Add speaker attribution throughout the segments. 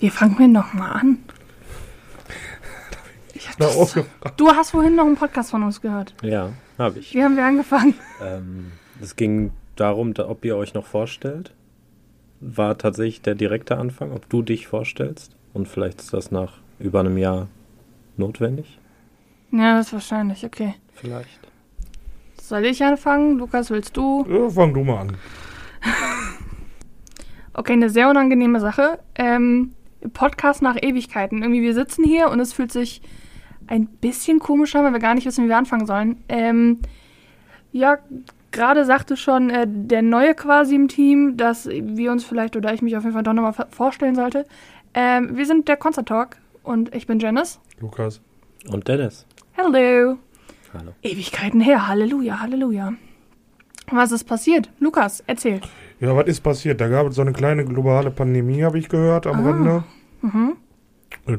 Speaker 1: Wir fangen wir nochmal an. Ich hab
Speaker 2: Na, oh
Speaker 1: das-
Speaker 2: aufgebracht.
Speaker 1: Du hast vorhin noch einen Podcast von uns gehört.
Speaker 3: Ja, habe ich.
Speaker 1: Wie haben wir angefangen?
Speaker 3: Ähm, es ging darum, da, ob ihr euch noch vorstellt. War tatsächlich der direkte Anfang, ob du dich vorstellst. Und vielleicht ist das nach über einem Jahr notwendig.
Speaker 1: Ja, das ist wahrscheinlich. Okay.
Speaker 3: Vielleicht.
Speaker 1: Soll ich anfangen? Lukas, willst du?
Speaker 2: Ja, fang du mal an.
Speaker 1: Okay, eine sehr unangenehme Sache. Ähm, Podcast nach Ewigkeiten. Irgendwie, wir sitzen hier und es fühlt sich ein bisschen komisch an, weil wir gar nicht wissen, wie wir anfangen sollen. Ähm, ja, gerade sagte schon äh, der Neue quasi im Team, dass wir uns vielleicht oder ich mich auf jeden Fall doch nochmal ver- vorstellen sollte. Ähm, wir sind der Concert Talk und ich bin Janice.
Speaker 2: Lukas.
Speaker 3: Und Dennis.
Speaker 1: Hello.
Speaker 3: Hallo.
Speaker 1: Ewigkeiten her. Halleluja, Halleluja. Was ist passiert? Lukas, erzähl.
Speaker 2: Ja, was ist passiert? Da gab es so eine kleine globale Pandemie, habe ich gehört,
Speaker 1: Ah,
Speaker 2: am Rande. Mhm.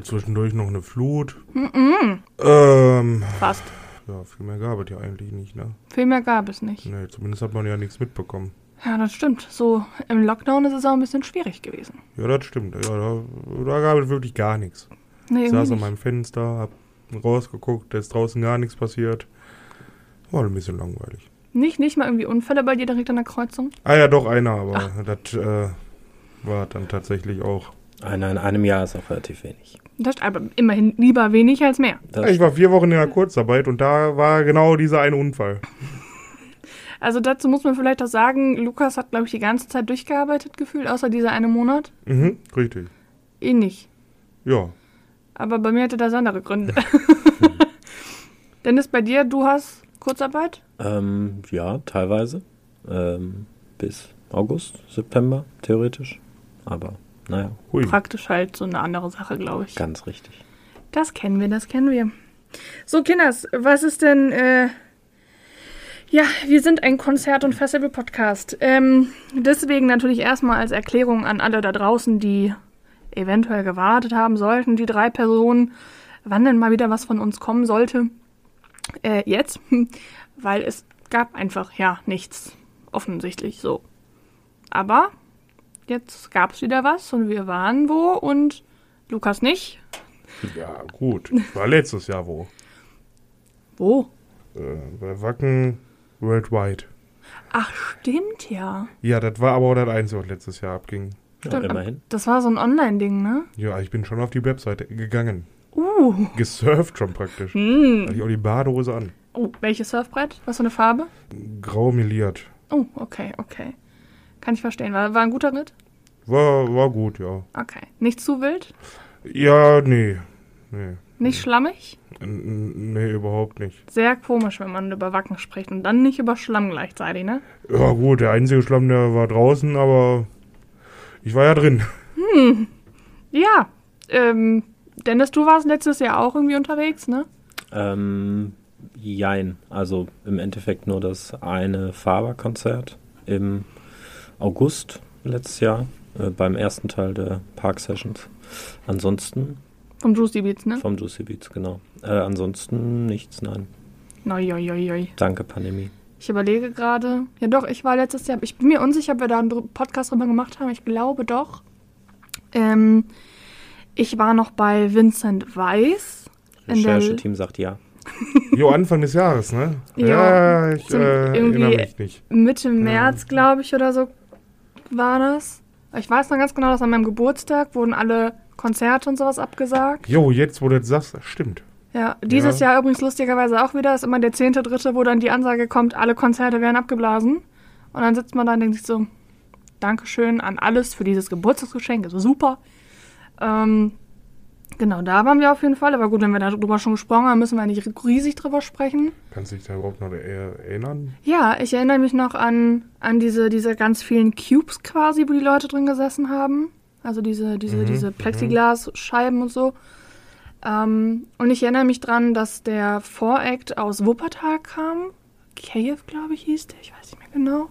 Speaker 2: Zwischendurch noch eine Flut.
Speaker 1: Mhm.
Speaker 2: Ähm,
Speaker 1: Fast.
Speaker 2: ja, viel mehr gab es ja eigentlich nicht, ne?
Speaker 1: Viel mehr gab es nicht.
Speaker 2: Nee, zumindest hat man ja nichts mitbekommen.
Speaker 1: Ja, das stimmt. So im Lockdown ist es auch ein bisschen schwierig gewesen.
Speaker 2: Ja, das stimmt. Ja, da, da gab es wirklich gar nichts.
Speaker 1: Nee,
Speaker 2: Ich
Speaker 1: irgendwie
Speaker 2: saß an
Speaker 1: nicht.
Speaker 2: meinem Fenster, hab rausgeguckt, da ist draußen gar nichts passiert. War ein bisschen langweilig.
Speaker 1: nicht, nicht mal irgendwie Unfälle bei dir direkt an der Kreuzung.
Speaker 2: Ah ja, doch einer, aber
Speaker 1: Ah.
Speaker 2: das äh, war dann tatsächlich auch.
Speaker 3: Einer in Ah, einem Jahr ist auch relativ wenig.
Speaker 1: Das, aber immerhin lieber wenig als mehr.
Speaker 3: Das,
Speaker 2: Ich war vier Wochen in der Kurzarbeit und da war genau dieser eine Unfall.
Speaker 1: Also dazu muss man vielleicht auch sagen, Lukas hat, glaube ich, die ganze Zeit durchgearbeitet gefühlt, außer dieser eine Monat.
Speaker 2: Mhm, richtig.
Speaker 1: Eh nicht.
Speaker 2: Ja.
Speaker 1: Aber bei mir hatte das andere Gründe. Dennis, bei dir, du hast Kurzarbeit?
Speaker 3: ähm, ja, teilweise. Ähm, bis August, September, theoretisch. Aber naja,
Speaker 2: Hui.
Speaker 1: Praktisch halt so eine andere Sache, glaube ich.
Speaker 3: ganz richtig.
Speaker 1: Das kennen wir, das kennen wir. So, Kinders, was ist denn. Äh, ja, wir sind ein Konzert- und Festival-Podcast. Ähm, deswegen natürlich erstmal als Erklärung an alle da draußen, die eventuell gewartet haben sollten, die drei Personen, wann denn mal wieder was von uns kommen sollte. Äh, jetzt, weil es gab einfach, ja, nichts. Offensichtlich so. Aber jetzt gab es wieder was und wir waren wo und Lukas nicht.
Speaker 2: Ja, gut. War letztes Jahr wo?
Speaker 1: Wo?
Speaker 2: Äh, bei Wacken Worldwide.
Speaker 1: Ach, stimmt ja.
Speaker 2: Ja, das war aber auch das Einzige, was letztes Jahr abging.
Speaker 3: Ja,
Speaker 1: Stimmt,
Speaker 3: immerhin.
Speaker 1: Das war so ein Online-Ding, ne?
Speaker 2: Ja, ich bin schon auf die Webseite gegangen.
Speaker 1: Uh.
Speaker 2: Gesurft schon praktisch.
Speaker 1: Hm.
Speaker 2: Hatte ich auch die Badehose an.
Speaker 1: Oh, welches Surfbrett? Was für eine Farbe?
Speaker 2: Grau meliert.
Speaker 1: Oh, okay, okay. Kann ich verstehen. War, war ein guter Ritt?
Speaker 2: War, war gut, ja.
Speaker 1: Okay. Nicht zu wild?
Speaker 2: Ja, nee. Nee.
Speaker 1: Nicht schlammig?
Speaker 2: N- n- Nee, überhaupt nicht.
Speaker 1: Sehr komisch, wenn man über Wacken spricht und dann nicht über Schlamm gleichzeitig, ne?
Speaker 2: Ja, gut, der einzige Schlamm, der war draußen, aber ich war ja drin.
Speaker 1: Ja. Ähm, Dennis, du warst letztes Jahr auch irgendwie unterwegs, ne?
Speaker 3: Ähm, jein. Also im Endeffekt nur das eine Faber-Konzert im August letztes Jahr äh, beim ersten Teil der Park Sessions. Ansonsten
Speaker 1: Vom Juicy Beats, ne?
Speaker 3: vom Juicy Beats, genau. Äh, ansonsten nichts, nein.
Speaker 1: Noi, oi, oi, oi.
Speaker 3: Danke, Pandemie.
Speaker 1: Ich überlege gerade. Ja, doch, ich war letztes Jahr. Ich bin mir unsicher, ob wir da einen dr- Podcast drüber gemacht haben. Ich glaube doch. Ähm, ich war noch bei Vincent Weiss. In der-
Speaker 3: Recherche-Team sagt ja.
Speaker 2: Jo, Anfang des Jahres, ne?
Speaker 1: Ja,
Speaker 2: ich
Speaker 1: zum-
Speaker 2: äh, erinnere
Speaker 1: irgendwie-
Speaker 2: mich nicht.
Speaker 1: Mitte März, glaube ich, oder so war das. Ich weiß noch ganz genau, dass an meinem Geburtstag wurden alle Konzerte und sowas abgesagt.
Speaker 2: Jo, jetzt, wo du das sagst, stimmt.
Speaker 1: Ja, dieses
Speaker 2: Ja.
Speaker 1: Jahr übrigens lustigerweise auch wieder. Ist immer der 10.3., wo dann die Ansage kommt, alle Konzerte werden abgeblasen. Und dann sitzt man da und denkt sich so, Dankeschön an alles für dieses Geburtstagsgeschenk, also super. Ähm, genau, da waren wir auf jeden Fall. Aber gut, wenn wir darüber schon gesprochen haben, müssen wir nicht riesig drüber sprechen.
Speaker 2: Kannst du dich da überhaupt noch er- erinnern?
Speaker 1: Ja, ich erinnere mich noch an, an diese, diese ganz vielen Cubes quasi, wo die Leute drin gesessen haben. Also diese, diese,
Speaker 2: Mhm,
Speaker 1: diese
Speaker 2: mhm.
Speaker 1: Plexiglasscheiben und so. Ähm, und ich erinnere mich dran, dass der Voract aus Wuppertal kam. Kiew, glaube ich, hieß der. Ich weiß nicht mehr genau.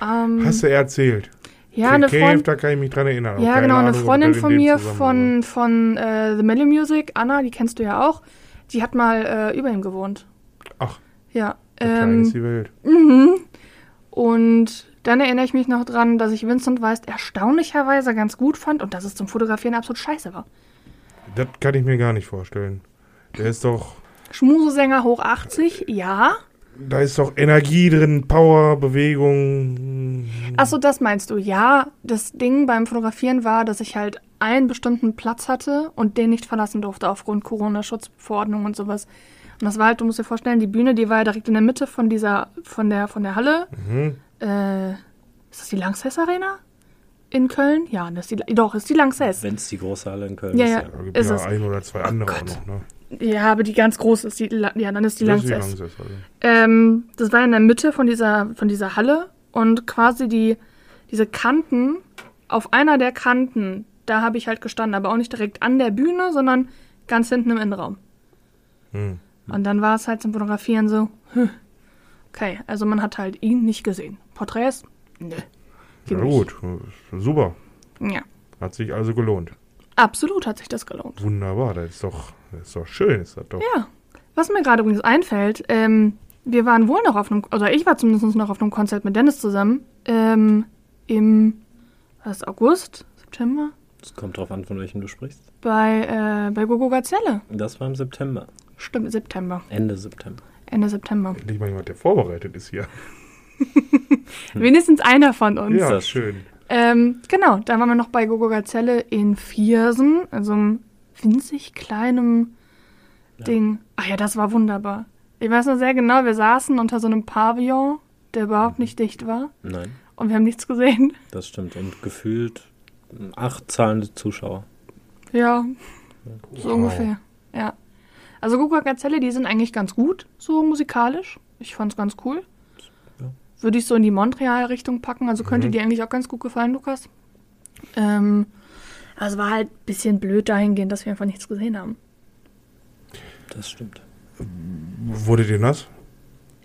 Speaker 1: Ähm,
Speaker 2: Hast du erzählt?
Speaker 1: ja,
Speaker 2: Für
Speaker 1: eine
Speaker 2: Cave,
Speaker 1: Freundin.
Speaker 2: da kann ich mich dran erinnern. aber
Speaker 1: Ja,
Speaker 2: keine
Speaker 1: genau. Eine
Speaker 2: Ahnung, ob
Speaker 1: Freundin
Speaker 2: das in
Speaker 1: von
Speaker 2: dem
Speaker 1: mir von,
Speaker 2: Zusammenhang
Speaker 1: von äh, The Mellow Music, Anna, die kennst du ja auch, die hat mal äh, über ihm gewohnt.
Speaker 2: Ach.
Speaker 1: Ja. ähm,
Speaker 2: war. So klein ist die Welt.
Speaker 1: Mhm. Und Dann erinnere ich mich noch dran, dass ich Vincent Weist erstaunlicherweise ganz gut fand und dass es zum Fotografieren absolut scheiße war.
Speaker 2: Das kann ich mir gar nicht vorstellen. Der ist doch,
Speaker 1: Schmusesänger hoch 80, ja.
Speaker 2: da ist doch Energie drin, Power, Bewegung.
Speaker 1: Achso, das meinst du. Ja, das Ding beim Fotografieren war, dass ich halt einen bestimmten Platz hatte und den nicht verlassen durfte aufgrund Corona-Schutzverordnung und sowas. Und das war halt, du musst dir vorstellen, die Bühne, die war ja direkt in der Mitte von dieser, von der, von der Halle. Äh, ist das die Lanxess Arena? In Köln? Ja, das ist die, doch, ist die Lanxess.
Speaker 3: Wenn es die große Halle in Köln
Speaker 1: Ja,
Speaker 3: ist.
Speaker 1: ja.
Speaker 2: Da gibt
Speaker 1: Ist
Speaker 2: ja
Speaker 1: es. Oh
Speaker 2: ein oder zwei andere auch noch. Ne?
Speaker 1: Ja, aber die ganz große ist die, La- ja, dann ist die
Speaker 2: Das ist die
Speaker 1: Lanxess.
Speaker 2: Langsess, also.
Speaker 1: Ähm, das war in der Mitte von dieser, von dieser Halle und quasi die, diese Kanten, auf einer der Kanten, da habe ich halt gestanden, aber auch nicht direkt an der Bühne, sondern ganz hinten im Innenraum.
Speaker 2: Hm.
Speaker 1: Und dann war es halt zum Fotografieren so, hm, okay, also man hat halt ihn nicht gesehen. Porträts? Nö.
Speaker 2: Na gut, super.
Speaker 1: Ja,
Speaker 2: Hat sich also gelohnt.
Speaker 1: absolut hat sich das gelohnt.
Speaker 2: Wunderbar, das ist doch, das ist doch schön, ist das doch.
Speaker 1: Ja. Was mir gerade übrigens einfällt, ähm, wir waren wohl noch auf einem, also ich war zumindest noch auf einem Konzert mit Dennis zusammen, ähm, im, was ist August, September,
Speaker 3: Es kommt drauf an, von welchem du sprichst.
Speaker 1: bei, äh, bei Gogo Gazelle.
Speaker 3: Das war im September.
Speaker 1: Stimmt, September,
Speaker 3: Ende September.
Speaker 1: Ende September.
Speaker 2: Endlich mal jemand, der vorbereitet ist hier.
Speaker 1: Wenigstens einer von uns.
Speaker 2: Ja,
Speaker 3: das-
Speaker 2: schön.
Speaker 1: Ähm, genau, da waren wir noch bei Gogo Gazelle in Viersen, in so einem winzig kleinen Ding. Ach ja, das war wunderbar. Ich weiß noch sehr genau, wir saßen unter so einem Pavillon, der überhaupt nicht dicht war.
Speaker 3: Nein,
Speaker 1: Und wir haben nichts gesehen.
Speaker 3: das stimmt. Und gefühlt hm, acht zahlende Zuschauer.
Speaker 1: Ja, so
Speaker 2: Wow.
Speaker 1: ungefähr. Ja. Also Gugu Gazelle, die sind eigentlich ganz gut, so musikalisch. Ich fand's ganz cool.
Speaker 3: Ja.
Speaker 1: Würde ich so in die Montreal-Richtung packen. Also könnte dir eigentlich auch ganz gut gefallen, Lukas. Ähm, also war halt ein bisschen blöd dahingehend, dass wir einfach nichts gesehen haben.
Speaker 3: Das stimmt.
Speaker 2: Wurde dir nass?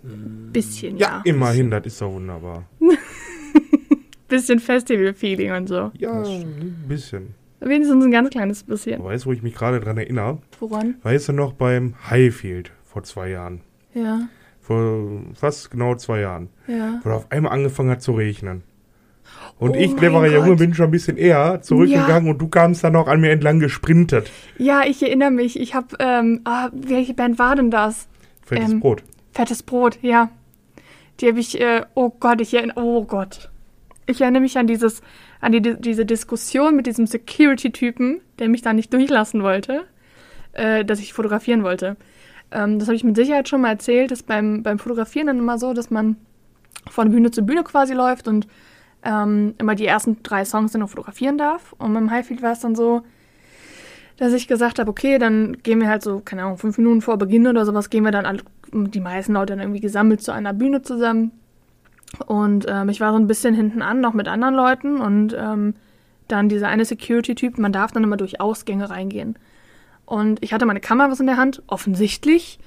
Speaker 1: Bisschen, ja.
Speaker 2: Immerhin, das ist doch wunderbar.
Speaker 1: Bisschen Festival-Feeling und so.
Speaker 2: Ja, ein bisschen.
Speaker 1: Wenigstens ein ganz kleines bisschen.
Speaker 2: Weißt du, wo ich mich gerade dran erinnere?
Speaker 1: Woran?
Speaker 2: Weißt du noch beim Highfield vor zwei Jahren?
Speaker 1: Ja,
Speaker 2: Vor fast genau zwei Jahren.
Speaker 1: ja.
Speaker 2: Wo auf einmal angefangen hat zu regnen. Und
Speaker 1: Oh
Speaker 2: ich,
Speaker 1: mein
Speaker 2: cleverer Junge,
Speaker 1: Gott.
Speaker 2: bin schon ein bisschen eher zurückgegangen und du kamst dann noch an mir entlang gesprintet.
Speaker 1: Ja, ich erinnere mich. Ich habe, ähm, ah, welche Band war denn das?
Speaker 2: Fettes
Speaker 1: Ähm,
Speaker 2: Brot.
Speaker 1: Fettes Brot, ja. Die habe ich, äh, oh Gott, ich erinnere, oh Gott. Ich erinnere mich an dieses, an die, diese Diskussion mit diesem Security-Typen, der mich da nicht durchlassen wollte, äh, dass ich fotografieren wollte. Ähm, das habe ich mit Sicherheit schon mal erzählt, dass beim, beim Fotografieren dann immer so, dass man von Bühne zu Bühne quasi läuft und ähm, immer die ersten drei Songs dann noch fotografieren darf. Und beim Highfield war es dann so, dass ich gesagt habe, okay, dann gehen wir halt so, keine Ahnung, fünf Minuten vor Beginn oder sowas, gehen wir dann alle, die meisten Leute dann irgendwie gesammelt zu einer Bühne zusammen. Und ähm, ich war so ein bisschen hinten an, noch mit anderen Leuten und ähm, dann dieser eine Security-Typ, man darf dann immer durch Ausgänge reingehen. Und ich hatte meine Kameras in der Hand, offensichtlich,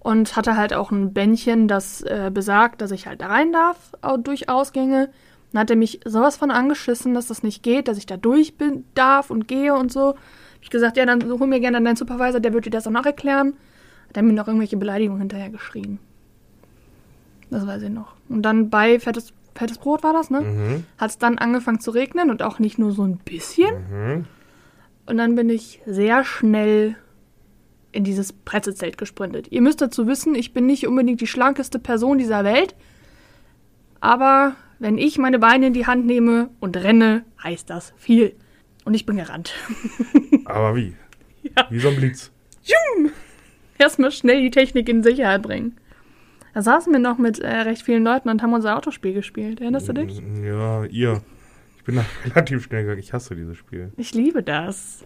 Speaker 1: und hatte halt auch ein Bändchen, das äh, besagt, dass ich halt da rein darf, au- durch Ausgänge. Dann hat er mich sowas von angeschissen, dass das nicht geht, dass ich da durch bin, darf und gehe und so. Hab ich gesagt, ja, dann hol mir gerne deinen Supervisor, der wird dir das auch noch erklären. Hat er mir noch irgendwelche Beleidigungen hinterher geschrien. Das weiß ich noch. Und dann bei fettes, fettes Brot war das, ne?
Speaker 2: Mhm.
Speaker 1: Hat es dann angefangen zu regnen und auch nicht nur so ein bisschen.
Speaker 2: Mhm.
Speaker 1: Und dann bin ich sehr schnell in dieses Pressezelt gesprintet. Ihr müsst dazu wissen, ich bin nicht unbedingt die schlankeste Person dieser Welt. Aber wenn ich meine Beine in die Hand nehme und renne, heißt das viel. Und ich bin gerannt.
Speaker 2: Aber wie?
Speaker 1: Ja.
Speaker 2: Wie so ein Blitz.
Speaker 1: Erstmal schnell die Technik in Sicherheit bringen. Da saßen wir noch mit äh, recht vielen Leuten und haben unser Autospiel gespielt. Erinnerst du
Speaker 2: Mhm.
Speaker 1: dich?
Speaker 2: Ja, ihr. Ich bin da relativ schnell gegangen. Ich hasse dieses Spiel.
Speaker 1: Ich liebe das.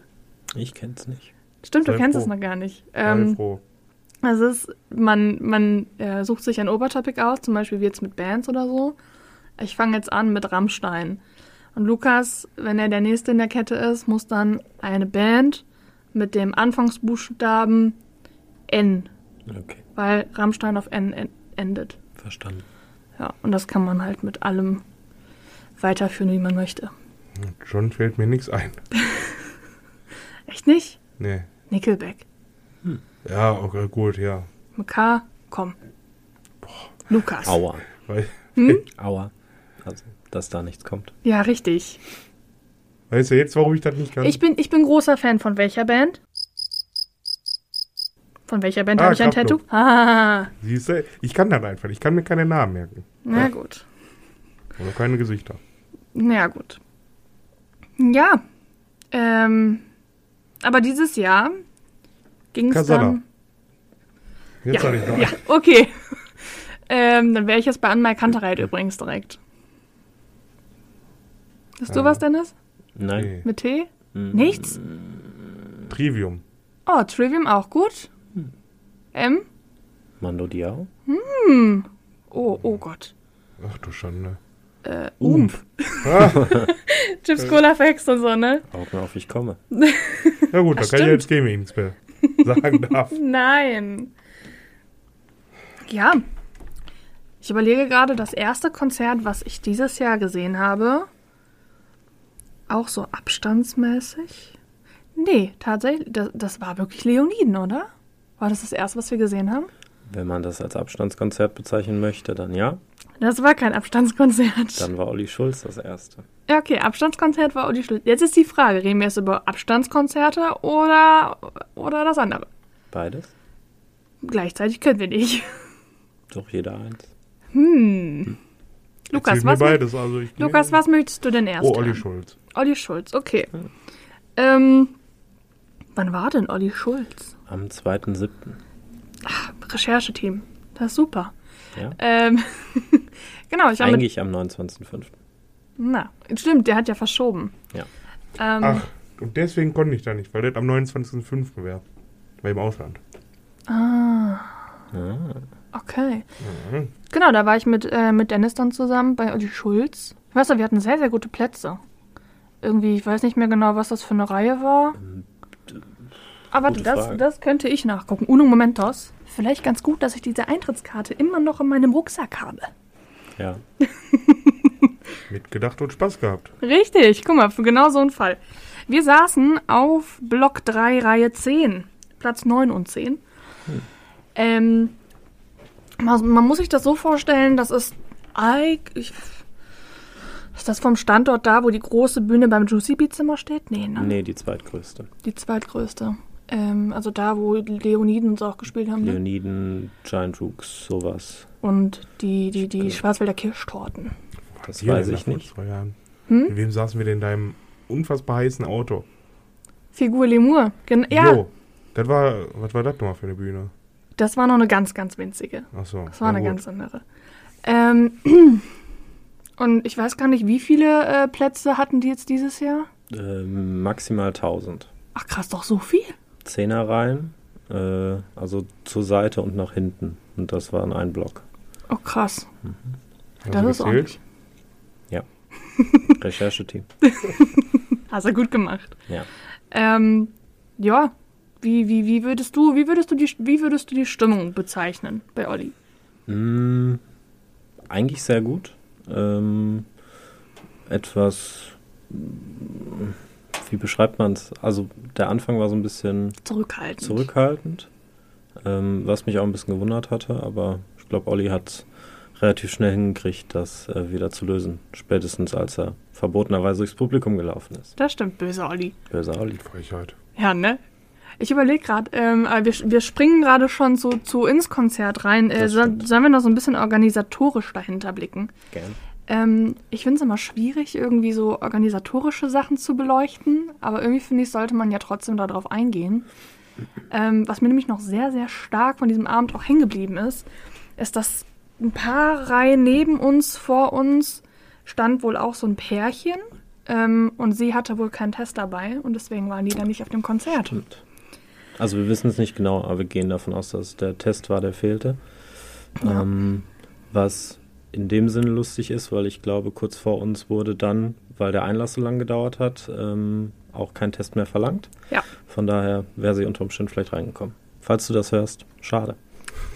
Speaker 3: Ich kenn's nicht.
Speaker 1: Stimmt, du
Speaker 2: Sei
Speaker 1: kennst
Speaker 2: froh.
Speaker 1: es noch gar nicht.
Speaker 2: Sei
Speaker 1: Ähm,
Speaker 2: froh.
Speaker 1: Also es ist, man, man äh, sucht sich ein Obertopic aus, zum Beispiel wie jetzt mit Bands oder so. Ich fange jetzt an mit Rammstein. Und Lukas, wenn er der Nächste in der Kette ist, muss dann eine Band mit dem Anfangsbuchstaben N,
Speaker 3: Okay,
Speaker 1: weil Rammstein auf N en- endet.
Speaker 3: verstanden.
Speaker 1: Ja, und das kann man halt mit allem weiterführen, wie man möchte.
Speaker 2: Schon fällt mir nichts ein.
Speaker 1: Echt nicht?
Speaker 2: Nee.
Speaker 1: Nickelback.
Speaker 2: Ja, okay, gut, ja.
Speaker 1: Mit K, komm. Lukas.
Speaker 3: Aua.
Speaker 2: Weil,
Speaker 3: Aua. Also, dass da nichts kommt.
Speaker 1: Ja, richtig.
Speaker 2: Weißt du jetzt, warum ich das nicht kann?
Speaker 1: Ich bin, ich bin großer Fan von welcher Band? Von welcher Band
Speaker 2: Ah,
Speaker 1: habe ich ein
Speaker 2: Kaplan.
Speaker 1: Tattoo? Ah,
Speaker 2: Siehst du, ich kann das einfach. Ich kann mir keine Namen merken.
Speaker 1: na gut.
Speaker 2: Oder keine Gesichter.
Speaker 1: Na ja, gut. Ja. Ähm, aber dieses Jahr ging es
Speaker 2: Casada.
Speaker 1: dann...
Speaker 2: Jetzt sag ich doch.
Speaker 1: Ja, okay. Ähm, dann wäre ich jetzt bei Anmal Kantereit übrigens direkt. Hast du was, Dennis?
Speaker 3: Nein.
Speaker 2: Nee.
Speaker 1: Mit T? Nichts?
Speaker 2: Trivium.
Speaker 1: Oh, Trivium auch gut. M?
Speaker 3: Mando Diao?
Speaker 1: Oh, oh Gott.
Speaker 2: Ach du Schande.
Speaker 1: Umf. Chips Cola Facts und so, ne?
Speaker 3: Augen auf, ich komme.
Speaker 2: Na gut, da
Speaker 1: Das
Speaker 2: kann ich
Speaker 1: stimmt.
Speaker 2: jetzt Gaming nichts mehr sagen darf.
Speaker 1: Nein. Ja. Ich überlege gerade, das erste Konzert, was ich dieses Jahr gesehen habe, auch so abstandsmäßig. Nee, tatsächlich, das, das war wirklich Leoniden, oder? War das das erste, was wir gesehen haben?
Speaker 3: Wenn man das als Abstandskonzert bezeichnen möchte, dann ja.
Speaker 1: Das war kein Abstandskonzert.
Speaker 3: Dann war Olli Schulz das erste.
Speaker 1: Ja, okay, Abstandskonzert war Uli Schulz. Jetzt ist die Frage, reden wir jetzt über Abstandskonzerte oder, oder das andere?
Speaker 3: Beides?
Speaker 1: Gleichzeitig können wir nicht.
Speaker 3: Doch jeder eins.
Speaker 1: Lukas,
Speaker 2: Erzähl mir
Speaker 1: was, mö-
Speaker 2: beides. Also ich
Speaker 1: Lukas was möchtest du Mhm. denn erst?
Speaker 2: Oh, Olli
Speaker 1: hören?
Speaker 2: Schulz.
Speaker 1: Olli Schulz, okay. Ähm, wann war denn Olli Schulz?
Speaker 3: Am 2.7.
Speaker 1: Rechercheteam. Das ist super.
Speaker 3: Ja.
Speaker 1: Ähm, genau, ich war mit.
Speaker 3: Eigentlich am 29.5.
Speaker 1: Na, stimmt, der hat ja verschoben.
Speaker 3: Ja.
Speaker 1: Ähm,
Speaker 2: Ach, und deswegen konnte ich da nicht, weil das am 29.05. wäre. War im Ausland.
Speaker 3: Ah,
Speaker 1: Okay.
Speaker 3: Mhm.
Speaker 1: Genau, da war ich mit, äh, mit Dennis dann zusammen bei Olli Schulz. Ich weiß noch, wir hatten sehr, sehr gute Plätze. Irgendwie, ich weiß nicht mehr genau, was das für eine Reihe war. Aber
Speaker 3: gute
Speaker 1: das,
Speaker 3: Frage.
Speaker 1: das könnte ich nachgucken. Uno Momentos. Vielleicht ganz gut, dass ich diese Eintrittskarte immer noch in meinem Rucksack habe.
Speaker 3: Ja.
Speaker 2: Mitgedacht und Spaß gehabt.
Speaker 1: Richtig, guck mal, für genau so einen Fall. Wir saßen auf Block 3, Reihe 10, Platz 9 und 10. Ähm, man, man muss sich das so vorstellen, das ist eigentlich. Ist das vom Standort da, wo die große Bühne beim Juicy Beat Zimmer steht? Nee, ne?
Speaker 3: Nee, die zweitgrößte.
Speaker 1: Die zweitgrößte. Ähm, also da, wo Leoniden uns auch gespielt haben. Ne?
Speaker 3: Leoniden, Giant Rooks, sowas.
Speaker 1: Und die, die, die Schwarzwälder Kirschtorten.
Speaker 3: Das
Speaker 2: Hier
Speaker 3: weiß
Speaker 2: denn da
Speaker 3: ich
Speaker 2: vor
Speaker 3: nicht.
Speaker 2: zwei Jahren?
Speaker 1: Hm?
Speaker 2: Mit wem saßen wir denn in deinem unfassbar heißen Auto?
Speaker 1: Figur Lemur. Gen ja,
Speaker 2: Jo, das war, was war das nochmal für eine Bühne?
Speaker 1: das war noch eine ganz, ganz winzige.
Speaker 2: Ach so.
Speaker 1: Das war
Speaker 2: na
Speaker 1: eine
Speaker 2: gut.
Speaker 1: ganz andere. Ähm, und ich weiß gar nicht, wie viele äh, Plätze hatten die jetzt dieses Jahr?
Speaker 3: Ähm, maximal 1000.
Speaker 1: Ach krass, doch so viel.
Speaker 3: Zehnerreihen, äh, also zur Seite und nach hinten. Und das war in einem Block.
Speaker 1: Oh krass,
Speaker 2: Hast
Speaker 1: das
Speaker 2: du
Speaker 1: ist
Speaker 2: gezählt?
Speaker 1: ordentlich.
Speaker 3: Rechercheteam.
Speaker 1: Hast du gut gemacht.
Speaker 3: Ja.
Speaker 1: Ähm, ja, wie, wie, wie würdest du, wie würdest du die, wie würdest du die Stimmung bezeichnen bei Olli?
Speaker 3: Mm, eigentlich sehr gut. Ähm, etwas. mm, Wie beschreibt man es? Also, der Anfang war so ein bisschen
Speaker 1: Zurückhaltend.
Speaker 3: zurückhaltend, ähm, was mich auch ein bisschen gewundert hatte, aber ich glaube, Olli hat relativ schnell hingekriegt, das äh, wieder zu lösen. Spätestens als er verbotenerweise durchs Publikum gelaufen ist.
Speaker 1: Das stimmt, böse Olli.
Speaker 3: Böser Olli.
Speaker 2: Frechheit.
Speaker 1: Ja, ne? Ich überlege gerade, ähm, aber wir, wir springen gerade schon so, zu ins Konzert rein. Äh,
Speaker 3: Das
Speaker 1: soll,
Speaker 3: stimmt.
Speaker 1: sollen wir noch so ein bisschen organisatorisch dahinter blicken?
Speaker 3: Gern.
Speaker 1: Ähm, ich finde es immer schwierig, irgendwie so organisatorische Sachen zu beleuchten, aber irgendwie finde ich, sollte man ja trotzdem darauf eingehen. Ähm, was mir nämlich noch sehr, sehr stark von diesem Abend auch hängen geblieben ist, ist, dass ein paar Reihen neben uns, vor uns, stand wohl auch so ein Pärchen ähm, und sie hatte wohl keinen Test dabei und deswegen waren die dann nicht auf dem Konzert.
Speaker 3: Stimmt. Also wir wissen es nicht genau, aber wir gehen davon aus, dass es der Test war, der fehlte. Ähm, was in dem Sinne lustig ist, weil ich glaube, kurz vor uns wurde dann, weil der Einlass so lange gedauert hat, ähm, auch kein Test mehr verlangt.
Speaker 1: Ja.
Speaker 3: Von daher wäre sie unter Umständen vielleicht reingekommen. Falls du das hörst, schade.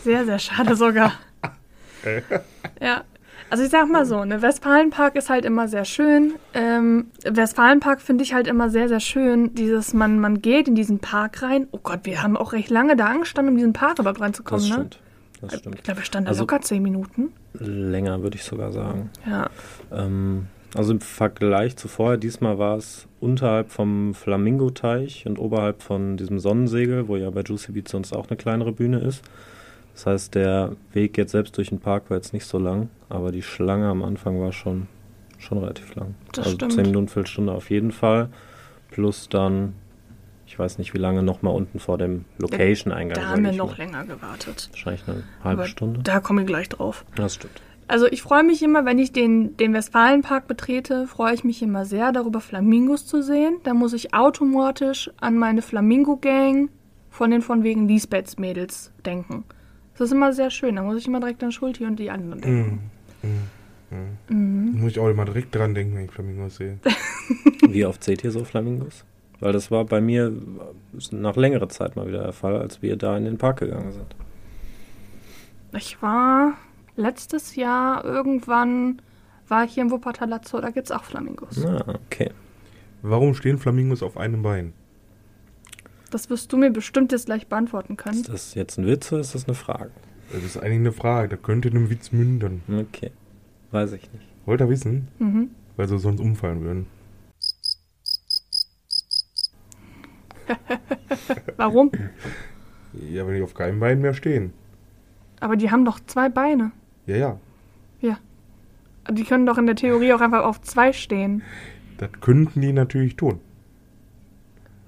Speaker 1: Sehr, sehr schade sogar. ja. Also ich sag mal so, ne, Westfalenpark ist halt immer sehr schön. Ähm, Westfalenpark finde ich halt immer sehr, sehr schön. Dieses, man, man geht in diesen Park rein. Oh Gott, wir haben auch recht lange da angestanden, um in diesen Park überhaupt
Speaker 3: Das
Speaker 1: reinzukommen, ne?
Speaker 3: stimmt. Das das stimmt.
Speaker 1: Ich glaube, wir standen
Speaker 3: Also-
Speaker 1: da locker zehn Minuten.
Speaker 3: Länger würde ich sogar sagen.
Speaker 1: Ja.
Speaker 3: Ähm, also im Vergleich zu vorher, diesmal war es unterhalb vom Flamingo-Teich und oberhalb von diesem Sonnensegel, wo ja bei Juicy Beats sonst auch eine kleinere Bühne ist. Das heißt, der Weg jetzt selbst durch den Park war jetzt nicht so lang, aber die Schlange am Anfang war schon, schon relativ lang.
Speaker 1: Das
Speaker 3: also
Speaker 1: stimmt.
Speaker 3: 10 Minuten, Viertelstunde auf jeden Fall. Plus dann, ich weiß nicht wie lange, nochmal unten vor dem Location-Eingang.
Speaker 1: Da
Speaker 3: sag
Speaker 1: haben wir
Speaker 3: ich
Speaker 1: noch
Speaker 3: mal.
Speaker 1: länger gewartet.
Speaker 3: Wahrscheinlich eine halbe
Speaker 1: Aber
Speaker 3: Stunde.
Speaker 1: Da komme ich gleich drauf.
Speaker 3: Das stimmt.
Speaker 1: Also ich freue mich immer, wenn ich den, den Westfalenpark betrete, freue ich mich immer sehr darüber, Flamingos zu sehen. Da muss ich automatisch an meine Flamingo-Gang von den von wegen Lisbeths-Mädels denken. Das ist immer sehr schön. Da muss ich immer direkt an Schulti und die anderen denken.
Speaker 2: Mhm. Mhm. Mhm. Muss ich auch immer direkt dran denken, wenn ich Flamingos sehe.
Speaker 3: Wie oft seht ihr so Flamingos? Weil das war bei mir nach längerer Zeit mal wieder der Fall, als wir da in den Park gegangen sind.
Speaker 1: Ich war letztes Jahr irgendwann, war ich hier im Wuppertalazzo, da gibt's auch Flamingos.
Speaker 3: Ah, okay.
Speaker 2: Warum stehen Flamingos auf einem Bein?
Speaker 1: Das wirst du mir bestimmt jetzt gleich beantworten können.
Speaker 3: Ist das jetzt ein Witz oder ist das eine Frage?
Speaker 2: Das ist eigentlich eine Frage, da könnte in einem Witz mündern.
Speaker 3: Okay. Weiß ich nicht.
Speaker 2: Wollt ihr wissen?
Speaker 1: Mhm.
Speaker 2: Weil sie sonst umfallen würden.
Speaker 1: Warum?
Speaker 2: Ja, wenn die auf keinem Bein mehr stehen.
Speaker 1: Aber die haben doch zwei Beine.
Speaker 2: Ja, ja.
Speaker 1: Die können doch in der Theorie auch einfach auf zwei stehen.
Speaker 2: Das könnten die natürlich tun.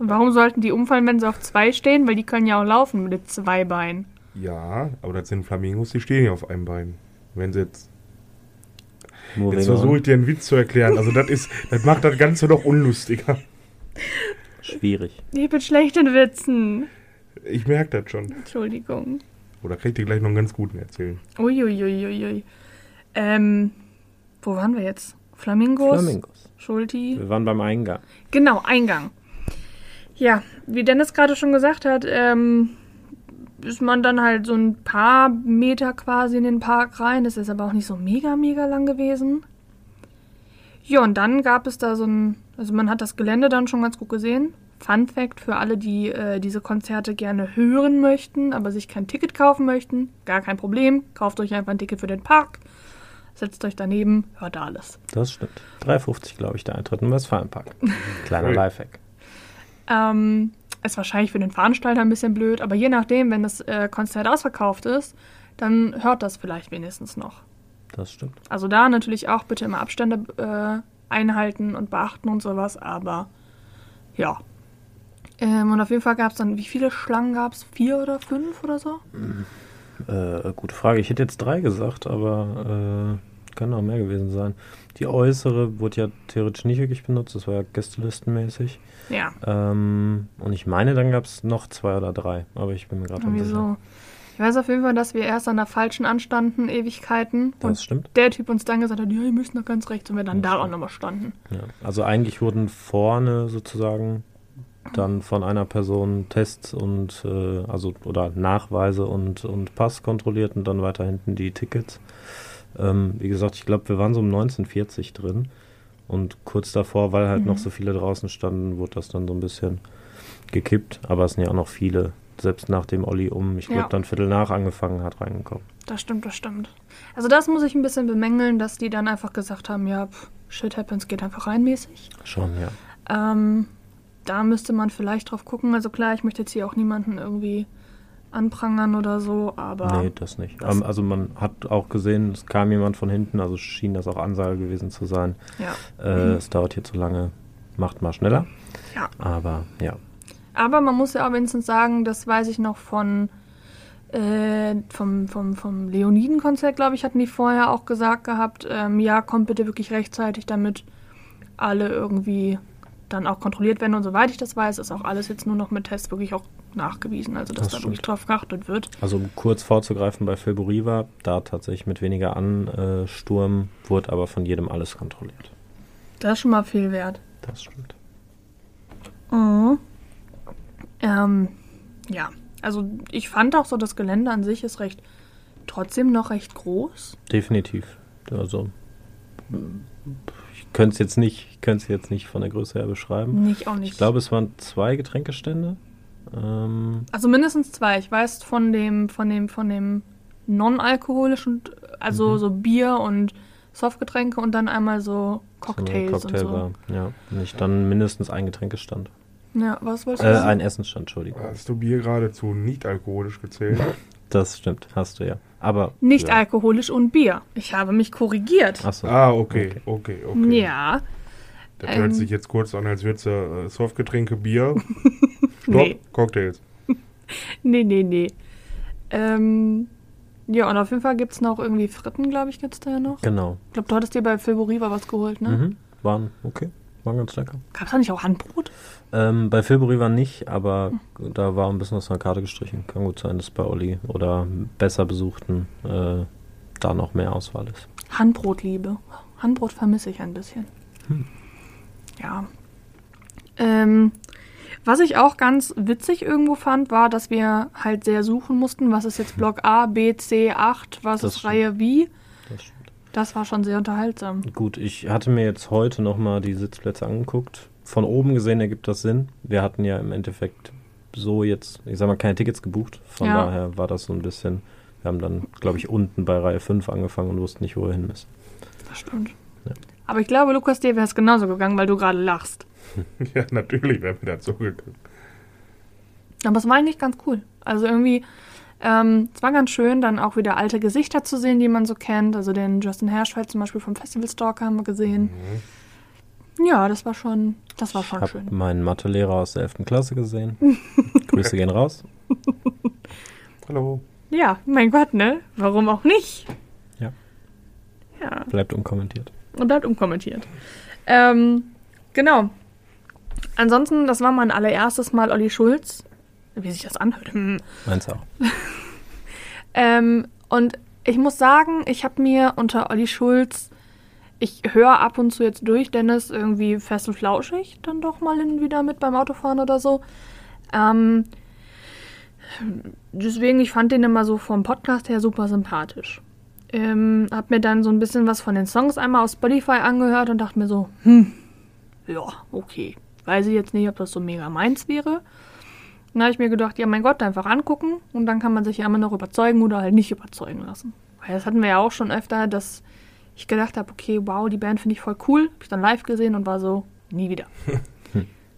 Speaker 1: Und warum sollten die umfallen, wenn sie auf zwei stehen? Weil die können ja auch laufen mit zwei Beinen.
Speaker 2: Ja, aber das sind Flamingos, die stehen ja auf einem Bein. Wenn sie jetzt.
Speaker 3: Nur
Speaker 2: Jetzt
Speaker 3: wegen-
Speaker 2: versuche ich dir einen Witz zu erklären. Also das ist, das macht das Ganze noch unlustiger.
Speaker 3: Schwierig.
Speaker 1: Ich bin schlecht in Witzen.
Speaker 2: Ich merke das schon.
Speaker 1: Entschuldigung.
Speaker 2: Oder kann ich dir gleich noch einen ganz guten erzählen?
Speaker 1: Uiuiuiui. Ähm, wo waren wir jetzt? Flamingos?
Speaker 3: Flamingos.
Speaker 1: Schulti?
Speaker 3: Wir waren beim Eingang.
Speaker 1: Genau, Eingang. Ja, wie Dennis gerade schon gesagt hat, ähm, ist man dann halt so ein paar Meter quasi in den Park rein. Das ist aber auch nicht so mega, mega lang gewesen. Ja, und dann gab es da so ein, also man hat das Gelände dann schon ganz gut gesehen. Fun Fact für alle, die äh, diese Konzerte gerne hören möchten, aber sich kein Ticket kaufen möchten, gar kein Problem. Kauft euch einfach ein Ticket für den Park, setzt euch daneben, hört da alles.
Speaker 3: Das stimmt. 3,50 glaube ich, der Eintritt im Westfalenpark. Kleiner
Speaker 2: Ui.
Speaker 3: Lifehack.
Speaker 1: Ähm, ist wahrscheinlich für den Veranstalter ein bisschen blöd, aber je nachdem, wenn das äh, Konzert ausverkauft ist, dann hört das vielleicht wenigstens noch.
Speaker 3: Das stimmt.
Speaker 1: Also da natürlich auch bitte immer Abstände äh, einhalten und beachten und sowas, aber ja. Ähm, und auf jeden Fall gab es dann, wie viele Schlangen gab es? Vier oder fünf oder so?
Speaker 3: Äh, gute Frage. Ich hätte jetzt drei gesagt, aber äh, kann auch mehr gewesen sein. Die äußere wurde ja theoretisch nicht wirklich benutzt. Das war ja gästelistenmäßig.
Speaker 1: Ja,
Speaker 3: Ähm, und ich meine, dann gab es noch zwei oder drei, aber ich bin mir gerade
Speaker 1: irgendwie so. Ich weiß auf jeden Fall, dass wir erst an der falschen anstanden, Ewigkeiten.
Speaker 3: Das stimmt.
Speaker 1: und der Typ uns dann gesagt hat, ja, ihr müsst noch ganz rechts und wir dann
Speaker 3: Das
Speaker 1: da auch
Speaker 3: stimmt.
Speaker 1: nochmal standen.
Speaker 3: Ja. Also eigentlich wurden vorne sozusagen dann von einer Person Tests und äh, also oder Nachweise und, und Pass kontrolliert und dann weiter hinten die Tickets. Ähm, wie gesagt, ich glaube, wir waren so um 1940 drin und kurz davor, weil halt
Speaker 1: Mhm.
Speaker 3: noch so viele draußen standen, wurde das dann so ein bisschen gekippt. Aber es sind ja auch noch viele, selbst nachdem Olli um, ich glaube,
Speaker 1: Ja.
Speaker 3: dann Viertel nach angefangen hat, reingekommen.
Speaker 1: Das stimmt, das stimmt. Also das muss ich ein bisschen bemängeln, dass die dann einfach gesagt haben, ja, pff, shit happens, geht einfach reinmäßig.
Speaker 3: Schon, ja.
Speaker 1: Ähm, da müsste man vielleicht drauf gucken. Also klar, ich möchte jetzt hier auch niemanden irgendwie anprangern oder so, aber
Speaker 3: Nee, das nicht.
Speaker 1: Das-
Speaker 3: Ähm, also man hat auch gesehen, es kam jemand von hinten, also schien das auch Ansage gewesen zu sein.
Speaker 1: ja.
Speaker 3: Äh,
Speaker 1: Mhm.
Speaker 3: Es dauert hier zu lange, macht mal schneller.
Speaker 1: Ja.
Speaker 3: Aber ja,
Speaker 1: Aber man muss ja auch wenigstens sagen, das weiß ich noch von äh, vom, vom, vom Leoniden-Konzert, glaube ich, hatten die vorher auch gesagt gehabt, ähm, ja, kommt bitte wirklich rechtzeitig, damit alle irgendwie dann auch kontrolliert werden. Und soweit ich das weiß, ist auch alles jetzt nur noch mit Tests wirklich auch nachgewiesen, also dass
Speaker 3: Das
Speaker 1: da
Speaker 3: stimmt.
Speaker 1: wirklich drauf geachtet wird.
Speaker 3: also um kurz vorzugreifen bei Filburi war, da tatsächlich mit weniger Ansturm, wurde aber von jedem alles kontrolliert.
Speaker 1: Das ist schon mal viel wert.
Speaker 3: Das stimmt.
Speaker 1: Mhm. Ähm, ja, also ich fand auch so, das Gelände an sich ist recht, trotzdem noch recht groß.
Speaker 3: Definitiv. Also ich könnte es jetzt nicht, ich könnte es jetzt nicht von der Größe her beschreiben.
Speaker 1: Nicht auch Hm, nicht.
Speaker 3: Ich glaube, es waren zwei Getränkestände. Ähm,
Speaker 1: Also mindestens zwei. Ich weiß von dem, von dem, von dem non-alkoholisch und also
Speaker 3: Mhm.
Speaker 1: so Bier und Softgetränke und dann einmal so Cocktails
Speaker 3: so
Speaker 1: und
Speaker 3: eine
Speaker 1: so.
Speaker 3: Cocktailbar. Ja, wenn ich dann mindestens ein Getränkestand.
Speaker 1: Ja, was wolltest
Speaker 3: Äh,
Speaker 1: du sagen?
Speaker 3: ein Essensstand, Entschuldigung.
Speaker 2: Hast du Bier geradezu nicht alkoholisch gezählt?
Speaker 3: Das stimmt, hast du ja. Aber.
Speaker 1: Nicht
Speaker 3: ja.
Speaker 1: alkoholisch und Bier. Ich habe mich korrigiert.
Speaker 3: Achso.
Speaker 2: ah, okay, okay, okay.
Speaker 1: Ja,
Speaker 2: Das hört
Speaker 1: ähm.
Speaker 2: sich jetzt kurz an, als würdest du äh, Softgetränke, Bier, Stopp,
Speaker 1: Nee.
Speaker 2: Cocktails.
Speaker 1: nee, nee, nee. Ähm, ja, und auf jeden Fall gibt es noch irgendwie Fritten, glaube ich, gibt es da ja noch.
Speaker 3: Genau.
Speaker 1: Ich glaube, du hattest dir bei Filboriva was geholt, ne?
Speaker 3: Mhm. Waren okay. Waren ganz lecker.
Speaker 1: Gab es da nicht auch Handbrot?
Speaker 3: Ähm, bei Filbury war nicht, aber da war ein bisschen aus einer Karte gestrichen. Kann gut sein, dass bei Olli oder besser besuchten äh, da noch mehr Auswahl ist.
Speaker 1: Handbrotliebe. Handbrot vermisse ich ein bisschen.
Speaker 3: Hm.
Speaker 1: Ja. Ähm, was ich auch ganz witzig irgendwo fand, war, dass wir halt sehr suchen mussten, was ist jetzt Block A, B, C, 8, was
Speaker 3: Hm. Das
Speaker 1: ist
Speaker 3: stimmt.
Speaker 1: Reihe wie.
Speaker 3: Das stimmt.
Speaker 1: Das war schon sehr unterhaltsam.
Speaker 3: Gut, ich hatte mir jetzt heute nochmal die Sitzplätze angeguckt. Von oben gesehen ergibt das Sinn. Wir hatten ja im Endeffekt so jetzt, ich sag mal, keine Tickets gebucht. Von
Speaker 1: Ja.
Speaker 3: daher war das so ein bisschen, wir haben dann, glaube ich, unten bei Reihe 5 angefangen und wussten nicht, wo wir hin müssen.
Speaker 1: Das stimmt.
Speaker 3: Ja.
Speaker 1: Aber ich glaube, Lukas, dir wäre es genauso gegangen, weil du gerade lachst.
Speaker 2: ja, natürlich wäre mir dazu gegangen.
Speaker 1: Aber es war eigentlich ganz cool. Also irgendwie, ähm, es war ganz schön, dann auch wieder alte Gesichter zu sehen, die man so kennt. Also den Justin Herschfeld zum Beispiel vom Festival Stalker haben wir gesehen. Ja, das war schon, das war schon
Speaker 3: ich
Speaker 1: schön.
Speaker 3: habe meinen Mathelehrer aus der 11. Klasse gesehen. Grüße gehen raus.
Speaker 2: Hallo.
Speaker 1: Ja, mein Gott, ne? Warum auch nicht?
Speaker 3: Ja.
Speaker 1: Ja,
Speaker 3: Bleibt unkommentiert.
Speaker 1: und bleibt unkommentiert. Ähm, genau. Ansonsten, das war mein allererstes Mal Olli Schulz. Wie sich das anhört. Hm.
Speaker 3: Meins auch.
Speaker 1: Ähm, und ich muss sagen, ich habe mir unter Olli Schulz, ich höre ab und zu jetzt durch, Dennis, irgendwie fest und flauschig, dann doch mal hin und wieder mit beim Autofahren oder so. Ähm, deswegen, ich fand den immer so vom Podcast her super sympathisch. Ähm, hab mir dann so ein bisschen was von den Songs einmal auf Spotify angehört und dachte mir so, hm, ja, okay. Weiß ich jetzt nicht, ob das so mega meins wäre. Dann habe ich mir gedacht, ja, mein Gott, einfach angucken und dann kann man sich ja immer noch überzeugen oder halt nicht überzeugen lassen. Weil das hatten wir ja auch schon öfter, dass ich gedacht habe, okay, wow, die Band finde ich voll cool. Hab ich dann live gesehen und war so, nie wieder.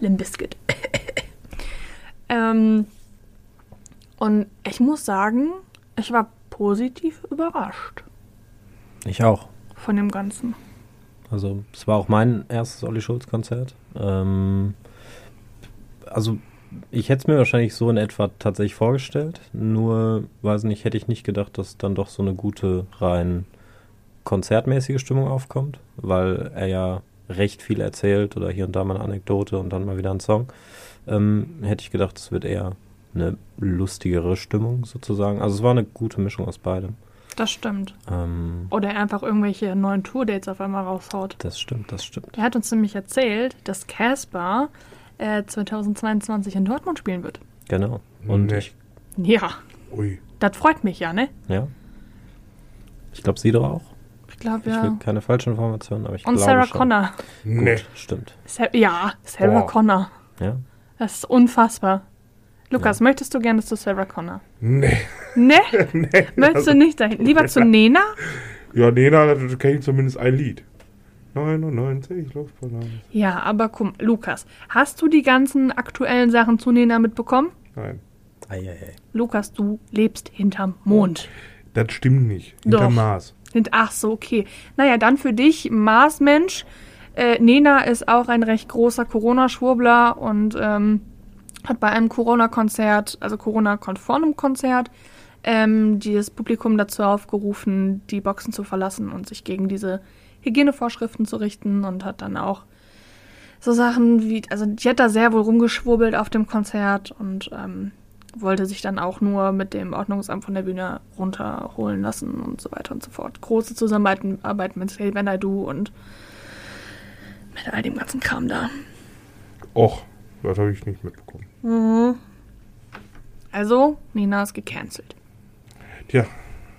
Speaker 1: Limp Bizkit. ähm, und ich muss sagen, ich war positiv überrascht
Speaker 3: Ich auch.
Speaker 1: von dem Ganzen.
Speaker 3: Also es war auch mein erstes Olli Schulz-Konzert. Ähm, also ich hätte es mir wahrscheinlich so in etwa tatsächlich vorgestellt. Nur, weiß nicht, hätte ich nicht gedacht, dass dann doch so eine gute, rein konzertmäßige Stimmung aufkommt, weil er ja recht viel erzählt oder hier und da mal eine Anekdote und dann mal wieder ein Song. Ähm, hätte ich gedacht, es wird eher eine lustigere Stimmung sozusagen. Also es war eine gute Mischung aus beidem.
Speaker 1: Das stimmt.
Speaker 3: Ähm,
Speaker 1: Oder einfach irgendwelche neuen Tourdates auf einmal raushaut.
Speaker 3: das stimmt, das stimmt.
Speaker 1: Er hat uns nämlich erzählt, dass Caspar äh, 2022 in Dortmund spielen wird.
Speaker 3: Genau. Und
Speaker 2: Nee.
Speaker 3: ich
Speaker 1: Ja,
Speaker 2: Ui.
Speaker 1: das freut mich ja, ne?
Speaker 3: Ja. Ich glaube, sie doch auch.
Speaker 1: Ich glaube
Speaker 3: Ich will
Speaker 1: ja.
Speaker 3: keine falschen Informationen, aber ich
Speaker 1: Und
Speaker 3: glaube
Speaker 1: Sarah
Speaker 3: schon.
Speaker 1: Connor.
Speaker 3: Gut,
Speaker 2: Nee.
Speaker 3: stimmt.
Speaker 1: Sa ja, Sarah
Speaker 2: Boah.
Speaker 1: Connor.
Speaker 3: Ja.
Speaker 1: Das ist unfassbar. Lukas, möchtest du gerne zu Sarah Connor?
Speaker 2: Nee.
Speaker 1: Ne?
Speaker 2: nee.
Speaker 1: Möchtest du nicht dahin? Lieber zu Nena?
Speaker 2: Ja, nee, da kenne ich zumindest ein Lied. 99 Luftballons.
Speaker 1: Ja, aber komm, Lukas, hast du die ganzen aktuellen Sachen zu Nena mitbekommen?
Speaker 2: Nein.
Speaker 3: Eieiei.
Speaker 1: Lukas, du lebst hinterm Mond.
Speaker 2: Das stimmt nicht. Hinter
Speaker 1: Doch.
Speaker 2: Mars.
Speaker 1: Hint- Ach so, okay. Naja, dann für dich, Marsmensch. Äh, Nena ist auch ein recht großer Corona-Schwurbler und ähm, hat bei einem Corona-Konzert, also Corona-konformem Konzert, ähm, das Publikum dazu aufgerufen, die Boxen zu verlassen und sich gegen diese Hygienevorschriften zu richten und hat dann auch so Sachen wie, also die hat da sehr wohl rumgeschwurbelt auf dem Konzert und ähm, wollte sich dann auch nur mit dem Ordnungsamt von der Bühne runterholen lassen und so weiter und so fort. Große Zusammenarbeit mit Say When I Do und mit all dem ganzen Kram da.
Speaker 2: Och, das habe ich nicht mitbekommen.
Speaker 1: Also, Nina ist gecancelt.
Speaker 2: Tja,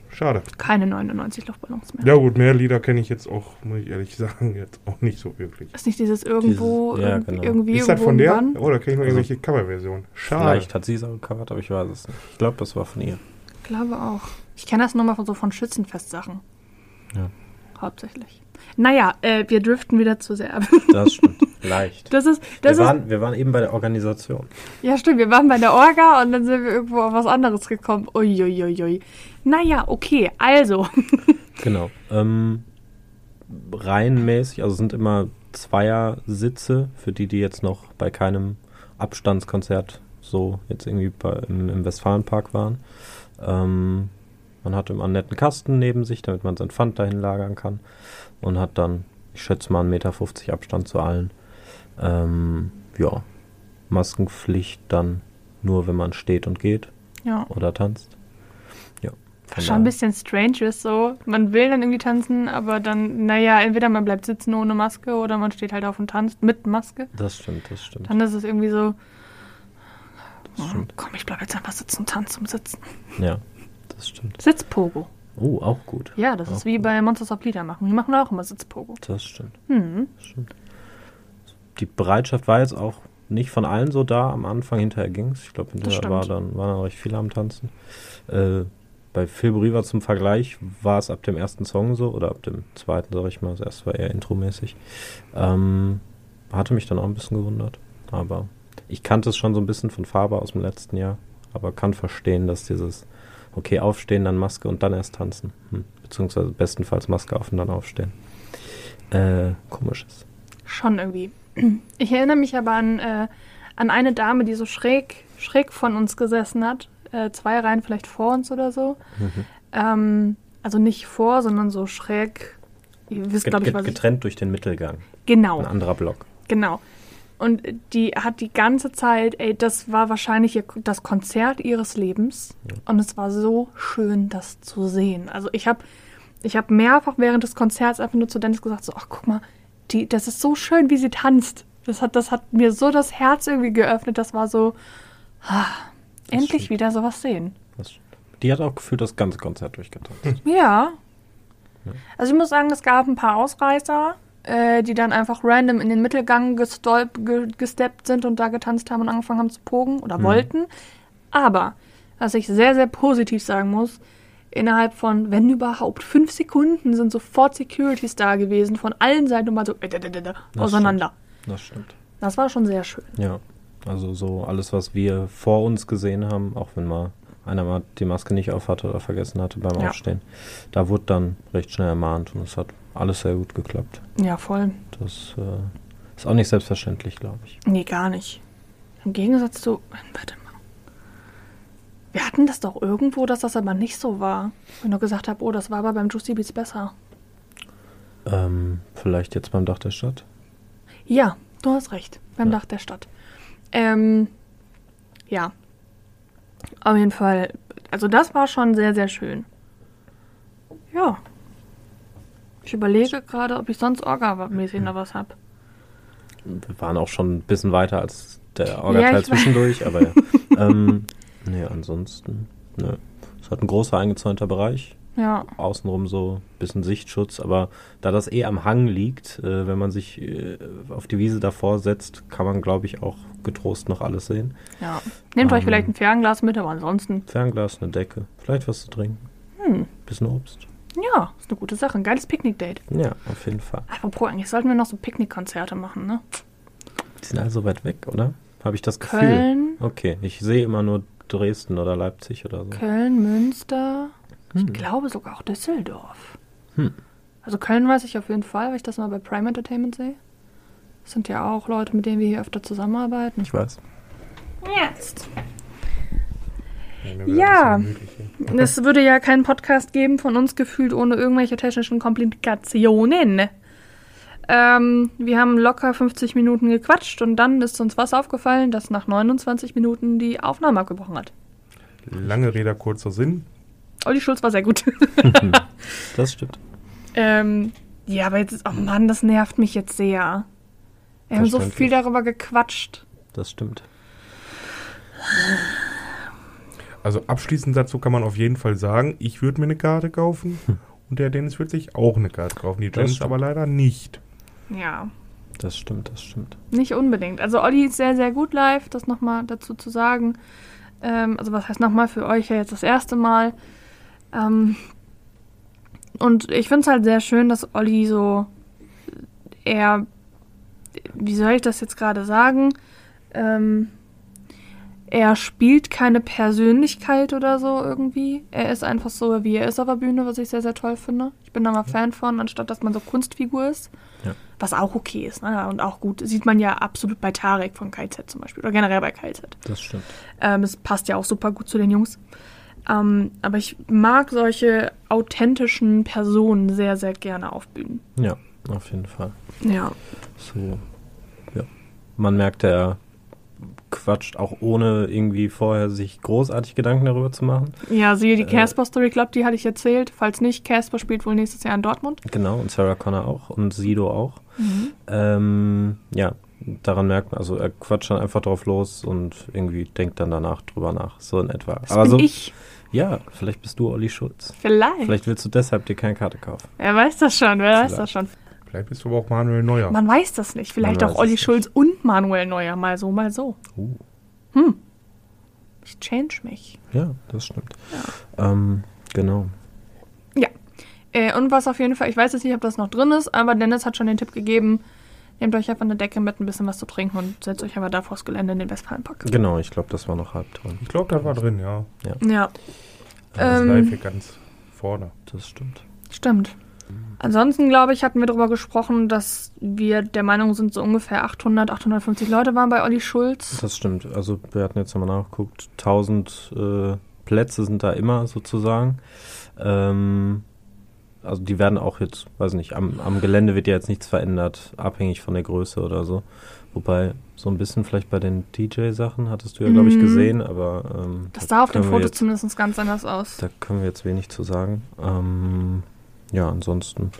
Speaker 2: schade.
Speaker 1: Keine 99 Luftballons mehr.
Speaker 2: Ja gut, mehr Lieder kenne ich jetzt auch, muss ich ehrlich sagen, jetzt auch nicht so wirklich.
Speaker 1: Ist nicht dieses irgendwo,
Speaker 3: Dieses- ja,
Speaker 1: irgendwie,
Speaker 3: genau.
Speaker 1: irgendwie
Speaker 2: Ist das
Speaker 1: irgendwo
Speaker 2: von der?
Speaker 1: wann?
Speaker 2: Oh, da kenne ich noch
Speaker 3: Also-
Speaker 2: irgendwelche Coverversionen. Schade.
Speaker 3: Vielleicht hat sie es auch gecovert, aber ich weiß es nicht. Ich glaube, das war von ihr.
Speaker 1: Ich glaube auch. Ich kenne das nur mal von so von Schützenfestsachen.
Speaker 3: Ja.
Speaker 1: Hauptsächlich. Naja, äh, wir driften wieder zu sehr ab.
Speaker 3: Das stimmt. Leicht.
Speaker 1: Das ist, das
Speaker 3: wir,
Speaker 1: ist,
Speaker 3: waren, wir waren eben bei der Organisation.
Speaker 1: ja stimmt, wir waren bei der Orga und dann sind wir irgendwo auf was anderes gekommen. Uiuiuiui. Naja, okay, also.
Speaker 3: Genau. Ähm, reihenmäßig, also sind immer Zweiersitze, für die, die jetzt noch bei keinem Abstandskonzert so jetzt irgendwie bei, im, im Westfalenpark waren. Ähm, man hat immer einen netten Kasten neben sich, damit man sein Pfand dahin lagern kann. Und hat dann, ich schätze mal, 1,50 Meter Abstand zu allen. Ähm, ja, Maskenpflicht dann nur, wenn man steht und geht
Speaker 1: Ja,
Speaker 3: oder tanzt. Ja,
Speaker 1: schon
Speaker 3: von
Speaker 1: ein
Speaker 3: daher.
Speaker 1: bisschen strange ist so. Man will dann irgendwie tanzen, aber dann, naja, entweder man bleibt sitzen ohne Maske oder man steht halt auf und tanzt mit Maske.
Speaker 3: Das stimmt, das stimmt.
Speaker 1: Dann ist es irgendwie so, oh,
Speaker 3: Das stimmt.
Speaker 1: komm, ich bleib jetzt einfach sitzen und tanz zum Sitzen.
Speaker 3: Ja, das stimmt.
Speaker 1: Sitzpogo.
Speaker 3: Oh, auch gut.
Speaker 1: Ja, das ist
Speaker 3: Auch
Speaker 1: wie
Speaker 3: gut.
Speaker 1: bei Monsters of Lieder machen. Die machen auch immer Sitzpogo.
Speaker 3: Das stimmt.
Speaker 1: Hm.
Speaker 3: Das stimmt. Die Bereitschaft war jetzt auch nicht von allen so da. Am Anfang hinterher ging es. Ich glaube, hinterher
Speaker 1: stimmt.
Speaker 3: war dann, waren dann recht viele am Tanzen. Äh, bei Phil Riva zum Vergleich war es ab dem ersten Song so, oder ab dem zweiten, sage ich mal. Das erste war eher intromäßig. Ähm, hatte mich dann auch ein bisschen gewundert. Aber ich kannte es schon so ein bisschen von Faber aus dem letzten Jahr. Aber kann verstehen, dass dieses, okay, aufstehen, dann Maske und dann erst tanzen. Hm. Beziehungsweise bestenfalls Maske auf und dann aufstehen. Äh, komisch ist.
Speaker 1: Schon irgendwie. Ich erinnere mich aber an, äh, an eine Dame, die so schräg, schräg von uns gesessen hat. Äh, zwei Reihen vielleicht vor uns oder so. Ähm, also nicht vor, sondern so schräg. Ihr wisst,
Speaker 3: Get
Speaker 1: glaube ich,
Speaker 3: get
Speaker 1: was ich...
Speaker 3: getrennt durch den Mittelgang.
Speaker 1: Genau.
Speaker 3: Ein anderer Block.
Speaker 1: Genau. Und die hat die ganze Zeit, ey, das war wahrscheinlich ihr, das Konzert ihres Lebens. Und es war so schön, das zu sehen. Also ich habe ich hab mehrfach während des Konzerts einfach nur zu Dennis gesagt, so, ach guck mal, die, das ist so schön, wie sie tanzt. Das hat, das hat mir so das Herz irgendwie geöffnet. Das war so, ah,
Speaker 3: Das
Speaker 1: endlich
Speaker 3: stimmt.
Speaker 1: wieder sowas sehen.
Speaker 3: Das, die hat auch gefühlt das ganze
Speaker 1: Hm.
Speaker 3: Konzert durchgetanzt.
Speaker 1: Ja. Also ich muss sagen, es gab ein paar Ausreißer, äh, die dann einfach random in den Mittelgang gestolp, ge, gesteppt sind und da getanzt haben und angefangen haben zu pogen oder wollten. Aber, was ich sehr, sehr positiv sagen muss, innerhalb von, wenn überhaupt, fünf Sekunden sind sofort Securities da gewesen, von allen Seiten und mal so äh, da, da, da, da, auseinander.
Speaker 3: das stimmt.
Speaker 1: Das war schon sehr schön.
Speaker 3: Ja. Also so alles, was wir vor uns gesehen haben, auch wenn mal einer mal die Maske nicht aufhatte oder vergessen hatte beim
Speaker 1: Ja.
Speaker 3: Aufstehen, da wurde dann recht schnell ermahnt und es hat alles sehr gut geklappt.
Speaker 1: Ja, voll.
Speaker 3: Das äh, ist auch nicht selbstverständlich, glaube ich.
Speaker 1: Nee, gar nicht. Im Gegensatz zu. Warte mal. Wir hatten das doch irgendwo, dass das aber nicht so war. Wenn du gesagt hast, oh, das war aber beim Juicy Beats besser.
Speaker 3: Ähm, vielleicht jetzt beim Dach der Stadt.
Speaker 1: Ja, du hast recht. Beim
Speaker 3: Ja.
Speaker 1: Dach der Stadt. Ähm, ja. Auf jeden Fall. Also das war schon sehr, sehr schön. Ja. Ich überlege gerade, ob ich sonst Orga-mäßig noch was habe.
Speaker 3: Wir waren auch schon ein bisschen weiter als der Orga-Teil
Speaker 1: Ja, ich weiß.
Speaker 3: zwischendurch, aber ja. ähm, nee, ansonsten, ne. Es hat ein großer eingezäunter Bereich,
Speaker 1: Ja.
Speaker 3: außenrum so ein bisschen Sichtschutz, aber da das eh am Hang liegt, äh, wenn man sich äh, auf die Wiese davor setzt, kann man, glaube ich, auch getrost noch alles sehen.
Speaker 1: ja. Nehmt euch
Speaker 3: Ähm.
Speaker 1: vielleicht ein Fernglas mit, aber ansonsten.
Speaker 3: Fernglas, eine Decke, vielleicht was zu trinken,
Speaker 1: Hm.
Speaker 3: bisschen Obst.
Speaker 1: Ja, ist eine gute Sache. Ein geiles Picknick-Date.
Speaker 3: Ja, auf jeden Fall.
Speaker 1: Apropos, eigentlich sollten wir noch so Picknickkonzerte machen, ne?
Speaker 3: Die sind also weit weg, oder? Habe ich das Gefühl.
Speaker 1: Köln,
Speaker 3: Okay, ich sehe immer nur Dresden oder Leipzig oder so.
Speaker 1: Köln, Münster,
Speaker 3: Hm.
Speaker 1: ich glaube sogar auch Düsseldorf.
Speaker 3: Hm.
Speaker 1: Also Köln weiß ich auf jeden Fall, weil ich das mal bei Prime Entertainment sehe. Das sind ja auch Leute, mit denen wir hier öfter zusammenarbeiten.
Speaker 3: Ich weiß.
Speaker 1: Jetzt.
Speaker 2: Nein, wir werden
Speaker 1: Ja.
Speaker 2: ein bisschen müde hier.
Speaker 1: Es würde ja keinen Podcast geben von uns gefühlt ohne irgendwelche technischen Komplikationen. Ähm, wir haben locker 50 Minuten gequatscht und dann ist uns was aufgefallen, dass nach 29 Minuten die Aufnahme abgebrochen hat.
Speaker 2: Lange Rede, kurzer Sinn.
Speaker 1: Olli Schulz war sehr gut.
Speaker 3: Das stimmt.
Speaker 1: Ähm, ja, aber jetzt ist, oh Mann, das nervt mich jetzt sehr. Wir haben so
Speaker 3: Verständlich.
Speaker 1: viel darüber gequatscht.
Speaker 3: Das stimmt.
Speaker 2: Also abschließend dazu kann man auf jeden Fall sagen, ich würde mir eine Karte kaufen und der Dennis wird sich auch eine Karte kaufen. Die
Speaker 3: Hm. Das
Speaker 2: Jens
Speaker 3: stimmt.
Speaker 2: aber leider nicht.
Speaker 1: Ja,
Speaker 3: Das stimmt, das stimmt.
Speaker 1: nicht unbedingt. Also Olli ist sehr, sehr gut live, das nochmal dazu zu sagen. Ähm, also was heißt nochmal für euch ja jetzt das erste Mal. Ähm, und ich finde es halt sehr schön, dass Olli so eher, wie soll ich das jetzt gerade sagen, ähm, er spielt keine Persönlichkeit oder so irgendwie. Er ist einfach so, wie er ist auf der Bühne, was ich sehr, sehr toll finde. Ich bin da mal Fan von, anstatt dass man so Kunstfigur ist.
Speaker 3: Ja.
Speaker 1: Was auch okay ist ne? und auch gut. Sieht man ja absolut bei Tarek von KZ zum Beispiel oder generell bei KZ.
Speaker 3: Das stimmt.
Speaker 1: Ähm, es passt ja auch super gut zu den Jungs. Ähm, aber ich mag solche authentischen Personen sehr, sehr gerne auf Bühnen.
Speaker 3: Ja, auf jeden Fall.
Speaker 1: Ja.
Speaker 3: So, ja. Man merkt, er quatscht auch ohne irgendwie vorher sich großartig Gedanken darüber zu machen.
Speaker 1: Ja, siehe die
Speaker 3: Äh.
Speaker 1: Casper-Story, glaube die hatte ich erzählt. Falls nicht, Casper spielt wohl nächstes Jahr in Dortmund.
Speaker 3: Genau, und Sarah Connor auch und Sido auch. Ähm, ja, daran merkt man, also er quatscht dann einfach drauf los und irgendwie denkt dann danach drüber nach, so in etwa.
Speaker 1: Das bin
Speaker 3: so,
Speaker 1: ich.
Speaker 3: ja, vielleicht bist du Olli Schulz.
Speaker 1: Vielleicht.
Speaker 3: Vielleicht willst du deshalb dir keine Karte kaufen.
Speaker 1: Wer weiß das schon, wer weiß
Speaker 3: Vielleicht.
Speaker 1: das schon.
Speaker 2: Vielleicht bist du aber auch Manuel Neuer.
Speaker 1: Man weiß das nicht. Vielleicht
Speaker 3: Man
Speaker 1: auch
Speaker 3: weiß
Speaker 1: Olli
Speaker 3: es
Speaker 1: Schulz und Manuel Neuer. Mal so, mal so. Hm.
Speaker 3: Uh.
Speaker 1: Ich change mich.
Speaker 3: Ja, das stimmt. Ähm, genau.
Speaker 1: Äh, und was auf jeden Fall, ich weiß jetzt nicht, ob das noch drin ist, aber Dennis hat schon den Tipp gegeben, nehmt euch einfach eine Decke mit, ein bisschen was zu trinken und setzt euch aber da vors Gelände in den Westfalenpark.
Speaker 3: Genau, ich glaube, das war noch halb drin.
Speaker 2: Ich glaube, da war drin, ja.
Speaker 1: Ja,
Speaker 2: Das
Speaker 1: Ähm.
Speaker 2: live hier ganz vorne.
Speaker 3: Also, Das stimmt.
Speaker 1: stimmt. Ansonsten, glaube ich, hatten wir darüber gesprochen, dass wir der Meinung sind, so ungefähr 800, 850 Leute waren bei Olli Schulz.
Speaker 3: Das stimmt. Also wir hatten jetzt nochmal nachgeguckt. 1000 äh, Plätze sind da immer sozusagen. Ähm, also die werden auch jetzt, weiß nicht, am, am Gelände wird ja jetzt nichts verändert, abhängig von der Größe oder so. Wobei so ein bisschen vielleicht bei den DJ-Sachen hattest du ja, glaube ich,
Speaker 1: Mhm.
Speaker 3: gesehen, aber ähm,
Speaker 1: Das sah auf den
Speaker 3: können wir
Speaker 1: Fotos
Speaker 3: jetzt-
Speaker 1: zumindest ganz anders aus.
Speaker 3: Da können wir jetzt wenig zu sagen. Ähm, ja, ansonsten,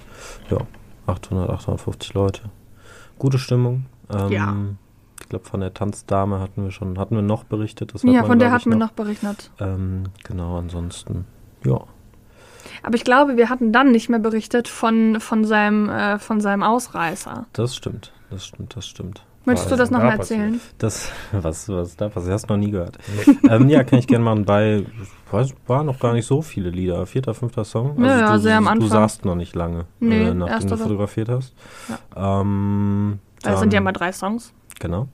Speaker 3: ja, 800, 850 Leute. Gute Stimmung. Ähm,
Speaker 1: Ja.
Speaker 3: Ich glaube, von der Tanzdame hatten wir schon, hatten wir noch berichtet. Das hat
Speaker 1: Ja,
Speaker 3: man,
Speaker 1: von der
Speaker 3: glaub ich,
Speaker 1: hatten wir noch berichtet.
Speaker 3: Ähm, genau, ansonsten, ja.
Speaker 1: Aber ich glaube, wir hatten dann nicht mehr berichtet von, von, seinem, äh, von seinem Ausreißer.
Speaker 3: Das stimmt, das stimmt, das stimmt.
Speaker 1: Möchtest du
Speaker 2: Was
Speaker 1: das
Speaker 2: ist denn
Speaker 1: nochmal
Speaker 2: da passiert?
Speaker 1: erzählen?
Speaker 3: Das, was, was da passiert, hast du noch nie gehört. ähm, ja, kann ich gerne machen. Bei, ich weiß, waren noch gar nicht so viele Lieder. Vierter, fünfter Song. Also
Speaker 1: Ja, ja,
Speaker 3: du,
Speaker 1: sehr am
Speaker 3: Du
Speaker 1: Anfang.
Speaker 3: saßt noch nicht lange,
Speaker 1: Nee,
Speaker 3: äh, nachdem
Speaker 1: erster
Speaker 3: du
Speaker 1: Song.
Speaker 3: fotografiert hast. Ähm,
Speaker 1: Das sind ja
Speaker 3: dann-
Speaker 1: mal drei Songs.
Speaker 3: Genau.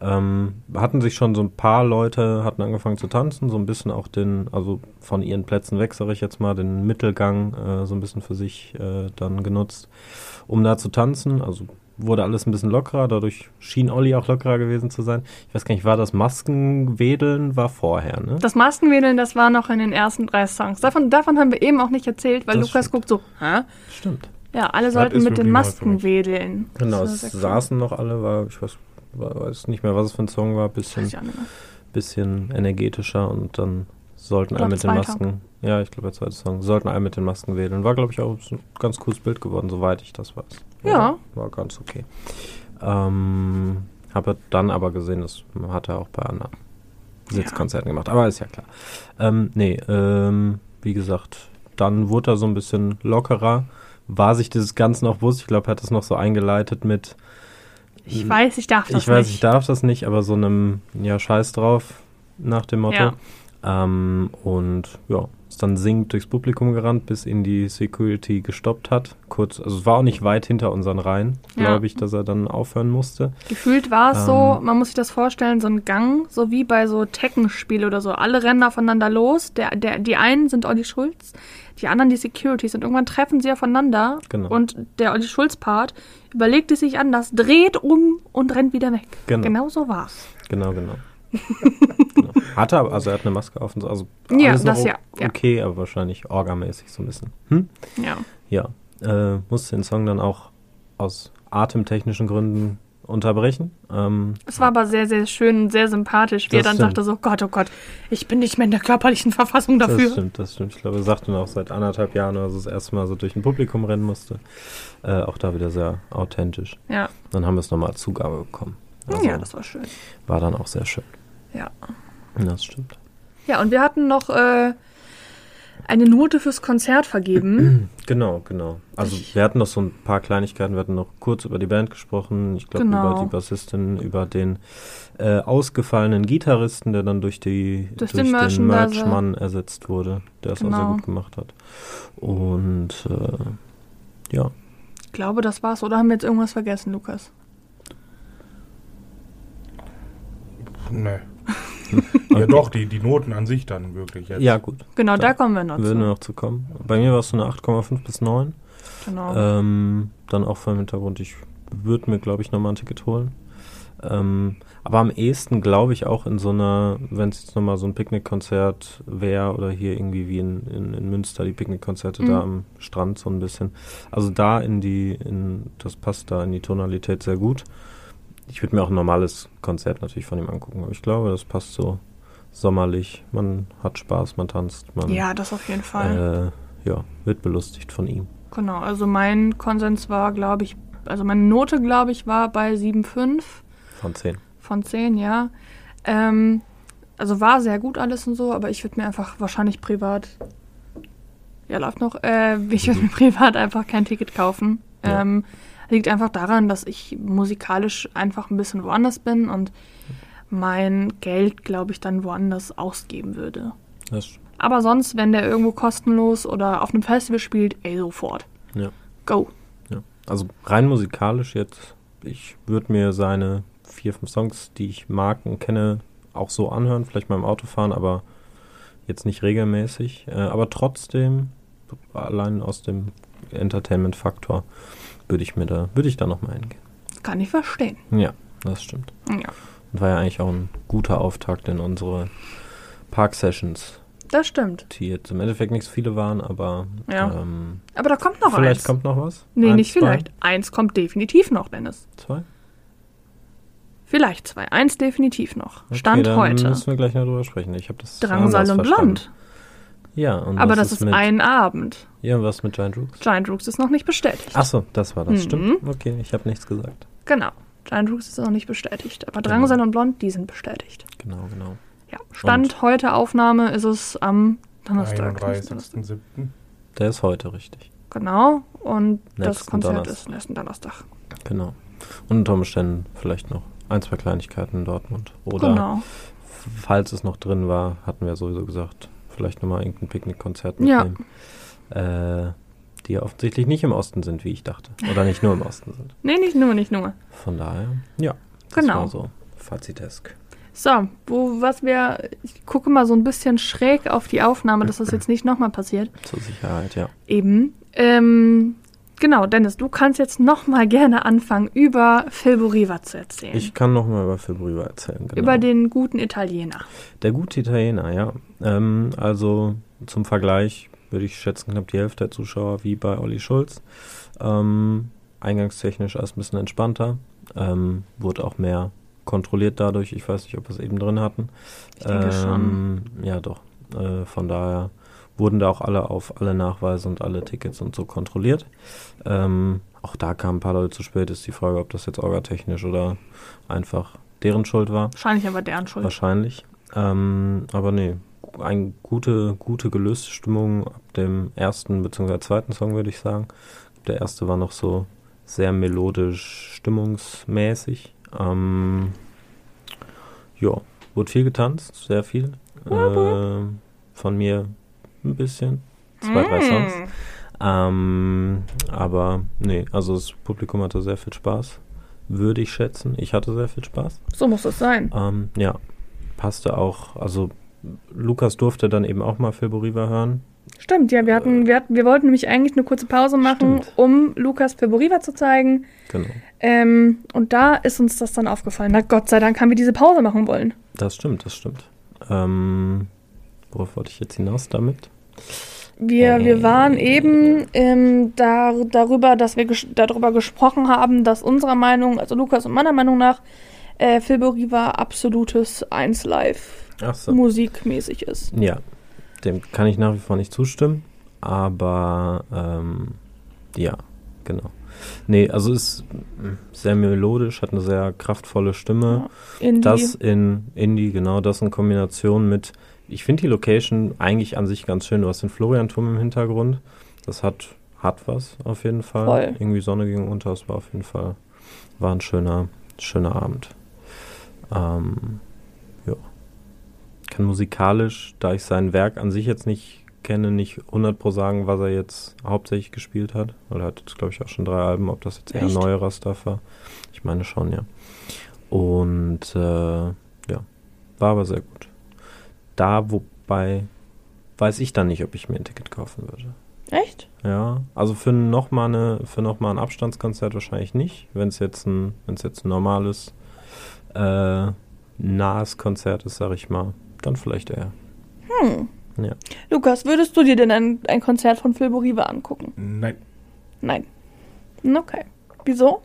Speaker 3: Ähm, hatten sich schon so ein paar Leute, hatten angefangen zu tanzen, so ein bisschen auch den, also von ihren Plätzen weg, sag ich jetzt mal, den Mittelgang äh, so ein bisschen für sich äh, dann genutzt, um da zu tanzen. Also wurde alles ein bisschen lockerer, dadurch schien Olli auch lockerer gewesen zu sein. Ich weiß gar nicht, war das Maskenwedeln war vorher, ne?
Speaker 1: Das Maskenwedeln, das war noch in den ersten drei Songs. Davon, davon haben wir eben auch nicht erzählt, weil
Speaker 3: Das
Speaker 1: Lukas guckt so, Hä?
Speaker 3: Stimmt.
Speaker 1: ja, alle
Speaker 2: Das
Speaker 1: sollten
Speaker 2: ist
Speaker 1: mit den
Speaker 2: wirklich neu für
Speaker 1: Masken
Speaker 2: mich.
Speaker 1: wedeln.
Speaker 3: Genau,
Speaker 1: Das
Speaker 3: es
Speaker 1: war sehr cool.
Speaker 3: saßen noch alle, war, ich weiß, weiß nicht mehr, was es für ein Song war, bisschen
Speaker 1: Weiß ich auch nicht mehr.
Speaker 3: Hm. bisschen energetischer und dann sollten alle
Speaker 1: Oder
Speaker 3: mit den
Speaker 1: zweiter.
Speaker 3: Masken, ja, ich glaube der zweite Song, sollten alle mit den Masken wählen. War, glaube ich, auch so ein ganz cooles Bild geworden, soweit ich das weiß.
Speaker 1: Ja.
Speaker 3: War ganz okay. Ähm, habe dann aber gesehen, das hat er auch bei anderen
Speaker 1: Ja.
Speaker 3: Sitzkonzerten gemacht, aber ist ja klar. Ähm, nee, ähm, wie gesagt, dann wurde er so ein bisschen lockerer, war sich dieses Ganze noch bewusst, ich glaube, er hat es noch so eingeleitet mit,
Speaker 1: Ich weiß, ich darf das
Speaker 3: ich weiß,
Speaker 1: nicht.
Speaker 3: ich darf das nicht, aber so einem, ja, scheiß drauf, nach dem Motto.
Speaker 1: Ja.
Speaker 3: Ähm, und ja, ist dann singend durchs Publikum gerannt, bis ihn die Security gestoppt hat. Kurz, also es war auch nicht weit hinter unseren Reihen,
Speaker 1: Ja.
Speaker 3: glaube ich, dass er dann aufhören musste.
Speaker 1: Gefühlt war es so,
Speaker 3: Ähm.
Speaker 1: man muss sich das vorstellen, so ein Gang, so wie bei so Tekken-Spiel oder so. Alle rennen aufeinander los. Der, der, die einen sind Olli Schulz, die anderen die Securities. Und irgendwann treffen sie aufeinander.
Speaker 3: Genau.
Speaker 1: Und der Olli Schulz-Part überlegt es sich anders, dreht um und rennt wieder weg.
Speaker 3: Genau.
Speaker 1: Genau so war's.
Speaker 3: Genau, genau. genau. Hat er, also er hat eine Maske auf und so. Also
Speaker 1: Ja,
Speaker 3: alles noch
Speaker 1: das
Speaker 3: o-
Speaker 1: ja, ja.
Speaker 3: Okay, aber wahrscheinlich orgamäßig so ein bisschen. Hm?
Speaker 1: Ja.
Speaker 3: Ja, äh, musste den Song dann auch aus atemtechnischen Gründen unterbrechen. Ähm,
Speaker 1: Es war aber sehr, sehr schön und sehr sympathisch, wie er
Speaker 3: Das
Speaker 1: dann
Speaker 3: stimmt.
Speaker 1: sagte: So, Gott, oh Gott, ich bin nicht mehr in der körperlichen Verfassung
Speaker 3: Das
Speaker 1: dafür.
Speaker 3: stimmt, das stimmt. Ich glaube, er sagte noch seit anderthalb Jahren, als er das erste Mal so durch ein Publikum rennen musste. Äh, auch da wieder sehr authentisch.
Speaker 1: Ja.
Speaker 3: Dann haben wir es nochmal als Zugabe bekommen. Also
Speaker 1: ja, das war schön.
Speaker 3: war dann auch sehr schön.
Speaker 1: Ja.
Speaker 3: Das stimmt.
Speaker 1: Ja, und wir hatten noch äh, eine Note fürs Konzert vergeben.
Speaker 3: Genau, genau. Also wir hatten noch so ein paar Kleinigkeiten, wir hatten noch kurz über die Band gesprochen, ich glaube
Speaker 1: Genau.
Speaker 3: über die Bassistin, über den äh, ausgefallenen Gitarristen, der dann durch, die,
Speaker 1: Durch
Speaker 3: durch
Speaker 1: den
Speaker 3: den
Speaker 1: Merchandiser.
Speaker 3: Merchmann ersetzt wurde, der es auch
Speaker 1: Genau.
Speaker 3: sehr gut gemacht hat. Und äh, ja,
Speaker 1: Ich glaube, das war's. Oder haben wir jetzt irgendwas vergessen, Lukas?
Speaker 2: Nee. ja doch, die, die Noten an sich dann wirklich jetzt.
Speaker 3: ja gut,
Speaker 1: Genau, da,
Speaker 3: Da
Speaker 1: kommen wir noch
Speaker 3: würden wir
Speaker 1: zu.
Speaker 3: noch zu kommen. Bei mir war es so eine 8,5 bis 9.
Speaker 1: Genau.
Speaker 3: Ähm, dann auch vor dem Hintergrund, ich würde mir, glaube ich, nochmal ein Ticket holen. Ähm, aber am ehesten glaube ich auch in so einer, wenn es jetzt nochmal so ein Picknickkonzert wäre oder hier irgendwie wie in, in, in Münster die Picknickkonzerte
Speaker 1: Mhm.
Speaker 3: da am Strand so ein bisschen. Also da in die, in, das passt da in die Tonalität sehr gut. Ich würde mir auch ein normales Konzert natürlich von ihm angucken, aber ich glaube, das passt so sommerlich. Man hat Spaß, man tanzt, man
Speaker 1: ja, das auf jeden Fall.
Speaker 3: äh, ja, wird belustigt von ihm.
Speaker 1: Genau, also mein Konsens war, glaube ich, also meine Note, glaube ich, war bei 7,5
Speaker 3: Von 10.
Speaker 1: von 10, ja. Ähm, also war sehr gut alles und so, aber ich würde mir einfach wahrscheinlich privat, ja, läuft noch, äh, ich würde mir privat einfach kein Ticket kaufen.
Speaker 3: Mhm. Ja.
Speaker 1: Ähm, liegt einfach daran, dass ich musikalisch einfach ein bisschen woanders bin und mein Geld, glaube ich, dann woanders ausgeben würde.
Speaker 3: Das,
Speaker 1: Aber sonst, wenn der irgendwo kostenlos oder auf einem Festival spielt, ey, sofort.
Speaker 3: Ja.
Speaker 1: Go.
Speaker 3: ja. Also rein musikalisch jetzt, ich würde mir seine vier, fünf Songs, die ich mag und kenne, auch so anhören, vielleicht mal im Auto fahren, aber jetzt nicht regelmäßig. Äh, aber trotzdem, allein aus dem Entertainment-Faktor, würde ich mir da, würde ich da nochmal hingehen.
Speaker 1: Kann ich verstehen.
Speaker 3: Ja, das stimmt.
Speaker 1: Ja,
Speaker 3: Und war ja eigentlich auch ein guter Auftakt in unsere Park-Sessions,
Speaker 1: das stimmt.
Speaker 3: die jetzt im Endeffekt nicht so viele waren, aber
Speaker 1: Ja.
Speaker 3: ähm,
Speaker 1: Aber da kommt noch
Speaker 3: vielleicht
Speaker 1: eins.
Speaker 3: kommt noch was.
Speaker 1: nee,
Speaker 3: Eins,
Speaker 1: nicht
Speaker 3: zwei,
Speaker 1: vielleicht. Eins kommt definitiv noch, Dennis.
Speaker 3: Zwei?
Speaker 1: Vielleicht zwei. Eins definitiv noch.
Speaker 3: Okay,
Speaker 1: Stand
Speaker 3: dann
Speaker 1: heute.
Speaker 3: müssen wir gleich noch drüber sprechen. Ich habe das
Speaker 1: Drangsal
Speaker 3: anders
Speaker 1: und
Speaker 3: verstanden.
Speaker 1: Blond.
Speaker 3: Ja, und
Speaker 1: Aber
Speaker 3: was
Speaker 1: das ist
Speaker 3: mit,
Speaker 1: ein Abend.
Speaker 3: Ja, und was mit Giant Rooks?
Speaker 1: Giant Rooks ist noch nicht bestätigt.
Speaker 3: Achso, das war das,
Speaker 1: Mhm.
Speaker 3: stimmt. Okay, ich habe nichts gesagt.
Speaker 1: Genau. Giant Rooks ist noch nicht bestätigt. Aber Drangsal und Blond, die sind bestätigt.
Speaker 3: Genau, genau.
Speaker 1: Ja. Stand heute Aufnahme ist es am Donnerstag. Donnerstag.
Speaker 2: 31.07.
Speaker 3: Der ist heute richtig.
Speaker 1: Genau. Und das
Speaker 3: Nächsten
Speaker 1: Konzert
Speaker 3: Donnerstag.
Speaker 1: ist nächsten Donnerstag.
Speaker 3: Genau. Und unter Umständen vielleicht noch ein, zwei Kleinigkeiten in Dortmund. Oder
Speaker 1: Genau.
Speaker 3: falls es noch drin war, hatten wir sowieso gesagt, vielleicht nochmal irgendein Picknickkonzert
Speaker 1: Ja.
Speaker 3: mitnehmen. Äh, die ja offensichtlich nicht im Osten sind, wie ich dachte. Oder nicht nur im Osten sind.
Speaker 1: Nee, nicht nur, nicht nur.
Speaker 3: Von daher, ja. Das
Speaker 1: Genau.
Speaker 3: war so fazitesk.
Speaker 1: So, wo, was wir, ich gucke mal so ein bisschen schräg auf die Aufnahme, dass das jetzt nicht nochmal passiert.
Speaker 3: Zur Sicherheit, ja.
Speaker 1: Eben. Ähm, genau, Dennis, du kannst jetzt nochmal gerne anfangen, über Filboriva zu erzählen.
Speaker 3: Ich kann noch mal über Filbrüber erzählen. Genau.
Speaker 1: Über den guten Italiener.
Speaker 3: Der gute Italiener, ja. Ähm, also zum Vergleich würde ich schätzen knapp die Hälfte der Zuschauer wie bei Olli Schulz. Ähm, eingangstechnisch alles ein bisschen entspannter. Ähm, wurde auch mehr kontrolliert dadurch. Ich weiß nicht, ob wir es eben drin hatten. Ähm,
Speaker 1: Ich denke schon.
Speaker 3: Ja, doch. Äh, von daher wurden da auch alle auf alle Nachweise und alle Tickets und so kontrolliert. Ähm, auch da kamen ein paar Leute zu spät. Ist die Frage, ob das jetzt orgatechnisch oder einfach deren Schuld war.
Speaker 1: Wahrscheinlich aber deren Schuld.
Speaker 3: Wahrscheinlich. Ähm, aber nee, eine gute, gute gelöste Stimmung ab dem ersten bzw. zweiten Song, würde ich sagen. Der erste war noch so sehr melodisch, stimmungsmäßig. Ähm, ja, wurde viel getanzt, sehr viel. Ähm, von mir ein bisschen. Zwei, drei Songs.
Speaker 1: Mm.
Speaker 3: Ähm, aber nee, also das Publikum hatte sehr viel Spaß. Würde ich schätzen. Ich hatte sehr viel Spaß.
Speaker 1: So muss es sein.
Speaker 3: Ähm, ja, passte auch. Also Lukas durfte dann eben auch mal Phil Boriva hören.
Speaker 1: Stimmt, ja, wir hatten, wir hatten, wir wollten nämlich eigentlich eine kurze Pause machen,
Speaker 3: Stimmt.
Speaker 1: um Lukas Filboriva zu zeigen.
Speaker 3: Genau.
Speaker 1: Ähm, und da ist uns das dann aufgefallen. Na Gott sei Dank haben wir diese Pause machen wollen.
Speaker 3: Das stimmt, das stimmt. Ähm, worauf wollte ich jetzt hinaus damit?
Speaker 1: Wir, wir
Speaker 3: Äh.
Speaker 1: waren eben ähm, da, darüber, dass wir ges darüber gesprochen haben, dass unserer Meinung, also Lukas und meiner Meinung nach, äh, Filbori war absolutes 1 live
Speaker 3: Ach so.
Speaker 1: musikmäßig ist.
Speaker 3: Ja, dem kann ich nach wie vor nicht zustimmen, aber ähm, ja, genau. Nee, also ist mm, sehr melodisch, hat eine sehr kraftvolle Stimme.
Speaker 1: In die,
Speaker 3: Das in Indie, genau das in Kombination mit ich finde die Location eigentlich an sich ganz schön. Du hast den Florianturm im Hintergrund. Das hat, hat was auf jeden Fall.
Speaker 1: Voll.
Speaker 3: Irgendwie Sonne ging unter. Es war auf jeden Fall war ein schöner, schöner Abend. Ähm, ja. Kann musikalisch, da ich sein Werk an sich jetzt nicht kenne, nicht 100 pro sagen, was er jetzt hauptsächlich gespielt hat. Oder hat jetzt, glaube ich, auch schon drei Alben, ob das jetzt eher
Speaker 1: Echt?
Speaker 3: neuerer Stuff war. Ich meine schon, ja. Und äh, ja, war aber sehr gut. Da, wobei, weiß ich dann nicht, ob ich mir ein Ticket kaufen würde.
Speaker 1: Echt?
Speaker 3: Ja, also für nochmal eine, für noch mal ein Abstandskonzert wahrscheinlich nicht, wenn es jetzt ein, wenn es jetzt ein normales, äh, nahes Konzert ist, sag ich mal, dann vielleicht eher.
Speaker 1: Lukas, würdest du dir denn ein, ein Konzert von Phil Boriva angucken?
Speaker 2: Nein.
Speaker 1: Nein. Okay. Wieso?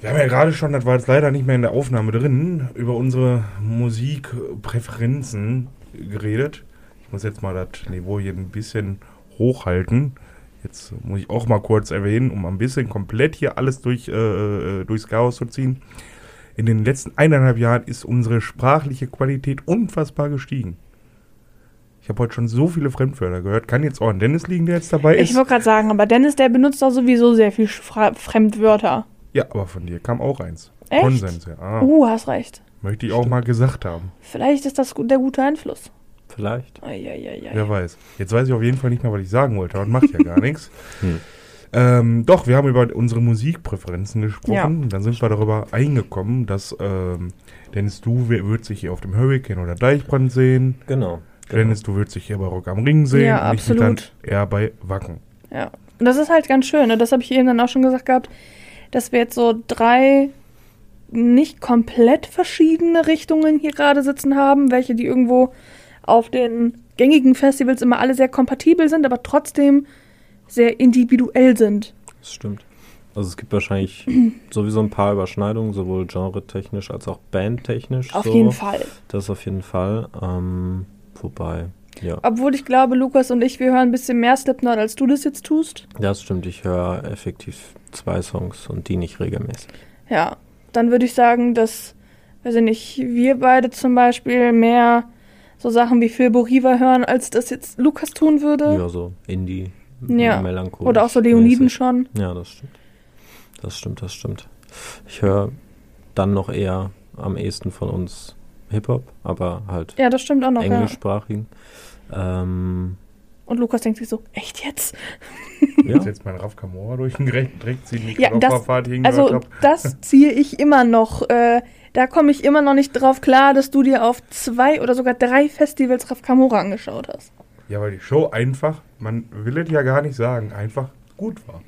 Speaker 2: Wir haben ja gerade schon, das war jetzt leider nicht mehr in der Aufnahme drin, über unsere Musikpräferenzen geredet. Ich muss jetzt mal das Niveau hier ein bisschen hochhalten. Jetzt muss ich auch mal kurz erwähnen, um ein bisschen komplett hier alles durch, äh, äh, durchs Chaos zu ziehen. In den letzten eineinhalb Jahren ist unsere sprachliche Qualität unfassbar gestiegen. Ich habe heute schon so viele Fremdwörter gehört. Kann jetzt auch an Dennis liegen, der jetzt dabei
Speaker 1: Ich
Speaker 2: ist.
Speaker 1: wollte gerade sagen, aber Dennis, der benutzt doch sowieso sehr viel Fra Fremdwörter.
Speaker 2: Ja, aber von dir kam auch eins.
Speaker 1: Echt?
Speaker 2: Konsens, ja. Ah,
Speaker 1: Uh, hast recht.
Speaker 2: Möchte ich auch mal gesagt haben.
Speaker 1: Vielleicht ist das gu- der gute Einfluss.
Speaker 3: Vielleicht.
Speaker 1: Eieieiei.
Speaker 2: Wer weiß. Jetzt weiß ich auf jeden Fall nicht mehr, was ich sagen wollte. Und macht ja gar nichts.
Speaker 3: Hm.
Speaker 2: Ähm, doch, wir haben über unsere Musikpräferenzen gesprochen. Dann sind wir darüber eingekommen, dass ähm, Dennis, du wer- würdest dich hier auf dem Hurricane oder Deichbrand sehen.
Speaker 3: Genau.
Speaker 2: Dennis, du würdest dich hier bei Rock am Ring sehen.
Speaker 1: Ja,
Speaker 2: und ich mich dann
Speaker 1: absolut.
Speaker 2: eher bei Wacken.
Speaker 1: Ja. Und das ist halt ganz schön. Ne? Das habe ich eben dann auch schon gesagt gehabt, dass wir jetzt so drei nicht komplett verschiedene Richtungen hier gerade sitzen haben, welche die irgendwo auf den gängigen Festivals immer alle sehr kompatibel sind, aber trotzdem sehr individuell sind.
Speaker 3: Das stimmt. Also es gibt wahrscheinlich sowieso ein paar Überschneidungen, sowohl genre-technisch als auch bandtechnisch.
Speaker 1: Auf
Speaker 3: so.
Speaker 1: jeden Fall.
Speaker 3: Das auf jeden Fall. Ähm, wobei, ja.
Speaker 1: Obwohl ich glaube, Lukas und ich, wir hören ein bisschen mehr Slipknot, als du das jetzt tust.
Speaker 3: Das stimmt, ich höre effektiv zwei Songs und die nicht regelmäßig.
Speaker 1: Ja, dann würde ich sagen, dass, weiß ich nicht, wir beide zum Beispiel mehr so Sachen wie Phil Boriva hören, als das jetzt Lukas tun würde.
Speaker 3: Ja, so Indie,
Speaker 1: Äh. Ja.
Speaker 3: melancholisch.
Speaker 1: Oder auch so Leoniden
Speaker 3: mäßig.
Speaker 1: schon.
Speaker 3: Ja, das stimmt. Das stimmt, das stimmt. Ich höre dann noch eher am ehesten von uns Hip-Hop, aber halt
Speaker 1: Ja, das stimmt auch noch. Ja.
Speaker 3: englischsprachigen. Ähm,
Speaker 1: Und Lukas denkt sich so, echt jetzt?
Speaker 3: ja,
Speaker 2: Jetzt mein Raf Kamora durch den Dreck Dreck ziehen, die ich
Speaker 1: Ja,
Speaker 2: gerade auf
Speaker 1: das-
Speaker 2: der Party hingehört
Speaker 1: Also
Speaker 2: habe.
Speaker 1: das ziehe ich immer noch. Äh, da komme ich immer noch nicht drauf klar, dass du dir auf zwei oder sogar drei Festivals Raf Kamora angeschaut hast.
Speaker 2: Ja, weil die Show einfach, man will es ja gar nicht sagen, einfach gut war.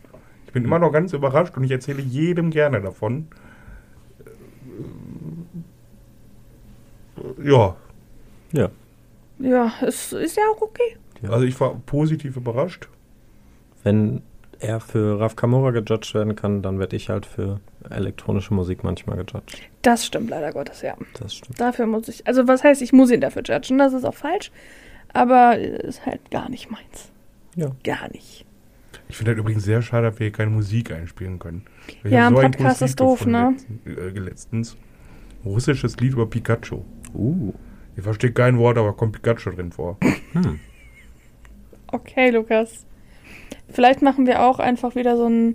Speaker 2: Ich bin immer noch ganz überrascht und ich erzähle jedem gerne davon. Äh, Ja,
Speaker 3: ja.
Speaker 1: Ja, es ist ja auch okay.
Speaker 3: Ja.
Speaker 2: also ich war positiv überrascht.
Speaker 3: Wenn er für Raf Kamora gejudged werden kann, dann werde ich halt für elektronische Musik manchmal gejudged.
Speaker 1: Das stimmt leider Gottes, ja.
Speaker 3: Das stimmt.
Speaker 1: Dafür muss ich, also was heißt, ich muss ihn dafür judgen, das ist auch falsch. Aber ist halt gar nicht meins.
Speaker 3: Ja.
Speaker 1: Gar nicht.
Speaker 2: Ich finde halt übrigens sehr schade, dass wir hier keine Musik einspielen können. Ich
Speaker 1: Ja,
Speaker 2: hab
Speaker 1: im
Speaker 2: ein
Speaker 1: Podcast
Speaker 2: cooles
Speaker 1: ist
Speaker 2: Lied
Speaker 1: doof, ne?
Speaker 2: gefunden letzt- äh, Letztens. Russisches Lied über Pikachu.
Speaker 3: Uh,
Speaker 2: Ich verstehe kein Wort, aber kommt Pikachu drin vor.
Speaker 3: Hm,
Speaker 1: Okay, Lukas. Vielleicht machen wir auch einfach wieder so ein.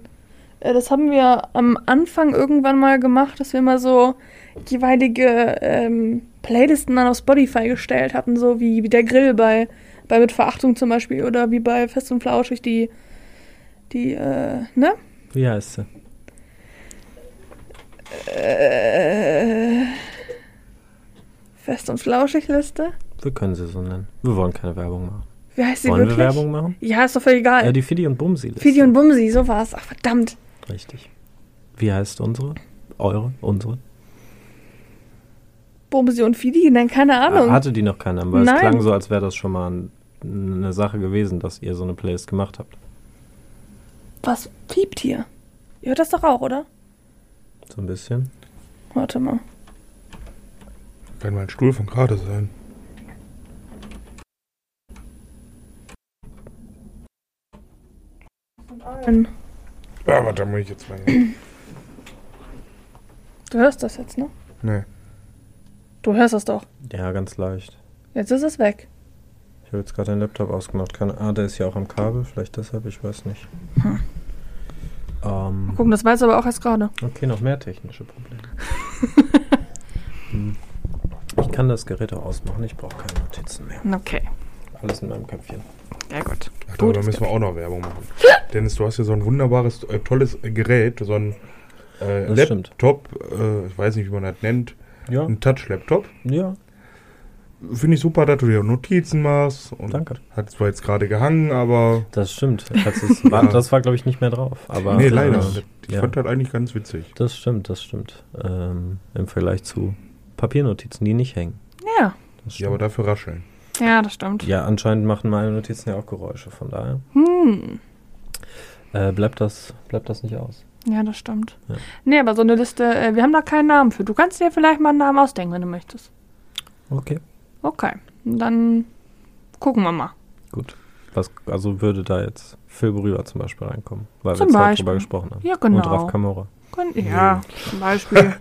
Speaker 1: äh, Das haben wir am Anfang irgendwann mal gemacht, dass wir mal so jeweilige ähm, Playlisten dann auf Spotify gestellt hatten, so wie, wie der Grill bei, bei Mit Verachtung zum Beispiel oder wie bei Fest und Flauschig die, die äh, ne?
Speaker 3: wie heißt sie?
Speaker 1: Äh, Fest und Flauschig-Liste?
Speaker 3: Wir können sie so nennen. Wir wollen keine Werbung machen.
Speaker 1: Wie heißt sie
Speaker 3: wollen
Speaker 1: wirklich?
Speaker 3: wir Werbung machen?
Speaker 1: Ja, ist doch völlig egal.
Speaker 3: Ja, die Fidi und Bumsi.
Speaker 1: Fidi und Bumsi, so war's. Ach, verdammt.
Speaker 3: Richtig. Wie heißt unsere? Eure? Unsere?
Speaker 1: Bumsi und Fidi? Nein, keine Ahnung.
Speaker 3: Äh, Hatte die noch keinen Namen, weil
Speaker 1: Nein.
Speaker 3: es klang so, als wäre das schon mal ein, eine Sache gewesen, dass ihr so eine Playlist gemacht habt.
Speaker 1: Was piept hier? Ihr hört das doch auch, oder?
Speaker 3: So ein bisschen.
Speaker 1: Warte mal.
Speaker 2: Kann mein Stuhl von gerade sein. Ja, warte, da muss ich jetzt mal.
Speaker 1: Du hörst das jetzt, ne?
Speaker 2: Nee.
Speaker 1: Du hörst das doch.
Speaker 3: Ja, ganz leicht.
Speaker 1: Jetzt ist es weg.
Speaker 3: Ich habe jetzt gerade den Laptop ausgemacht. Keine, ah, der ist ja auch am Kabel, vielleicht deshalb, ich weiß nicht.
Speaker 1: Hm.
Speaker 3: Ähm,
Speaker 1: Gucken, das war jetzt aber auch erst gerade.
Speaker 3: okay, noch mehr technische Probleme. Hm. ich kann das Gerät auch ausmachen, ich brauche keine Notizen mehr.
Speaker 1: Okay.
Speaker 3: Alles in meinem Köpfchen.
Speaker 1: Ja, gut.
Speaker 2: Ach,
Speaker 1: Gut,
Speaker 2: darüber
Speaker 1: es
Speaker 2: müssen wir auch noch Werbung machen. Dennis, du hast hier so ein wunderbares, äh, tolles äh, Gerät, so ein äh,
Speaker 3: Das stimmt.
Speaker 2: Laptop, äh, ich weiß nicht, wie man das nennt,
Speaker 3: Ja,
Speaker 2: ein Touch-Laptop.
Speaker 3: ja,
Speaker 2: Finde ich super, dass du dir Notizen machst. Und
Speaker 3: danke.
Speaker 2: Hat zwar jetzt gerade gehangen, aber.
Speaker 3: Das stimmt. Das, ist, war, das war, glaube ich, nicht mehr drauf. Aber,
Speaker 2: nee, leider.
Speaker 3: äh,
Speaker 2: ich
Speaker 3: ja.
Speaker 2: fand das eigentlich ganz witzig.
Speaker 3: Das stimmt, das stimmt. Ähm, Im Vergleich zu Papiernotizen, die nicht hängen.
Speaker 1: Ja.
Speaker 3: Das
Speaker 2: Ja, aber dafür rascheln.
Speaker 1: Ja, das stimmt.
Speaker 3: ja, anscheinend machen meine Notizen ja auch Geräusche, von daher
Speaker 1: Hm.
Speaker 3: äh, bleibt, das, bleibt das nicht aus.
Speaker 1: Ja, das stimmt.
Speaker 3: Ja.
Speaker 1: Nee, aber so eine Liste, äh, wir haben da keinen Namen für. Du kannst dir vielleicht mal einen Namen ausdenken, wenn du möchtest.
Speaker 3: Okay.
Speaker 1: Okay. Dann gucken wir mal.
Speaker 3: Gut. Was, also würde da jetzt Phil Brüder zum Beispiel reinkommen, weil
Speaker 1: Zum
Speaker 3: wir jetzt
Speaker 1: Beispiel.
Speaker 3: darüber gesprochen haben.
Speaker 1: Ja, genau.
Speaker 3: Und Raf Kamora.
Speaker 1: Kön- Ja, zum Beispiel.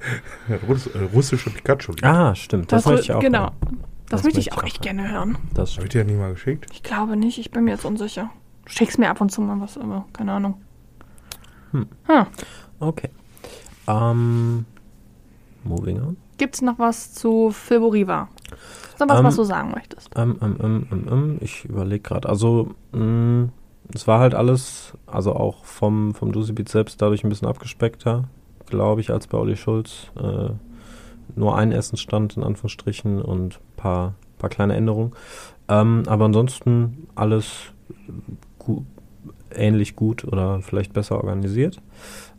Speaker 2: Ja, Russ, äh, russische Pikachu. Ah.
Speaker 3: Ah, stimmt. Das, möchte ich auch.
Speaker 1: Genau.
Speaker 3: hören.
Speaker 1: Das, möchte ich auch echt gerne hören.
Speaker 3: hören. Das
Speaker 2: Habe ich
Speaker 3: stimmt.
Speaker 2: dir ja nicht mal geschickt?
Speaker 1: Ich glaube nicht, ich bin mir jetzt unsicher. Du schickst mir ab und zu mal was, aber keine Ahnung.
Speaker 3: Hm.
Speaker 1: Hm.
Speaker 3: Okay. Ähm, moving on.
Speaker 1: Gibt's noch was zu Filboriva? So was,
Speaker 3: Ähm,
Speaker 1: was du sagen möchtest.
Speaker 3: Ähm, ähm, ähm, ähm, ähm, ich überlege gerade. Also, mh, es war halt alles, also auch vom, vom Juicy Beat selbst dadurch ein bisschen abgespeckter, glaube ich, als bei Olli Schulz. Äh, nur ein Essensstand in Anführungsstrichen und ein paar, paar kleine Änderungen. Ähm, aber ansonsten alles gu ähnlich gut oder vielleicht besser organisiert.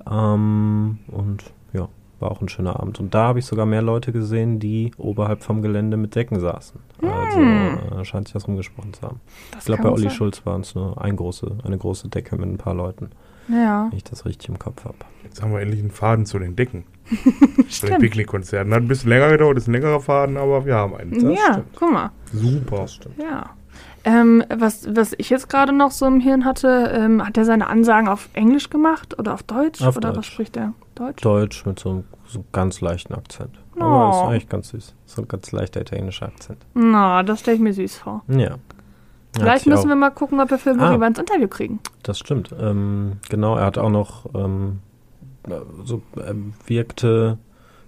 Speaker 3: Ähm, und ja, war auch ein schöner Abend. Und da habe ich sogar mehr Leute gesehen, die oberhalb vom Gelände mit Decken saßen. Also
Speaker 1: Hm.
Speaker 3: äh, scheint sich das rumgesprochen zu haben.
Speaker 1: Das
Speaker 3: Ich glaube,
Speaker 1: kann
Speaker 3: bei Olli
Speaker 1: sein.
Speaker 3: Schulz waren es nur ein große, eine große Decke mit ein paar Leuten,
Speaker 1: Ja,
Speaker 3: wenn ich das richtig im Kopf habe.
Speaker 2: Jetzt haben wir endlich einen Faden zu den Decken. Zu den
Speaker 1: stimmt.
Speaker 2: Picknickkonzerten. Hat ein bisschen länger gedauert, ist ein längerer Faden, aber wir haben einen.
Speaker 1: Ja, guck mal.
Speaker 2: Super.
Speaker 3: stimmt.
Speaker 1: Ja. Ähm, was, was ich jetzt gerade noch so im Hirn hatte, ähm, hat er seine Ansagen auf Englisch gemacht oder auf Deutsch?
Speaker 3: Auf
Speaker 1: oder was
Speaker 3: Deutsch.
Speaker 1: spricht er? Deutsch?
Speaker 3: Deutsch mit so einem so ganz leichten Akzent.
Speaker 1: Oh.
Speaker 3: Aber ist eigentlich ganz süß. So ein ganz leichter italienischer Akzent.
Speaker 1: Na, das stelle ich mir süß vor.
Speaker 3: Ja.
Speaker 1: Vielleicht müssen wir mal gucken, ob wir Phil
Speaker 3: Ah.
Speaker 1: Boriva ins Interview kriegen.
Speaker 3: Das stimmt. Ähm, genau, er hat auch noch ähm, äh, so ähm, wirkte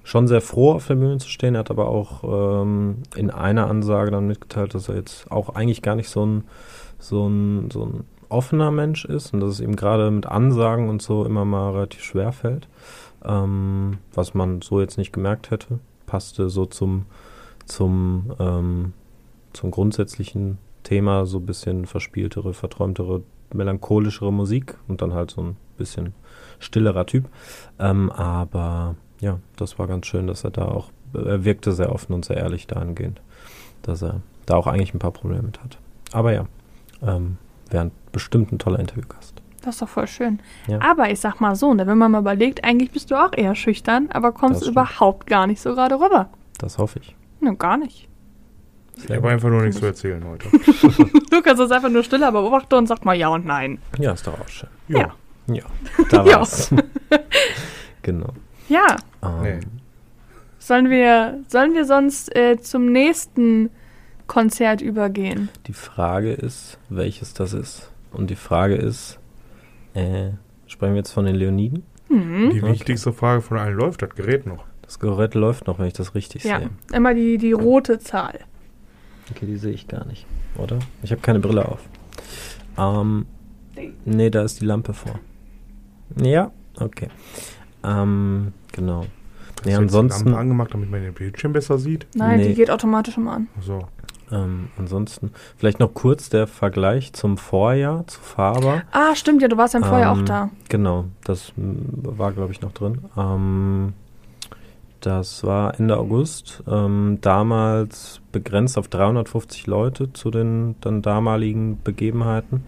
Speaker 3: schon sehr froh, auf der Bühne zu stehen. Er hat aber auch ähm, in einer Ansage dann mitgeteilt, dass er jetzt auch eigentlich gar nicht so ein, so ein, so ein offener Mensch ist und dass es ihm gerade mit Ansagen und so immer mal relativ schwer fällt, ähm, was man so jetzt nicht gemerkt hätte. Passte so zum, zum, ähm, zum grundsätzlichen Thema, so ein bisschen verspieltere, verträumtere melancholischere Musik und dann halt so ein bisschen stillerer Typ. Ähm, aber ja, das war ganz schön, dass er da auch, äh, er wirkte sehr offen und sehr ehrlich dahingehend, dass er da auch eigentlich ein paar Probleme mit hat. Aber ja, ähm, wäre ein- bestimmt ein toller Interviewgast.
Speaker 1: Das ist doch voll schön.
Speaker 3: Ja.
Speaker 1: Aber ich sag mal so, ne, wenn man mal überlegt, eigentlich bist du auch eher schüchtern, aber
Speaker 3: Das
Speaker 1: kommst
Speaker 3: stimmt.
Speaker 1: überhaupt gar nicht so gerade rüber.
Speaker 3: Das hoffe ich.
Speaker 1: Ne, gar nicht.
Speaker 2: Ich habe einfach nur nichts zu erzählen heute.
Speaker 1: Lukas ist einfach nur still, aber beobachte und sagt mal ja und nein.
Speaker 3: Ja, ist doch auch schön.
Speaker 1: Ja.
Speaker 3: Ja, da
Speaker 1: Ja.
Speaker 3: war's. genau.
Speaker 1: Ja,
Speaker 3: Ähm,
Speaker 2: Nee.
Speaker 1: sollen wir, sollen wir sonst äh, zum nächsten Konzert übergehen?
Speaker 3: Die Frage ist, welches das ist. Und die Frage ist, äh, sprechen wir jetzt von den Leoniden?
Speaker 1: Mhm.
Speaker 2: Die
Speaker 3: Okay.
Speaker 2: wichtigste Frage von allen läuft das Gerät noch.
Speaker 3: Das Gerät läuft noch, wenn ich das richtig
Speaker 1: Ja,
Speaker 3: sehe.
Speaker 1: immer die, die rote Zahl.
Speaker 3: Okay, die sehe ich gar nicht, oder? Ich habe keine Brille auf. Ähm, nee, da ist die Lampe vor. Ja, okay. Ähm, genau.
Speaker 2: Hast du
Speaker 3: Nee,
Speaker 2: jetzt die
Speaker 3: ansonsten,
Speaker 2: Lampe angemacht, damit man den Bildschirm besser sieht.
Speaker 1: Nein, die
Speaker 3: Nee.
Speaker 1: geht automatisch immer an.
Speaker 2: So.
Speaker 3: ähm, ansonsten, vielleicht noch kurz der Vergleich zum Vorjahr, zu Faber.
Speaker 1: Ah, stimmt, ja, du warst ja im Vorjahr auch
Speaker 3: Ähm,
Speaker 1: da.
Speaker 3: Genau, das m, war, glaube ich, noch drin. Ähm, das war Ende August, ähm, damals begrenzt auf 350 Leute zu den dann damaligen Begebenheiten.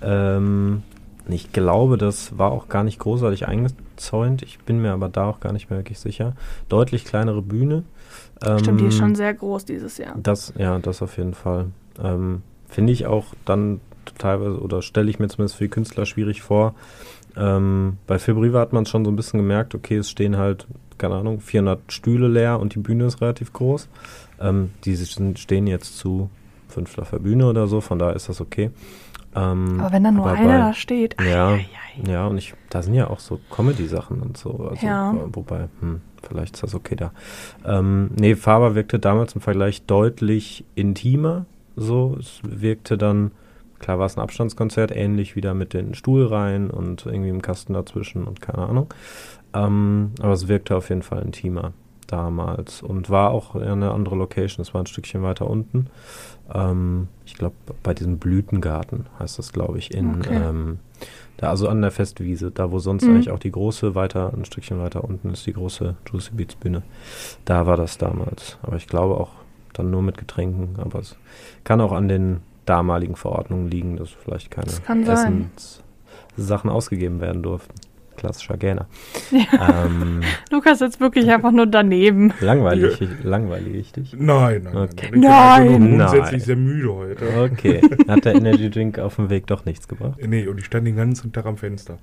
Speaker 3: Ähm, ich glaube, das war auch gar nicht großartig eingezäunt. Ich bin mir aber da auch gar nicht mehr wirklich sicher. Deutlich kleinere Bühne. Ähm,
Speaker 1: Stimmt, die ist schon sehr groß dieses Jahr.
Speaker 3: das, ja, das auf jeden Fall. Ähm, Finde ich auch dann teilweise, oder stelle ich mir zumindest für die Künstler schwierig vor. Ähm, bei Febriva hat man es schon so ein bisschen gemerkt, okay, es stehen halt keine Ahnung, 400 Stühle leer und die Bühne ist relativ groß. Ähm, die sind, stehen jetzt zu fünfter der Bühne oder so, von daher ist das okay. Ähm,
Speaker 1: Aber wenn dann nur
Speaker 3: aber
Speaker 1: einer
Speaker 3: bei-
Speaker 1: da steht. Ai,
Speaker 3: ja,
Speaker 1: ai, ai.
Speaker 3: ja, und ich, da sind ja auch so Comedy-Sachen und so. Also,
Speaker 1: Ja.
Speaker 3: äh, Wobei, hm, vielleicht ist das okay da. Ähm, nee, Faber wirkte damals im Vergleich deutlich intimer. So, es wirkte dann, klar war es ein Abstandskonzert, ähnlich wieder mit den Stuhlreihen und irgendwie im Kasten dazwischen und keine Ahnung. Ähm, aber es wirkte auf jeden Fall intimer damals und war auch eine andere Location. Es war ein Stückchen weiter unten. Ähm, ich glaube, bei diesem Blütengarten heißt das, glaube ich, in
Speaker 1: Okay.
Speaker 3: ähm, da, also an der Festwiese, da wo sonst
Speaker 1: Mhm.
Speaker 3: eigentlich auch die große, weiter, ein Stückchen weiter unten ist die große Juicy Beats Bühne. Da war das damals. Aber ich glaube auch dann nur mit Getränken. Aber es kann auch an den damaligen Verordnungen liegen, dass vielleicht keine
Speaker 1: Das kann sein.
Speaker 3: Essenssachen ausgegeben werden durften. Klassischer Gähner.
Speaker 1: Ja.
Speaker 3: Ähm,
Speaker 1: Lukas sitzt wirklich einfach nur daneben.
Speaker 3: langweilig, langweilig, richtig.
Speaker 2: Nein, nein,
Speaker 3: Okay.
Speaker 2: nein. Ich bin einfach nur
Speaker 1: Nein.
Speaker 2: grundsätzlich
Speaker 3: Nein.
Speaker 2: sehr müde heute.
Speaker 3: Okay, hat der Energy Drink auf dem Weg doch nichts gebracht.
Speaker 2: Nee, und ich stand den ganzen Tag am Fenster.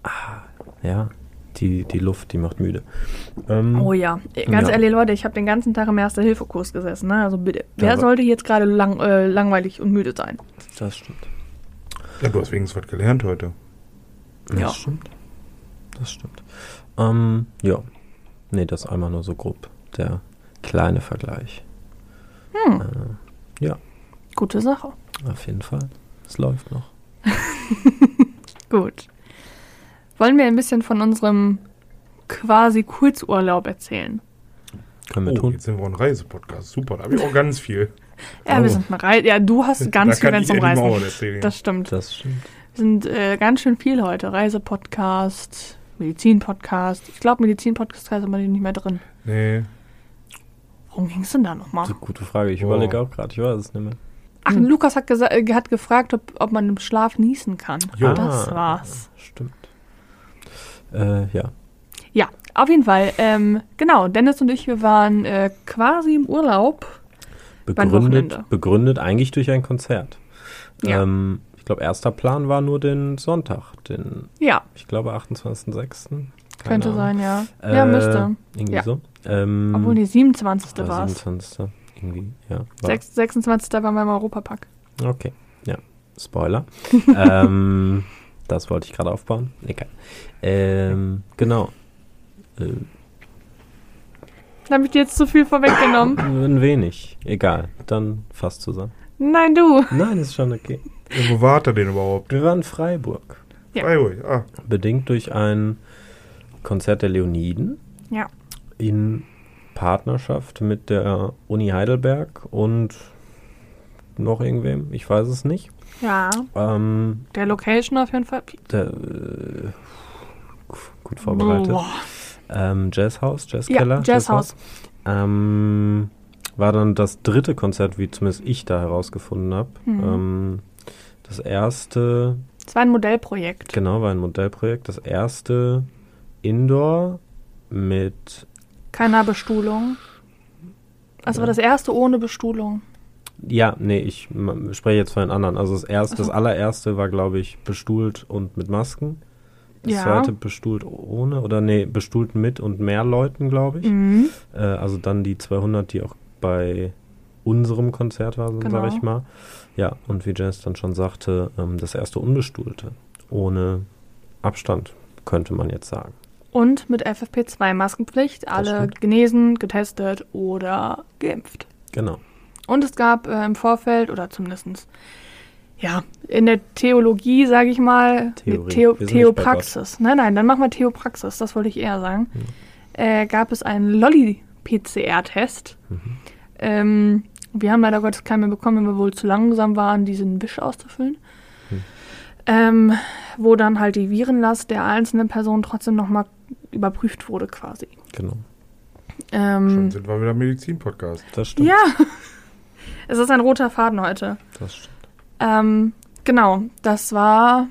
Speaker 3: Ja, die, die Luft, die macht müde.
Speaker 2: Hm.
Speaker 3: Ähm,
Speaker 1: Oh ja. Ganz
Speaker 3: Ja.
Speaker 1: ehrlich, Leute, ich habe den ganzen Tag im Erste-Hilfe-Kurs gesessen. Ne? Also bitte, wer
Speaker 3: aber-
Speaker 1: sollte jetzt gerade lang, äh, langweilig und müde sein?
Speaker 3: Das stimmt.
Speaker 2: Ja, du hast wenigstens was gelernt heute.
Speaker 3: Das
Speaker 1: Ja.
Speaker 3: stimmt. Das stimmt. Ähm, ja. Nee, das einmal nur so grob. Der kleine Vergleich.
Speaker 1: Hm.
Speaker 3: Äh, ja.
Speaker 1: Gute Sache.
Speaker 3: Auf jeden Fall. Es läuft noch.
Speaker 1: Gut. Wollen wir ein bisschen von unserem quasi Kurzurlaub erzählen?
Speaker 3: Können wir
Speaker 2: Oh,
Speaker 3: tun.
Speaker 2: jetzt sind wir auch ein Reisepodcast. Super, da habe ich auch ganz viel.
Speaker 1: Ja, wir sind mal reisen. Ja, du hast ganz
Speaker 2: Oh. da
Speaker 1: viel,
Speaker 2: kann
Speaker 1: wenn es
Speaker 2: ich
Speaker 1: um
Speaker 2: Eddie
Speaker 1: Reisen
Speaker 2: Mauer
Speaker 1: geht.
Speaker 2: erzählen.
Speaker 1: Das stimmt.
Speaker 3: Das stimmt.
Speaker 1: Wir sind äh, ganz schön viel heute. Reisepodcast, Medizinpodcast. Ich glaube, Medizinpodcast heißt aber nicht mehr drin.
Speaker 2: Nee,
Speaker 1: Worum ging es denn da
Speaker 3: Das
Speaker 1: nochmal?
Speaker 3: ist eine gute Frage. Ich
Speaker 2: Wow.
Speaker 1: Oh.
Speaker 3: überlege auch gerade. Ich weiß es nicht mehr.
Speaker 1: Ach,
Speaker 2: hm.
Speaker 1: Lukas hat, gesa- äh, hat gefragt, ob, ob man im Schlaf niesen kann.
Speaker 2: Jo.
Speaker 1: Das
Speaker 3: Ah.
Speaker 1: war's.
Speaker 3: Stimmt. Äh, ja.
Speaker 1: Ja, auf jeden Fall. Ähm, genau, Dennis und ich, wir waren äh, quasi im Urlaub. Beim Wochenende.
Speaker 3: Begründet, begründet eigentlich durch ein Konzert.
Speaker 1: Ja.
Speaker 3: Ähm, ich glaube, erster Plan war nur den Sonntag, den,
Speaker 1: Ja,
Speaker 3: ich glaube, 28.06. Keine
Speaker 1: könnte
Speaker 3: Ahnung.
Speaker 1: sein, ja. ja,
Speaker 3: Äh,
Speaker 1: müsste.
Speaker 3: Irgendwie
Speaker 1: Ja.
Speaker 3: so. Ähm,
Speaker 1: Obwohl, die 27.
Speaker 3: oder
Speaker 1: war es.
Speaker 3: 27. Irgendwie, ja. war-
Speaker 1: Sechs- 26. war mein Europapark.
Speaker 3: Okay, ja. Spoiler. ähm, das wollte ich gerade aufbauen. Egal. Ähm, genau. Äh,
Speaker 1: Da habe ich dir jetzt zu viel vorweggenommen.
Speaker 3: ein wenig. Egal. Dann fast zusammen.
Speaker 1: Nein, du.
Speaker 3: Nein, ist schon okay.
Speaker 2: ja, wo war er denn überhaupt?
Speaker 3: Wir waren in Freiburg.
Speaker 1: Ja.
Speaker 2: Freiburg, ah.
Speaker 3: Bedingt durch ein Konzert der Leoniden.
Speaker 1: Ja.
Speaker 3: in Partnerschaft mit der Uni Heidelberg und noch irgendwem, ich weiß es nicht.
Speaker 1: Ja,
Speaker 3: Ähm,
Speaker 1: der Location auf jeden Fall.
Speaker 3: der, äh, gut vorbereitet.
Speaker 1: Boah.
Speaker 3: Ähm, Jazzhaus,
Speaker 1: Ja,
Speaker 3: Jazzkeller.
Speaker 1: Jazzhaus.
Speaker 3: Ähm, war dann das dritte Konzert, wie zumindest ich da herausgefunden habe.
Speaker 1: Mhm.
Speaker 3: Ähm, das erste
Speaker 1: Es war ein Modellprojekt.
Speaker 3: Genau, war ein Modellprojekt. Das erste Indoor mit
Speaker 1: Keiner Bestuhlung. Das war das erste ohne Bestuhlung.
Speaker 3: Ja, nee, ich m- spreche jetzt von den anderen. Also das erste,
Speaker 1: Ach so.
Speaker 3: das allererste war, glaube ich, bestuhlt und mit Masken. Das
Speaker 1: Ja.
Speaker 3: zweite bestuhlt ohne oder nee, bestuhlt mit und mehr Leuten, glaube ich.
Speaker 1: Mhm.
Speaker 3: Äh, also dann die 200, die auch bei unserem Konzert war, sind, sag
Speaker 1: Genau.
Speaker 3: ich mal. Ja, und wie Jess dann schon sagte, ähm, das erste unbestuhlte. Ohne Abstand, könnte man jetzt sagen.
Speaker 1: Und mit FFP2-Maskenpflicht. Alle
Speaker 3: stimmt.
Speaker 1: genesen, getestet oder geimpft.
Speaker 3: Genau.
Speaker 1: Und es gab äh, im Vorfeld, oder zumindest ja, in der Theologie, sage ich mal,
Speaker 3: Theorie.
Speaker 1: Theo
Speaker 3: Wir sind nicht bei
Speaker 1: Theopraxis. Nein, nein, dann mach mal Theopraxis, das wollte ich eher sagen.
Speaker 3: Hm.
Speaker 1: Äh, gab es einen Lolli-PCR-Test.
Speaker 3: Mhm.
Speaker 1: Ähm, wir haben leider Gottes keinen mehr bekommen, weil wir wohl zu langsam waren, diesen Wisch auszufüllen.
Speaker 3: Hm.
Speaker 1: Ähm, wo dann halt die Virenlast der einzelnen Person trotzdem nochmal überprüft wurde, quasi.
Speaker 3: Genau.
Speaker 1: Ähm,
Speaker 2: Schon sind wir wieder im Medizin-Podcast.
Speaker 3: Das stimmt.
Speaker 1: ja, es ist ein roter Faden heute.
Speaker 3: Das stimmt.
Speaker 1: Ähm, genau, das war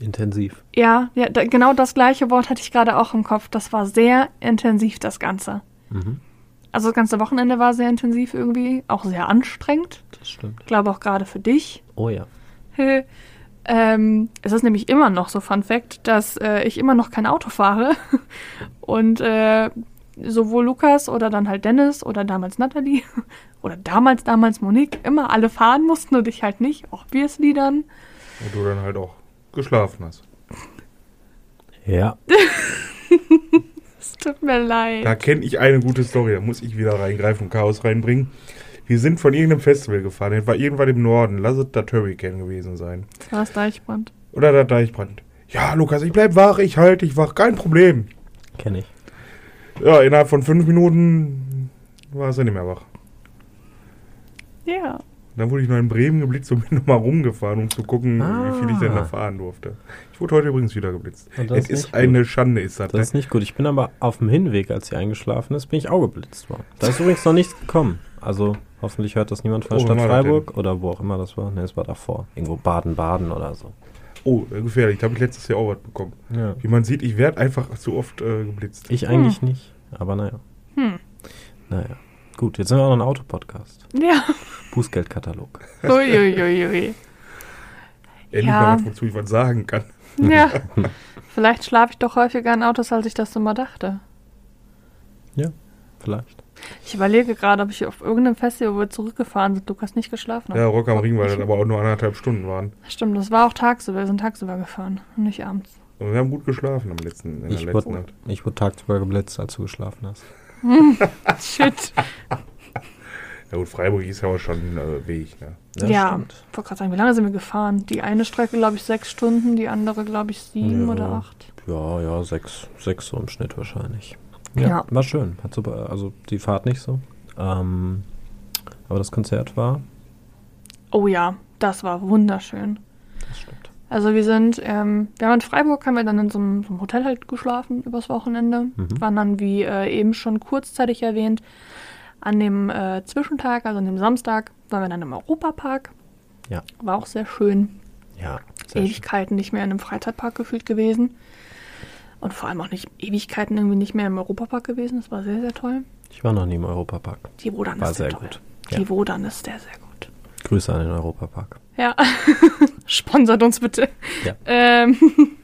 Speaker 3: Intensiv.
Speaker 1: ja, ja da, genau das gleiche Wort hatte ich gerade auch im Kopf. Das war sehr intensiv das Ganze.
Speaker 3: Mhm.
Speaker 1: Also das ganze Wochenende war sehr intensiv irgendwie, auch sehr anstrengend.
Speaker 3: Das stimmt.
Speaker 1: Ich glaube auch gerade für dich.
Speaker 3: Oh ja.
Speaker 1: Hä. Ähm, es ist nämlich immer noch so Fun Fact, dass äh, ich immer noch kein Auto fahre. Und äh, sowohl Lukas oder dann halt Dennis oder damals Natalie oder damals, damals Monique immer alle fahren mussten und ich halt nicht, obviously dann.
Speaker 2: Und du dann halt auch geschlafen hast.
Speaker 3: Ja.
Speaker 1: Es tut mir leid.
Speaker 2: Da kenne ich eine gute Story, da muss ich wieder reingreifen und Chaos reinbringen. Wir sind von irgendeinem Festival gefahren, das war irgendwann im Norden, lass es das Hurricane gewesen sein.
Speaker 1: Das war es Deichbrand.
Speaker 2: Oder der Deichbrand. Ja, Lukas, ich bleib wach, ich halte dich wach, kein Problem.
Speaker 3: Kenne ich.
Speaker 2: Ja, innerhalb von fünf Minuten war es ja nicht mehr wach.
Speaker 1: Ja.
Speaker 2: Dann wurde ich noch in Bremen geblitzt und bin nochmal rumgefahren, um zu gucken,
Speaker 3: Ah.
Speaker 2: wie viel ich denn da fahren durfte. Ich wurde heute übrigens wieder geblitzt.
Speaker 3: Und das
Speaker 2: Es
Speaker 3: ist
Speaker 2: ist
Speaker 3: nicht
Speaker 2: eine Schande, ist das. ne?
Speaker 3: Das ist nicht gut. Ich bin aber auf dem Hinweg, als sie eingeschlafen ist, bin ich auch geblitzt worden. Da ist übrigens noch nichts gekommen. Also hoffentlich hört das niemand von
Speaker 2: Oh,
Speaker 3: der Stadt
Speaker 2: wann war das
Speaker 3: Freiburg oder wo auch immer das war. Ne, es war davor. Irgendwo Baden-Baden oder so.
Speaker 2: ne? Oh, äh, gefährlich. Da habe ich letztes Jahr auch was bekommen.
Speaker 3: Ja.
Speaker 2: Wie man sieht, ich werde einfach zu oft äh, geblitzt.
Speaker 3: Ich eigentlich nicht, aber naja.
Speaker 1: Hm.
Speaker 3: Naja. Gut, jetzt sind wir auch noch ein Autopodcast.
Speaker 1: Ja.
Speaker 3: Bußgeldkatalog.
Speaker 1: Uiuiuiui.
Speaker 2: Endlich
Speaker 1: Ja.
Speaker 2: mal was, wozu ich was sagen kann.
Speaker 1: Ja. Vielleicht schlafe ich doch häufiger in Autos, als ich das immer dachte.
Speaker 3: Vielleicht.
Speaker 1: Ich überlege gerade, ob ich auf irgendeinem Festival, wo wir zurückgefahren sind, Lukas nicht geschlafen hat.
Speaker 2: Ja, Rock am Ring, weil das aber auch nur anderthalb Stunden waren.
Speaker 1: Stimmt, das war auch tagsüber. Wir sind tagsüber gefahren und nicht abends.
Speaker 2: Aber wir haben gut geschlafen am letzten, in der
Speaker 3: Ich
Speaker 2: letzten
Speaker 3: wurde,
Speaker 2: Nacht.
Speaker 3: ich wurde tagsüber geblitzt, als du geschlafen hast.
Speaker 1: Shit.
Speaker 2: Ja gut, Freiburg ist ja auch schon äh, Weg, ne?
Speaker 1: Ja.
Speaker 3: stimmt.
Speaker 1: Ich wollte gerade sagen, wie lange sind wir gefahren? Die eine Strecke, glaube ich, sechs Stunden, die andere, glaube ich, sieben
Speaker 3: Ja.
Speaker 1: oder acht.
Speaker 3: Ja, ja, sechs, sechs so im Schnitt wahrscheinlich.
Speaker 1: Ja.
Speaker 3: Ja, war schön. Hat super, also die Fahrt nicht so. Ähm, aber das Konzert war,
Speaker 1: Oh ja, das war wunderschön.
Speaker 3: das stimmt.
Speaker 1: Also wir sind, ähm, wir haben in Freiburg, haben wir dann in so einem, so einem Hotel halt geschlafen übers Wochenende.
Speaker 3: Mhm.
Speaker 1: Waren dann, wie äh, eben schon kurzzeitig erwähnt, an dem äh, Zwischentag, also an dem Samstag, waren wir dann im Europapark.
Speaker 3: Ja.
Speaker 1: War auch sehr schön.
Speaker 3: Ja,
Speaker 1: Ewigkeiten nicht mehr in einem Freizeitpark gefühlt gewesen. Und vor allem auch nicht Ewigkeiten irgendwie nicht mehr im Europapark gewesen. Das war sehr, sehr toll.
Speaker 3: Ich war noch nie im Europapark.
Speaker 1: Die Wodan
Speaker 3: War
Speaker 1: ist sehr,
Speaker 3: sehr
Speaker 1: toll.
Speaker 3: gut.
Speaker 1: Die Wodan ist sehr, sehr gut.
Speaker 3: Grüße an den Europapark.
Speaker 1: Ja. Sponsert uns bitte.
Speaker 3: Ja.
Speaker 1: Ähm,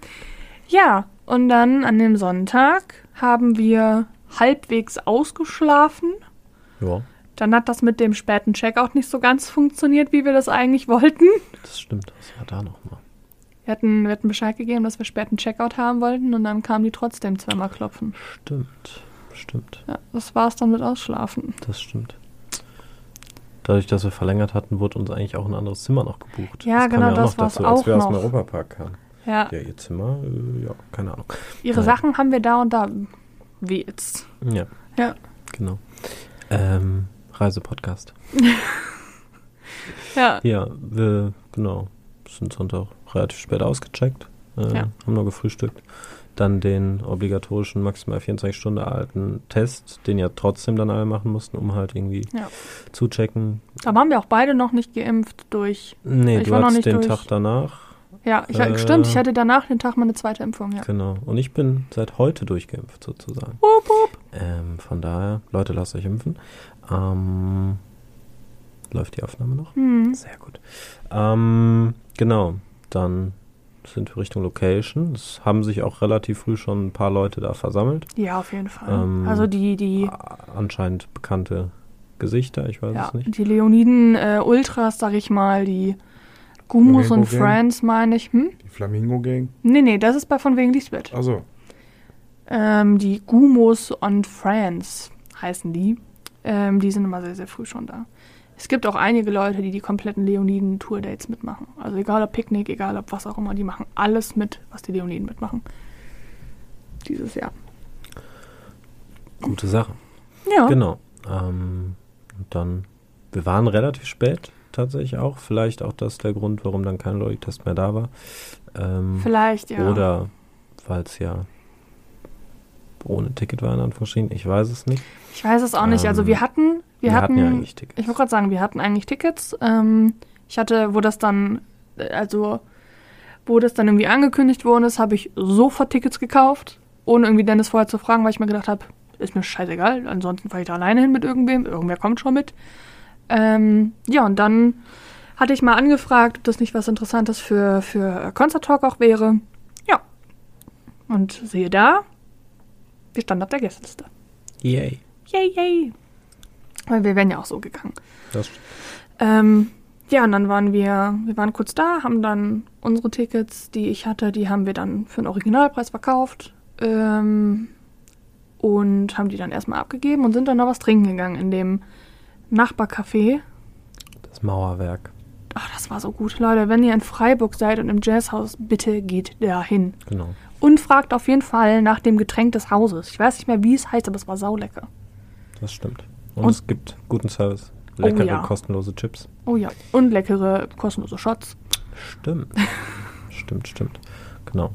Speaker 1: ja, und dann an dem Sonntag haben wir halbwegs ausgeschlafen.
Speaker 3: Ja,
Speaker 1: Dann hat das mit dem späten Checkout nicht so ganz funktioniert, wie wir das eigentlich wollten.
Speaker 3: das stimmt. Was war da nochmal?
Speaker 1: Wir hatten, wir hatten Bescheid gegeben, dass wir späten Checkout haben wollten und dann kamen die trotzdem zweimal klopfen.
Speaker 3: Stimmt, stimmt,
Speaker 1: Ja, das war's dann mit Ausschlafen.
Speaker 3: das stimmt. Dadurch, dass wir verlängert hatten, wurde uns eigentlich auch ein anderes Zimmer noch gebucht.
Speaker 1: Ja,
Speaker 3: kam
Speaker 1: genau,
Speaker 3: auch
Speaker 1: das
Speaker 3: noch
Speaker 1: war's
Speaker 3: dazu, als
Speaker 1: auch
Speaker 3: wir aus dem
Speaker 1: noch.
Speaker 3: Europapark kamen.
Speaker 1: Ja,
Speaker 3: Ja, ihr Zimmer, äh, ja, keine Ahnung.
Speaker 1: ihre
Speaker 3: Nein.
Speaker 1: Sachen haben wir da und da. Wie jetzt?
Speaker 3: Ja.
Speaker 1: Ja.
Speaker 3: Genau. Ähm, Reisepodcast.
Speaker 1: Ja,
Speaker 3: Ja, wir, genau, sind Sonntag relativ spät ausgecheckt, äh,
Speaker 1: Ja.
Speaker 3: haben nur gefrühstückt. Dann den obligatorischen, maximal 24 Stunden alten Test, den ja trotzdem dann alle machen mussten, um halt irgendwie
Speaker 1: Ja.
Speaker 3: zu checken.
Speaker 1: da waren wir auch beide noch nicht geimpft durch.
Speaker 3: Nee,
Speaker 1: Ich
Speaker 3: du
Speaker 1: war noch nicht
Speaker 3: hattest den
Speaker 1: durch.
Speaker 3: Tag danach,
Speaker 1: Ja, ich,
Speaker 3: Äh.
Speaker 1: stimmt, ich hatte danach den Tag meine zweite Impfung, ja.
Speaker 3: genau. Und ich bin seit heute durchgeimpft sozusagen.
Speaker 1: Wupp, wupp.
Speaker 3: Ähm, von daher, Leute, lasst euch impfen. Ähm, läuft die Aufnahme noch?
Speaker 1: Hm.
Speaker 3: Sehr gut. Ähm, genau, dann sind wir Richtung Location. Es haben sich auch relativ früh schon ein paar Leute da versammelt.
Speaker 1: Ja, auf jeden Fall.
Speaker 3: Ähm.
Speaker 1: also die, die,
Speaker 3: A- Anscheinend bekannte Gesichter, ich weiß
Speaker 1: ja,
Speaker 3: es nicht.
Speaker 1: die Leoniden äh, Ultras, sag ich mal, die Gumus
Speaker 2: Flamingo
Speaker 1: und
Speaker 2: Gang.
Speaker 1: Friends, meine ich. Hm?
Speaker 2: Die Flamingo Gang?
Speaker 1: Nee, nee, das ist bei von wegen Lisbeth.
Speaker 2: Also,
Speaker 1: Ähm, die Gumos on Friends heißen die. Ähm, die sind immer sehr, sehr früh schon da. Es gibt auch einige Leute, die die kompletten Leoniden-Tour-Dates mitmachen. Also egal ob Picknick, egal ob was auch immer, die machen alles mit, was die Leoniden mitmachen. Dieses Jahr.
Speaker 3: Gute Sache.
Speaker 1: Ja.
Speaker 3: Genau. Ähm, und dann, wir waren relativ spät tatsächlich auch. Vielleicht auch das der Grund, warum dann kein Lolli-Test mehr da war. Ähm,
Speaker 1: Vielleicht, ja.
Speaker 3: Oder weil es ja ohne Ticket war, in Anführungsstrichen. Ich weiß es nicht.
Speaker 1: ich weiß es auch nicht. Also wir
Speaker 3: Ähm,
Speaker 1: hatten, wir, hatten,
Speaker 3: ja eigentlich Tickets.
Speaker 1: ich wollte gerade sagen, wir hatten eigentlich Tickets. Ähm, ich hatte, wo das dann, äh, also wo das dann irgendwie angekündigt worden ist, habe ich sofort Tickets gekauft, ohne irgendwie Dennis vorher zu fragen, weil ich mir gedacht habe, ist mir scheißegal, ansonsten fahre ich da alleine hin mit irgendwem, irgendwer kommt schon mit. Ähm, ja, und dann Hatte ich mal angefragt, ob das nicht was Interessantes für, für Concert Talk auch wäre. Ja. Und sehe da, wir standen auf der Gästeliste.
Speaker 3: Yay.
Speaker 1: Yay, yay. Weil wir wären ja auch so gegangen.
Speaker 3: Das
Speaker 1: Ähm, ja, und dann waren wir, wir waren kurz da, haben dann unsere Tickets, die ich hatte, die haben wir dann für den Originalpreis verkauft. Ähm, und haben die dann erstmal abgegeben und sind dann noch was trinken gegangen in dem Nachbarcafé.
Speaker 3: Das Mauerwerk.
Speaker 1: Ach, das war so gut. Leute, wenn ihr in Freiburg seid und im Jazzhaus, bitte geht dahin.
Speaker 3: Genau.
Speaker 1: Und fragt auf jeden Fall nach dem Getränk des Hauses. Ich weiß nicht mehr, wie es heißt, aber es war saulecker.
Speaker 3: Das stimmt. Und,
Speaker 1: Und-
Speaker 3: es gibt guten Service.
Speaker 1: Oh
Speaker 3: Leckere,
Speaker 1: ja.
Speaker 3: kostenlose Chips.
Speaker 1: Oh ja, und leckere, kostenlose Shots.
Speaker 3: Stimmt. stimmt, stimmt. Genau.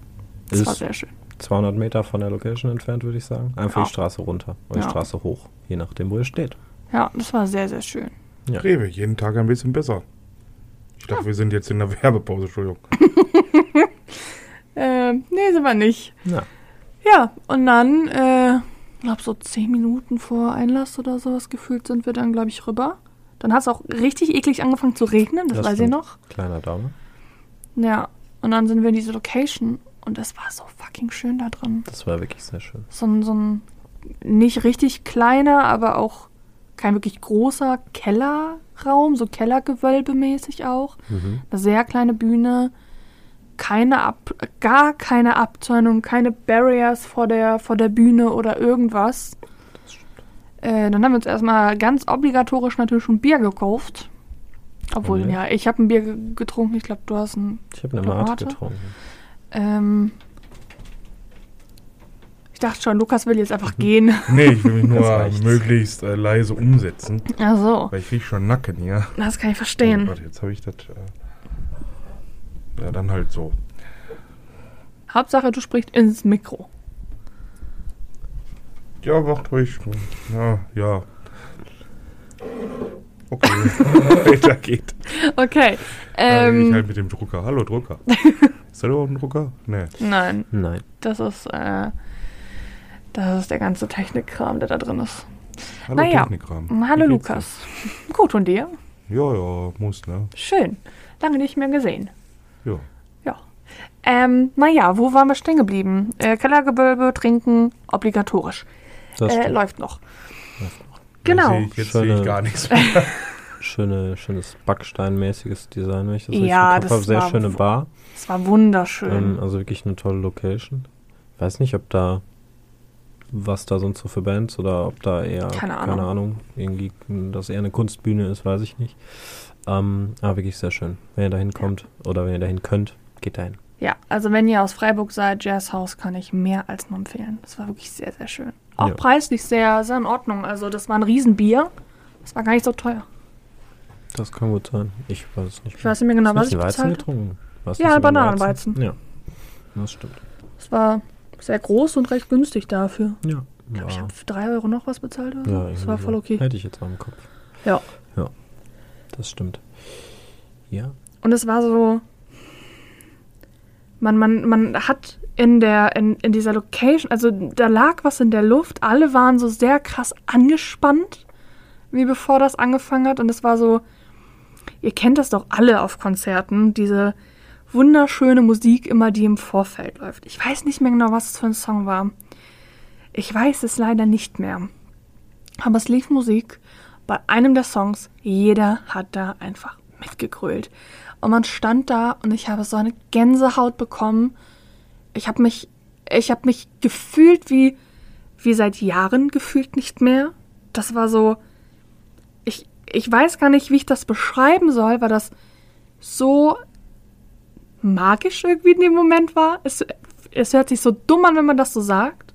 Speaker 1: Das
Speaker 3: ist
Speaker 1: war sehr schön.
Speaker 3: 200 Meter von der Location entfernt, würde ich sagen. Einfach
Speaker 1: Ja.
Speaker 3: die Straße runter oder
Speaker 1: Ja.
Speaker 3: die Straße hoch, je nachdem, wo ihr steht.
Speaker 1: Ja, das war sehr, sehr schön.
Speaker 3: Ja.
Speaker 2: Rewe, jeden Tag ein bisschen besser. Ich dachte, wir sind jetzt in der Werbepause, Entschuldigung.
Speaker 1: Äh, nee, sind wir nicht.
Speaker 3: Ja.
Speaker 1: Ja, und dann, äh, glaube so zehn Minuten vor Einlass oder sowas gefühlt sind wir dann, glaube ich, rüber. Dann hat es auch richtig eklig angefangen zu regnen, das,
Speaker 3: Das
Speaker 1: weiß
Speaker 3: stimmt.
Speaker 1: ich noch.
Speaker 3: Kleiner Daumen.
Speaker 1: Ja, und dann sind wir in diese Location und es war so fucking schön da drin.
Speaker 3: Das war wirklich sehr schön.
Speaker 1: So ein, so ein nicht richtig kleiner, aber auch kein wirklich großer Kellerraum, so Kellergewölbemäßig auch.
Speaker 3: Mhm.
Speaker 1: Eine sehr kleine Bühne, keine Ab gar keine Abzäunung, keine Barriers vor der, vor der Bühne oder irgendwas. Äh, dann haben wir uns erstmal ganz obligatorisch natürlich schon Bier gekauft. Obwohl,
Speaker 3: Mhm.
Speaker 1: ja, ich habe ein Bier ge- getrunken. Ich glaube, du hast ein.
Speaker 3: Ich habe eine
Speaker 1: Tomate?
Speaker 3: Mate getrunken.
Speaker 1: Ähm, ich dachte schon, Lukas will jetzt
Speaker 2: Mhm.
Speaker 1: einfach gehen.
Speaker 2: Nee, ich will mich
Speaker 3: Das
Speaker 2: nur
Speaker 3: reicht's.
Speaker 2: möglichst äh, leise umsetzen,
Speaker 1: Ach so,
Speaker 2: weil ich krieg schon Nacken hier.
Speaker 1: das kann ich
Speaker 2: Oh,
Speaker 1: verstehen.
Speaker 2: warte, jetzt habe ich das. Äh, ja, dann halt so. Mhm.
Speaker 1: Hauptsache, du sprichst ins Mikro.
Speaker 2: Ja, macht ruhig. Ja, ja. Okay, weiter geht.
Speaker 1: Okay.
Speaker 2: Ähm, ich
Speaker 1: Ähm,
Speaker 2: halt mit dem Drucker. Hallo, Drucker. Ist da überhaupt ein Drucker? Nee.
Speaker 1: nein.
Speaker 3: Nein.
Speaker 1: Das ist, äh, das ist der ganze Technikkram, der da drin ist.
Speaker 2: Hallo,
Speaker 1: Naja.
Speaker 2: Technikrahmen.
Speaker 1: Hallo
Speaker 2: Wie geht's dir?
Speaker 1: Lukas. Gut und dir?
Speaker 2: Ja, ja, muss, ne?
Speaker 1: Schön. Lange nicht mehr gesehen.
Speaker 2: Ja.
Speaker 1: Ja. Ähm, naja, wo waren wir stehen geblieben? Äh, Kellergewölbe, trinken, obligatorisch.
Speaker 3: Das
Speaker 1: Äh,
Speaker 3: stimmt.
Speaker 1: läuft noch. Genau.
Speaker 2: Jetzt sehe ich, jetzt sehe ich
Speaker 3: Schöne-
Speaker 2: gar nichts mehr.
Speaker 3: Schöne, schönes backsteinmäßiges Design, wenn ich das richtig
Speaker 1: Ja,
Speaker 3: im Kopf
Speaker 1: das
Speaker 3: habe. Sehr
Speaker 1: war mhm.
Speaker 3: schöne
Speaker 1: wo-
Speaker 3: Bar.
Speaker 1: Es war wunderschön.
Speaker 3: Ähm, also wirklich eine tolle Location. Ich weiß nicht, ob da was da sonst so für Bands oder ob da eher,
Speaker 1: Keine Ahnung.
Speaker 3: irgendwie, dass eher eine Kunstbühne ist, weiß ich nicht. Ähm, aber wirklich sehr schön. Wenn ihr da hinkommt oder wenn ihr dahin könnt, geht dahin.
Speaker 1: Ja, also wenn ihr aus Freiburg seid, Jazzhaus kann ich mehr als nur empfehlen. Das war wirklich sehr, sehr schön. Auch
Speaker 3: Ja.
Speaker 1: preislich sehr, sehr in Ordnung. Also das war ein Riesenbier. Das war gar nicht so teuer.
Speaker 3: Das kann gut sein. Ich weiß es nicht.
Speaker 1: Ich weiß nicht mehr genau,
Speaker 3: Hast
Speaker 1: was
Speaker 3: du nicht
Speaker 1: ich
Speaker 3: einen Weizen
Speaker 1: bezahlt habe.
Speaker 3: getrunken? Warst
Speaker 1: Ja,
Speaker 3: du nicht sogar einen
Speaker 1: Bananenweizen.
Speaker 3: Weizen? Ja, das stimmt.
Speaker 1: Es war sehr groß und recht günstig dafür.
Speaker 3: Ja.
Speaker 1: Ich glaube, ich
Speaker 3: ja.
Speaker 1: habe für 3 Euro noch was bezahlt. Oder so.
Speaker 3: Ja, Halt.
Speaker 1: das
Speaker 3: irgendwie
Speaker 1: war
Speaker 3: so.
Speaker 1: voll okay.
Speaker 3: Hätte ich jetzt auch im Kopf.
Speaker 1: Ja.
Speaker 3: Ja, das stimmt. Ja,
Speaker 1: Und es war so. Man, man, man hat in der, in, in dieser Location, also da lag was in der Luft, alle waren so sehr krass angespannt, wie bevor das angefangen hat. Und es war so, ihr kennt das doch alle auf Konzerten, diese wunderschöne Musik immer, die im Vorfeld läuft. Ich weiß nicht mehr genau, was es für ein Song war. Ich weiß es leider nicht mehr. Aber es lief Musik bei einem der Songs. Jeder hat da einfach mitgegrölt. Und man stand da und ich habe so eine Gänsehaut bekommen. Ich habe mich, ich habe mich gefühlt wie, wie seit Jahren gefühlt nicht mehr. Das war so, ich, ich weiß gar nicht, wie ich das beschreiben soll, weil das so magisch irgendwie in dem Moment war. Es, es hört sich so dumm an, wenn man das so sagt.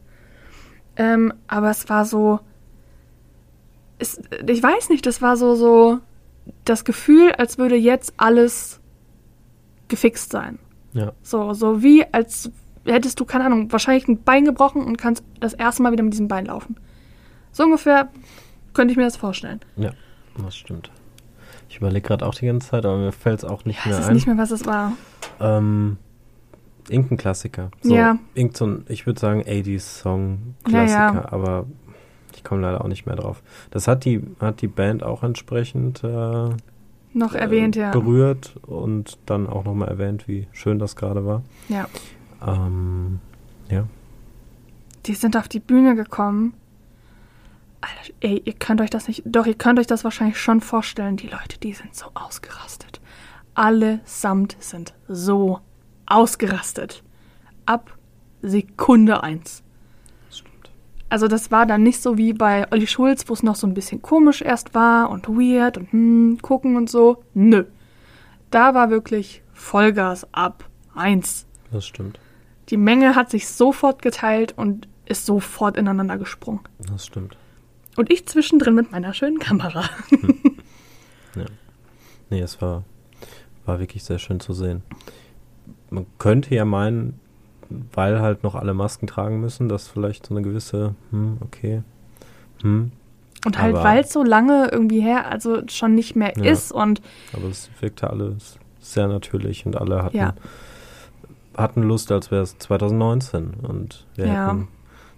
Speaker 1: Ähm, aber es war so, es, ich weiß nicht, das war so, so das Gefühl, als würde jetzt alles gefixt sein.
Speaker 3: ja.
Speaker 1: So, so wie als hättest du, keine Ahnung, wahrscheinlich ein Bein gebrochen und kannst das erste Mal wieder mit diesem Bein laufen. So ungefähr könnte ich mir das vorstellen.
Speaker 3: Ja, das stimmt. Ich überlege gerade auch die ganze Zeit, aber mir fällt es auch nicht
Speaker 1: Ich
Speaker 3: mehr
Speaker 1: weiß
Speaker 3: ein.
Speaker 1: nicht mehr, was es war.
Speaker 3: Ähm, irgendein Klassiker. So,
Speaker 1: Ja.
Speaker 3: Irgend so ein, ich würde sagen, 80s-Song,
Speaker 1: Ja, ja.
Speaker 3: Klassiker, aber ich komme leider auch nicht mehr drauf. Das hat die, hat die Band auch entsprechend äh,
Speaker 1: Noch erwähnt, ja.
Speaker 3: berührt und dann auch nochmal erwähnt, wie schön das gerade war.
Speaker 1: Ja.
Speaker 3: Ähm, ja.
Speaker 1: Die sind auf die Bühne gekommen. Alter, ey, ihr könnt euch das nicht. Doch, ihr könnt euch das wahrscheinlich schon vorstellen. Die Leute, die sind so ausgerastet. Allesamt sind so ausgerastet. Ab Sekunde eins.
Speaker 3: Stimmt.
Speaker 1: Also das war dann nicht so wie bei Olli Schulz, wo es noch so ein bisschen komisch erst war und weird und hm, gucken und so. Nö. Da war wirklich Vollgas ab eins.
Speaker 3: Das stimmt.
Speaker 1: Die Menge hat sich sofort geteilt und ist sofort ineinander gesprungen.
Speaker 3: Das stimmt.
Speaker 1: Und ich zwischendrin mit meiner schönen Kamera.
Speaker 3: Nee, es war, war wirklich sehr schön zu sehen. Man könnte ja meinen, weil halt noch alle Masken tragen müssen, dass vielleicht so eine gewisse, hm, okay, hm,
Speaker 1: Und halt,
Speaker 3: Aber-
Speaker 1: weil es so lange irgendwie her, also schon nicht mehr
Speaker 3: Ja.
Speaker 1: ist und
Speaker 3: aber es wirkte alles sehr natürlich und alle hatten,
Speaker 1: Ja.
Speaker 3: hatten Lust, als wäre es 2019 und wir
Speaker 1: Ja.
Speaker 3: hätten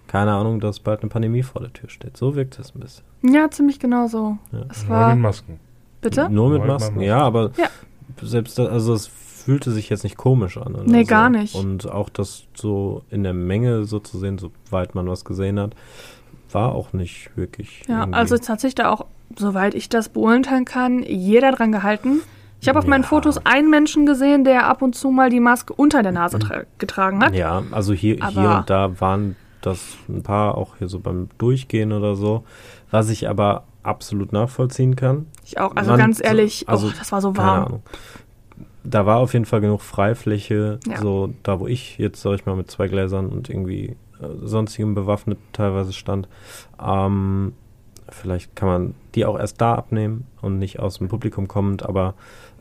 Speaker 3: keine Ahnung, dass bald eine Pandemie vor der Tür steht. So wirkt es ein bisschen.
Speaker 1: ja, ziemlich genau so.
Speaker 3: Ja. also
Speaker 1: Es
Speaker 2: Nur
Speaker 1: war,
Speaker 2: mit Masken.
Speaker 1: bitte?
Speaker 3: Nur mit
Speaker 2: Nur mit
Speaker 3: Masken,
Speaker 2: Masken.
Speaker 3: ja, aber
Speaker 1: Ja.
Speaker 3: selbst das, also es fühlte sich jetzt nicht komisch an. Oder
Speaker 1: Nee,
Speaker 3: so.
Speaker 1: gar nicht.
Speaker 3: Und auch das so in der Menge so zu sehen, soweit man was gesehen hat, war auch nicht wirklich.
Speaker 1: Ja,
Speaker 3: irgendwie-
Speaker 1: also jetzt hat sich da auch, soweit ich das beurteilen kann, jeder dran gehalten. Ich habe auf meinen
Speaker 3: Ja.
Speaker 1: Fotos einen Menschen gesehen, der ab und zu mal die Maske unter der Nase tra getragen hat.
Speaker 3: Ja, also hier, hier
Speaker 1: Aber-
Speaker 3: und da waren das ein paar, auch hier so beim Durchgehen oder so, was ich aber absolut nachvollziehen kann.
Speaker 1: Ich auch, also
Speaker 3: Man-
Speaker 1: ganz ehrlich,
Speaker 3: also
Speaker 1: oh, das war so
Speaker 3: Keine
Speaker 1: warm.
Speaker 3: Ahnung. Da war auf jeden Fall genug Freifläche,
Speaker 1: Ja.
Speaker 3: so da, wo ich jetzt, sag ich mal, mit zwei Gläsern und irgendwie äh, sonstigem bewaffnet teilweise stand. Ähm, vielleicht kann man die auch erst da abnehmen und nicht aus dem Publikum kommend, aber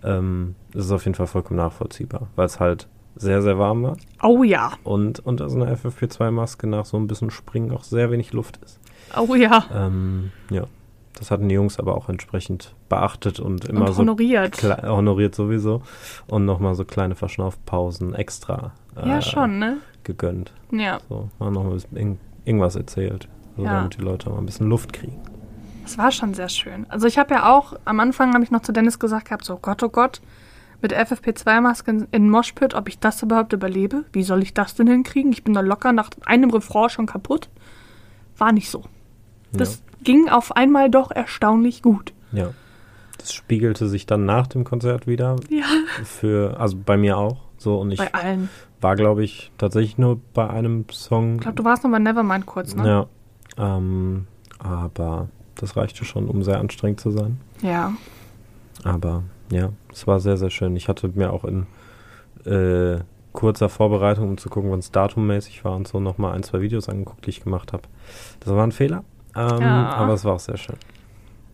Speaker 3: ähm, es ist auf jeden Fall vollkommen nachvollziehbar, weil es halt sehr, sehr warm war
Speaker 1: Oh ja,
Speaker 3: und unter so einer FFP2-Maske nach so ein bisschen Springen auch sehr wenig Luft ist.
Speaker 1: oh ja.
Speaker 3: Ähm, ja, das hatten die Jungs aber auch entsprechend beachtet und immer
Speaker 1: Und
Speaker 3: so
Speaker 1: honoriert.
Speaker 3: Kle honoriert sowieso. Und nochmal so kleine Verschnaufpausen extra äh,
Speaker 1: ja, schon, ne?
Speaker 3: gegönnt.
Speaker 1: Ja.
Speaker 3: So, mal noch ein bisschen irg- irgendwas erzählt, so,
Speaker 1: Ja.
Speaker 3: damit die Leute mal ein bisschen Luft kriegen.
Speaker 1: Es war schon sehr schön. Also ich habe ja auch, am Anfang habe ich noch zu Dennis gesagt gehabt, so Gott, oh Gott, mit FFP2-Maske in- in Moshpit, ob ich das überhaupt überlebe? Wie soll ich das denn hinkriegen? Ich bin da locker nach einem Refrain schon kaputt. War nicht so. Das ging auf einmal doch erstaunlich gut.
Speaker 3: Ja. ja. Das spiegelte sich dann nach dem Konzert wieder
Speaker 1: Ja,
Speaker 3: für, also bei mir auch. So, und ich
Speaker 1: bei allen.
Speaker 3: war, glaube ich, tatsächlich nur bei einem Song.
Speaker 1: Ich glaube, du warst noch bei Nevermind kurz, ne?
Speaker 3: Ja. Ähm, aber das reichte schon, um sehr anstrengend zu sein.
Speaker 1: Ja.
Speaker 3: Aber ja, es war sehr, sehr schön. Ich hatte mir auch in äh, kurzer Vorbereitung, um zu gucken, wann es datummäßig war und so, nochmal ein, zwei Videos angeguckt, die ich gemacht habe. Das war ein Fehler, ähm,
Speaker 1: Ja.
Speaker 3: aber es war auch sehr schön.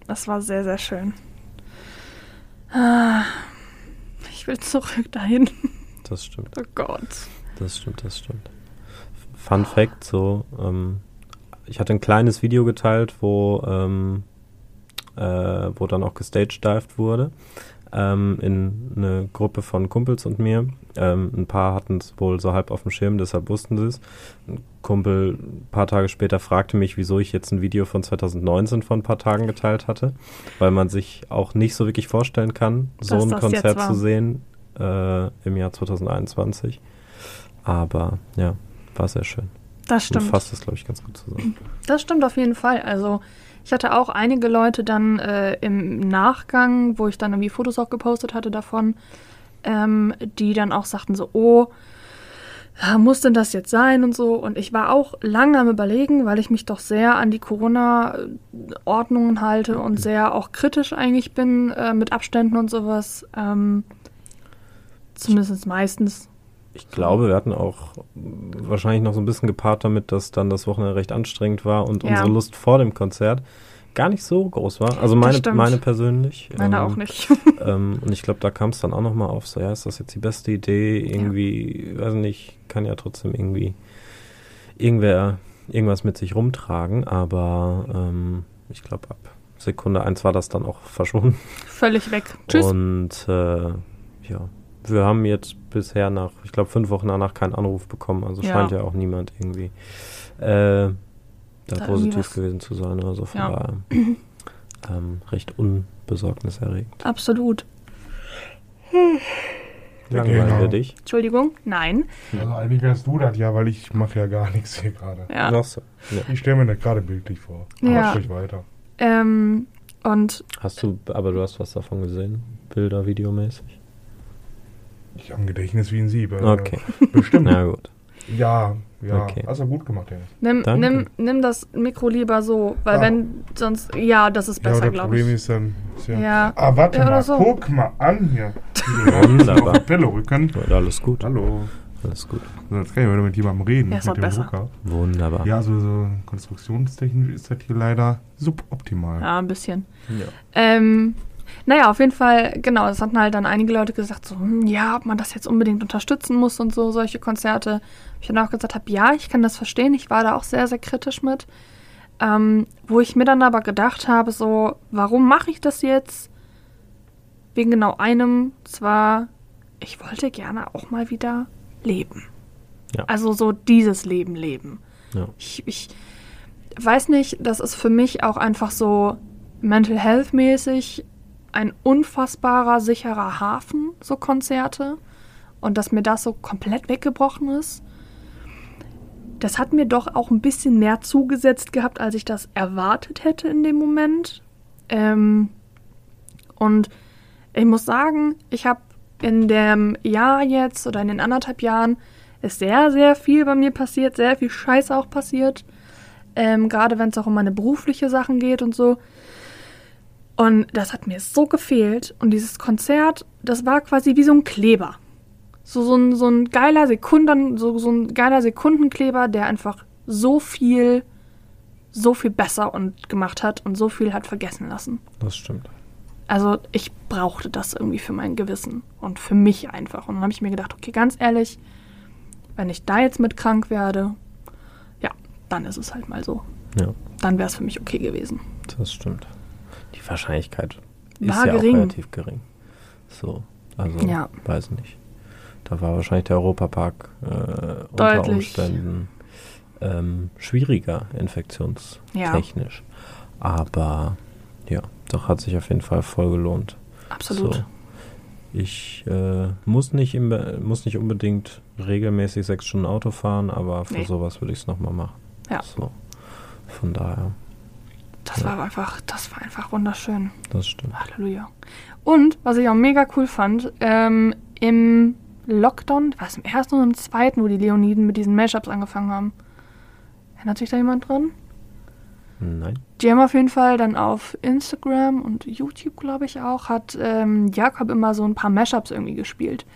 Speaker 1: Das war sehr, sehr schön. Ah, Ich will zurück dahin.
Speaker 3: Das stimmt,
Speaker 1: Oh Gott.
Speaker 3: das stimmt, das stimmt. Fun Fact, so, ähm, ich hatte ein kleines Video geteilt, wo, ähm, äh, wo dann auch gestagedived wurde. ähm, in eine Gruppe von Kumpels und mir. Ähm, ein paar hatten es wohl so halb auf dem Schirm, deshalb wussten sie es. Ein Kumpel ein paar Tage später fragte mich, wieso ich jetzt ein Video von 2019 von ein paar Tagen geteilt hatte, weil man sich auch nicht so wirklich vorstellen kann, so
Speaker 1: Dass
Speaker 3: ein
Speaker 1: das jetzt
Speaker 3: Konzert
Speaker 1: war.
Speaker 3: zu sehen äh, im Jahr 2021. Aber ja, war sehr schön.
Speaker 1: Das stimmt.
Speaker 3: Und fasst das, glaube ich, ganz gut zusammen.
Speaker 1: Das stimmt auf jeden Fall. Also ich hatte auch einige Leute dann äh, im Nachgang, wo ich dann irgendwie Fotos auch gepostet hatte davon, ähm, die dann auch sagten so, oh, ja, muss denn das jetzt sein und so. Und ich war auch lange am Überlegen, weil ich mich doch sehr an die Corona-Ordnungen halte und sehr auch kritisch eigentlich bin äh, mit Abständen und sowas. Ähm, zumindest meistens.
Speaker 3: Ich glaube, wir hatten auch mm, wahrscheinlich noch so ein bisschen gepaart damit, dass dann das Wochenende recht anstrengend war und
Speaker 1: Ja.
Speaker 3: unsere Lust vor dem Konzert gar nicht so groß war. Also meine,
Speaker 1: stimmt.
Speaker 3: meine persönlich.
Speaker 1: Meine
Speaker 3: ähm,
Speaker 1: auch nicht.
Speaker 3: Ähm, und ich glaube, da kam es dann auch nochmal auf, so ja, ist das jetzt die beste Idee? Irgendwie, weiß nicht, kann ja trotzdem irgendwie irgendwer irgendwas mit sich rumtragen, aber ähm, ich glaube, ab Sekunde eins war das dann auch verschwunden.
Speaker 1: Völlig weg. Tschüss.
Speaker 3: Und äh, ja, wir haben jetzt bisher nach, ich glaube, fünf Wochen danach keinen Anruf bekommen. Also
Speaker 1: Ja.
Speaker 3: scheint ja auch niemand irgendwie äh, da,
Speaker 1: irgendwie
Speaker 3: positiv
Speaker 1: was-
Speaker 3: gewesen zu sein oder so. Von
Speaker 1: Ja.
Speaker 3: daher ähm, recht unbesorgniserregend.
Speaker 1: Absolut.
Speaker 3: Langweilen wir
Speaker 2: Genau.
Speaker 3: dich.
Speaker 1: Entschuldigung, nein.
Speaker 2: Also eigentlich wärst du das ja, weil ich mache ja gar nichts hier gerade.
Speaker 1: Ja.
Speaker 3: Ach so. Ja.
Speaker 2: Ich stelle mir das gerade bildlich vor.
Speaker 1: Ja.
Speaker 2: Aber sprich weiter.
Speaker 1: Ähm, und
Speaker 3: Hast du, aber du hast was davon gesehen? Bilder, videomäßig?
Speaker 2: Ich habe ein Gedächtnis wie ein Sieb. äh,
Speaker 3: Okay,
Speaker 2: Bestimmt.
Speaker 3: na gut.
Speaker 2: Ja, ja.
Speaker 3: Okay.
Speaker 2: Hast du gut gemacht, Dennis.
Speaker 1: nimm,
Speaker 3: Danke.
Speaker 1: nimm, nimm das Mikro lieber so, weil
Speaker 2: Ah.
Speaker 1: wenn sonst. Ja, das ist
Speaker 2: Ja,
Speaker 1: besser,
Speaker 2: aber das
Speaker 1: glaube
Speaker 2: Problem
Speaker 1: ich.
Speaker 2: ist dann. Ist ja,
Speaker 1: Ja.
Speaker 2: Ah, warte
Speaker 1: Ja, oder
Speaker 2: mal,
Speaker 1: so.
Speaker 2: guck mal an hier.
Speaker 3: Wunderbar.
Speaker 2: Pellerücken.
Speaker 3: Ja, Alles gut.
Speaker 2: Hallo.
Speaker 3: Alles gut.
Speaker 2: So, Jetzt kann ich wieder mit jemandem reden.
Speaker 1: Ja, ist
Speaker 2: mit
Speaker 1: doch besser.
Speaker 2: Drucker.
Speaker 3: Wunderbar.
Speaker 2: Ja, so, so konstruktionstechnisch ist das hier leider suboptimal.
Speaker 1: Ja, ein bisschen.
Speaker 3: Ja.
Speaker 1: Ähm, naja, auf jeden Fall, genau, es hatten halt dann einige Leute gesagt, so, hm, ja, ob man das jetzt unbedingt unterstützen muss und so, solche Konzerte. Ich dann auch gesagt habe, ja, ich kann das verstehen, ich war da auch sehr, sehr kritisch mit. Ähm, wo ich mir dann aber gedacht habe, so, warum mache ich das jetzt? Wegen genau einem, zwar, ich wollte gerne auch mal wieder leben.
Speaker 3: Ja.
Speaker 1: Also so dieses Leben leben.
Speaker 3: Ja.
Speaker 1: Ich, ich weiß nicht, das ist für mich auch einfach so mental health mäßig ein unfassbarer sicherer Hafen, so Konzerte. Und dass mir das so komplett weggebrochen ist. Das hat mir doch auch ein bisschen mehr zugesetzt gehabt, als ich das erwartet hätte in dem Moment. Ähm, und ich muss sagen, ich habe in dem Jahr jetzt oder in den anderthalb Jahren ist sehr, sehr viel bei mir passiert, sehr viel Scheiße auch passiert. Ähm, Gerade wenn es auch um meine berufliche Sachen geht und so. Und das hat mir so gefehlt. Und dieses Konzert, das war quasi wie so ein Kleber. So, so, ein, so ein geiler Sekunden, so, so ein geiler Sekundenkleber, der einfach so viel, so viel besser und gemacht hat und so viel hat vergessen lassen.
Speaker 3: Das stimmt.
Speaker 1: Also ich brauchte das irgendwie für mein Gewissen und für mich einfach. Und dann habe ich mir gedacht, okay, ganz ehrlich, wenn ich da jetzt mit krank werde, ja, dann ist es halt mal so.
Speaker 3: Ja,
Speaker 1: Dann wäre es für mich okay gewesen.
Speaker 3: das stimmt. Die Wahrscheinlichkeit
Speaker 1: War
Speaker 3: ist ja
Speaker 1: gering.
Speaker 3: auch relativ gering. So, also
Speaker 1: Ja.
Speaker 3: weiß nicht. Da war wahrscheinlich der Europapark äh, unter
Speaker 1: Deutlich.
Speaker 3: Umständen ähm, schwieriger infektionstechnisch. Aber ja, doch hat sich auf jeden Fall voll gelohnt.
Speaker 1: Absolut.
Speaker 3: So. Ich äh, muss, nicht im, muss nicht unbedingt regelmäßig sechs Stunden Auto fahren, aber für
Speaker 1: Nee.
Speaker 3: sowas würde ich es nochmal machen.
Speaker 1: Ja.
Speaker 3: So. Von daher,
Speaker 1: Das war einfach, das war einfach wunderschön.
Speaker 3: das stimmt.
Speaker 1: Halleluja. Und was ich auch mega cool fand, ähm, im Lockdown, was im ersten und im zweiten, wo die Leoniden mit diesen Mashups angefangen haben. Erinnert sich da jemand dran?
Speaker 3: Nein.
Speaker 1: Die haben auf jeden Fall dann auf Instagram und YouTube, glaube ich auch, hat ähm, Jakob immer so ein paar Mashups irgendwie gespielt.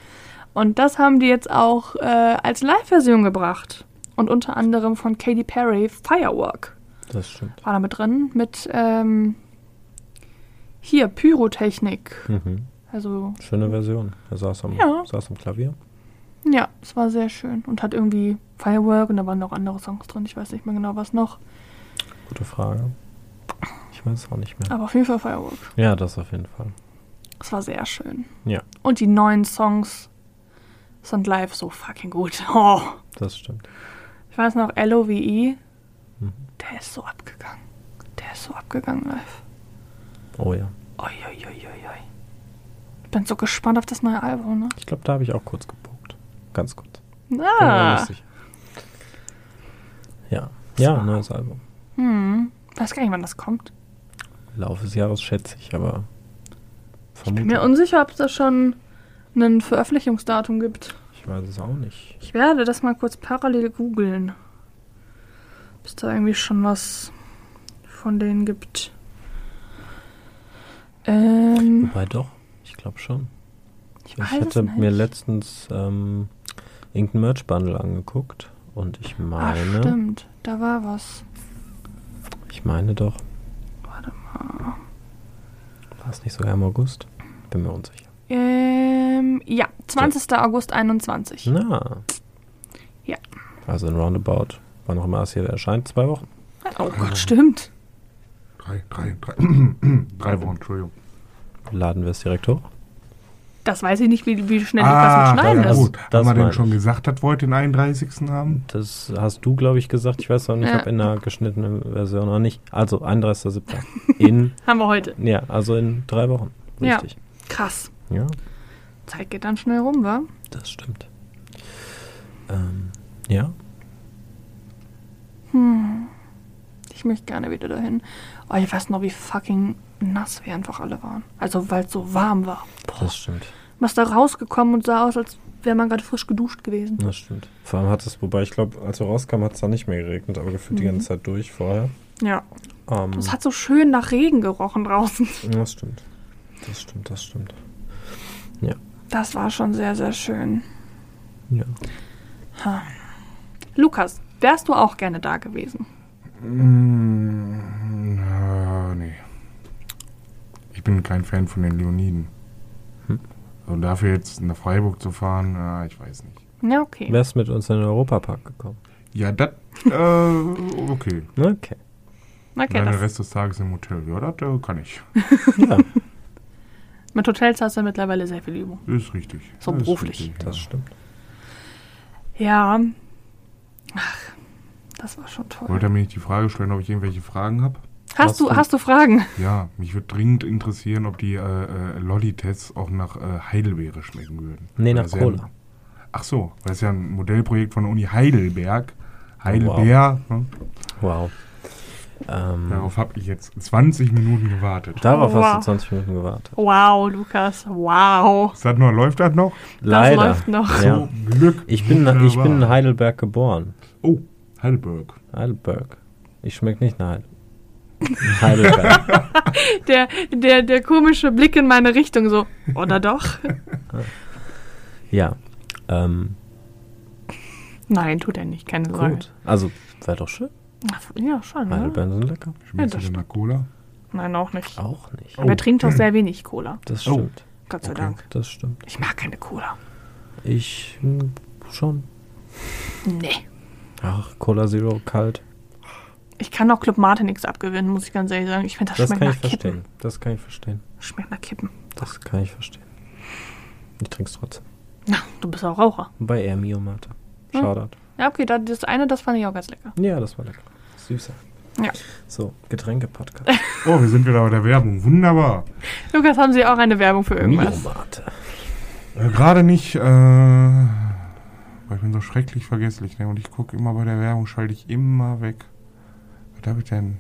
Speaker 1: Und das haben die jetzt auch äh, als Live-Version gebracht. Und unter anderem von Katy Perry Firework
Speaker 3: Das stimmt.
Speaker 1: war da mit drin. Mit ähm, hier Pyrotechnik.
Speaker 3: Mhm.
Speaker 1: Also
Speaker 3: Schöne Version. Er saß am,
Speaker 1: Ja.
Speaker 3: saß am Klavier.
Speaker 1: ja, es war sehr schön. Und hat irgendwie Firework und da waren noch andere Songs drin. Ich weiß nicht mehr genau, was noch.
Speaker 3: Gute Frage. Ich weiß auch nicht mehr.
Speaker 1: Aber auf jeden Fall Firework.
Speaker 3: Ja, das auf jeden Fall.
Speaker 1: Es war sehr schön.
Speaker 3: Ja,
Speaker 1: Und die neuen Songs sind live so fucking gut. Oh.
Speaker 3: das stimmt.
Speaker 1: Ich weiß noch, LOVE,
Speaker 3: Mhm.
Speaker 1: E. der ist so abgegangen. Der ist so abgegangen live.
Speaker 3: Oh ja.
Speaker 1: Oi, oi, oi, oi, oi. Ich bin so gespannt auf das neue Album, ne?
Speaker 3: Ich glaube, da habe ich auch kurz gepokt. Ganz kurz. Bin mir
Speaker 1: Ah.
Speaker 3: nicht sicher. Ja. Ja, neues Album.
Speaker 1: Hm. Weiß gar nicht, wann das kommt.
Speaker 3: Lauf des Jahres schätze ich, aber
Speaker 1: Ich bin mir
Speaker 3: vermutlich.
Speaker 1: unsicher, ob es da schon ein Veröffentlichungsdatum gibt.
Speaker 3: Ich weiß es auch nicht.
Speaker 1: Ich werde das mal kurz parallel googeln. Ob es da irgendwie schon was von denen gibt. Ähm,
Speaker 3: Wobei doch, ich glaube schon.
Speaker 1: ich
Speaker 3: Ich
Speaker 1: weiß
Speaker 3: hatte
Speaker 1: es nicht.
Speaker 3: mir letztens ähm, irgendeinen Merch-Bundle angeguckt und ich
Speaker 1: Ach,
Speaker 3: meine,
Speaker 1: stimmt. Da war was.
Speaker 3: ich meine doch,
Speaker 1: Warte mal.
Speaker 3: war es nicht sogar im August? Bin mir unsicher.
Speaker 1: Ähm, ja, 20. August 21.
Speaker 3: Na.
Speaker 1: Ja.
Speaker 3: Also in Roundabout, wann auch immer es hier erscheint, zwei Wochen.
Speaker 1: Oh Gott, stimmt.
Speaker 2: Drei, drei, drei, drei Wochen, Entschuldigung.
Speaker 3: Laden wir es direkt hoch.
Speaker 1: Das weiß ich nicht, wie, wie schnell ich das mit schneiden
Speaker 2: Ah, ja,
Speaker 1: das.
Speaker 2: gut.
Speaker 3: Das
Speaker 2: Haben wir
Speaker 3: meine
Speaker 2: denn
Speaker 3: ich.
Speaker 2: schon gesagt, das wollt ihr den 31. haben?
Speaker 3: Das hast du, glaube ich, gesagt. Ich weiß noch nicht,
Speaker 1: Ja.
Speaker 3: ob in der geschnittenen Version oder nicht. Also 31.07. in,
Speaker 1: Haben wir heute.
Speaker 3: ja, also in drei Wochen.
Speaker 1: Ja.
Speaker 3: Richtig.
Speaker 1: Krass.
Speaker 3: Ja,
Speaker 1: Zeit geht dann schnell rum, wa?
Speaker 3: das stimmt. Ähm, ja,
Speaker 1: Ich möchte gerne wieder dahin. Oh, ich weiß noch, wie fucking nass wir einfach alle waren. Also, weil es so warm war. Boah.
Speaker 3: das stimmt.
Speaker 1: Man ist da rausgekommen und sah aus, als wäre man gerade frisch geduscht gewesen.
Speaker 3: Das stimmt. Vor allem hat es, wobei ich glaube, als wir rauskamen, hat es dann nicht mehr geregnet, aber gefühlt die ganze Zeit durch vorher.
Speaker 1: Ja.
Speaker 3: Ähm,
Speaker 1: Es hat so schön nach Regen gerochen draußen.
Speaker 3: das stimmt. Das stimmt, das stimmt. Ja,
Speaker 1: Das war schon sehr, sehr schön.
Speaker 3: ja.
Speaker 1: Lukas, wärst du auch gerne da gewesen?
Speaker 2: Ah, nee. Ich bin kein Fan von den Leoniden.
Speaker 3: Hm.
Speaker 2: Und dafür jetzt nach Freiburg zu fahren, ah, ich weiß nicht.
Speaker 1: Ja, okay.
Speaker 3: Wärst mit uns in den Europapark gekommen?
Speaker 2: Ja, das, äh, okay.
Speaker 3: Okay.
Speaker 1: Okay,
Speaker 2: Dann den
Speaker 1: das,
Speaker 2: Rest des Tages im Hotel. Ja, das äh, kann ich.
Speaker 3: Ja,
Speaker 1: mit Hotels hast du mittlerweile sehr viel Übung.
Speaker 2: Ist richtig.
Speaker 1: So
Speaker 2: Ist
Speaker 1: beruflich.
Speaker 2: richtig,
Speaker 3: das
Speaker 2: ja.
Speaker 3: stimmt.
Speaker 1: Ja. Ach, das war schon toll.
Speaker 2: Wollt ihr mir nicht die Frage stellen, ob ich irgendwelche Fragen habe?
Speaker 1: Hast du,
Speaker 3: Hast du-
Speaker 1: hast du Fragen?
Speaker 2: Ja, mich würde dringend interessieren, ob die äh, äh, Lolli-Tests auch nach äh, Heidelbeere schmecken würden.
Speaker 3: Nee,
Speaker 2: Weil
Speaker 3: nach
Speaker 2: das ja Ein,
Speaker 3: Cola.
Speaker 2: ach so, weil das ist ja ein Modellprojekt von der Uni Heidelberg. Heidelberg. Ne?
Speaker 3: Wow. Ähm,
Speaker 2: Darauf habe ich jetzt 20 Minuten gewartet.
Speaker 3: Darauf hast
Speaker 1: Wow.
Speaker 3: du 20 Minuten gewartet.
Speaker 1: Wow, Lukas, wow.
Speaker 2: Ist das noch, läuft das noch?
Speaker 3: Leider.
Speaker 1: läuft noch.
Speaker 3: Ja.
Speaker 2: So, Glück.
Speaker 3: Ich, bin, ich
Speaker 2: Wunderbar.
Speaker 3: bin in Heidelberg geboren.
Speaker 2: Oh, Heidelberg.
Speaker 3: Heidelberg. Ich schmecke nicht nach Heidelberg. Heidelberg.
Speaker 1: Der, der, der komische Blick in meine Richtung so, oder doch?
Speaker 3: Ja. Ähm,
Speaker 1: Nein, tut er nicht, keine Sorge.
Speaker 3: gut. Also, wäre doch schön.
Speaker 1: Ach, Ja, schon, ne?
Speaker 3: Heidelbeeren sind lecker.
Speaker 2: Schmeckt
Speaker 1: das
Speaker 2: ja, nach Cola?
Speaker 1: Nein, auch nicht.
Speaker 3: Auch nicht.
Speaker 1: Aber er trinkt auch sehr wenig Cola,
Speaker 3: Das
Speaker 2: Oh.
Speaker 3: stimmt.
Speaker 1: Gott sei
Speaker 2: Okay.
Speaker 1: Dank.
Speaker 3: Das stimmt.
Speaker 1: Ich mag keine Cola.
Speaker 3: Ich hm, schon.
Speaker 1: Nee.
Speaker 3: Ach, Cola Zero kalt.
Speaker 1: Ich kann auch Club Martin nichts abgewinnen, muss ich ganz ehrlich sagen. Ich finde, das,
Speaker 3: Das
Speaker 1: schmeckt
Speaker 3: kann ich
Speaker 1: nach
Speaker 3: verstehen.
Speaker 1: Kippen.
Speaker 3: Das kann ich verstehen.
Speaker 1: Schmeckt nach Kippen.
Speaker 3: Das kann ich verstehen. Ich trinke es trotzdem.
Speaker 1: Na, du bist auch Raucher.
Speaker 3: Bei eher Mio Mate.
Speaker 1: Hm.
Speaker 3: Shoutout.
Speaker 1: Ja, okay, da- das eine, das fand ich auch ganz lecker.
Speaker 3: Ja, das war lecker. Süßer.
Speaker 1: Ja.
Speaker 3: So, Getränke-Podcast.
Speaker 2: Oh, wir sind wieder bei der Werbung. Wunderbar.
Speaker 1: Lukas, haben Sie auch eine Werbung für irgendwas?
Speaker 3: Mate.
Speaker 2: Äh, Gerade nicht, äh, weil ich bin so schrecklich vergesslich, ne? Und ich gucke immer bei der Werbung, schalte ich immer weg. Was habe ich denn?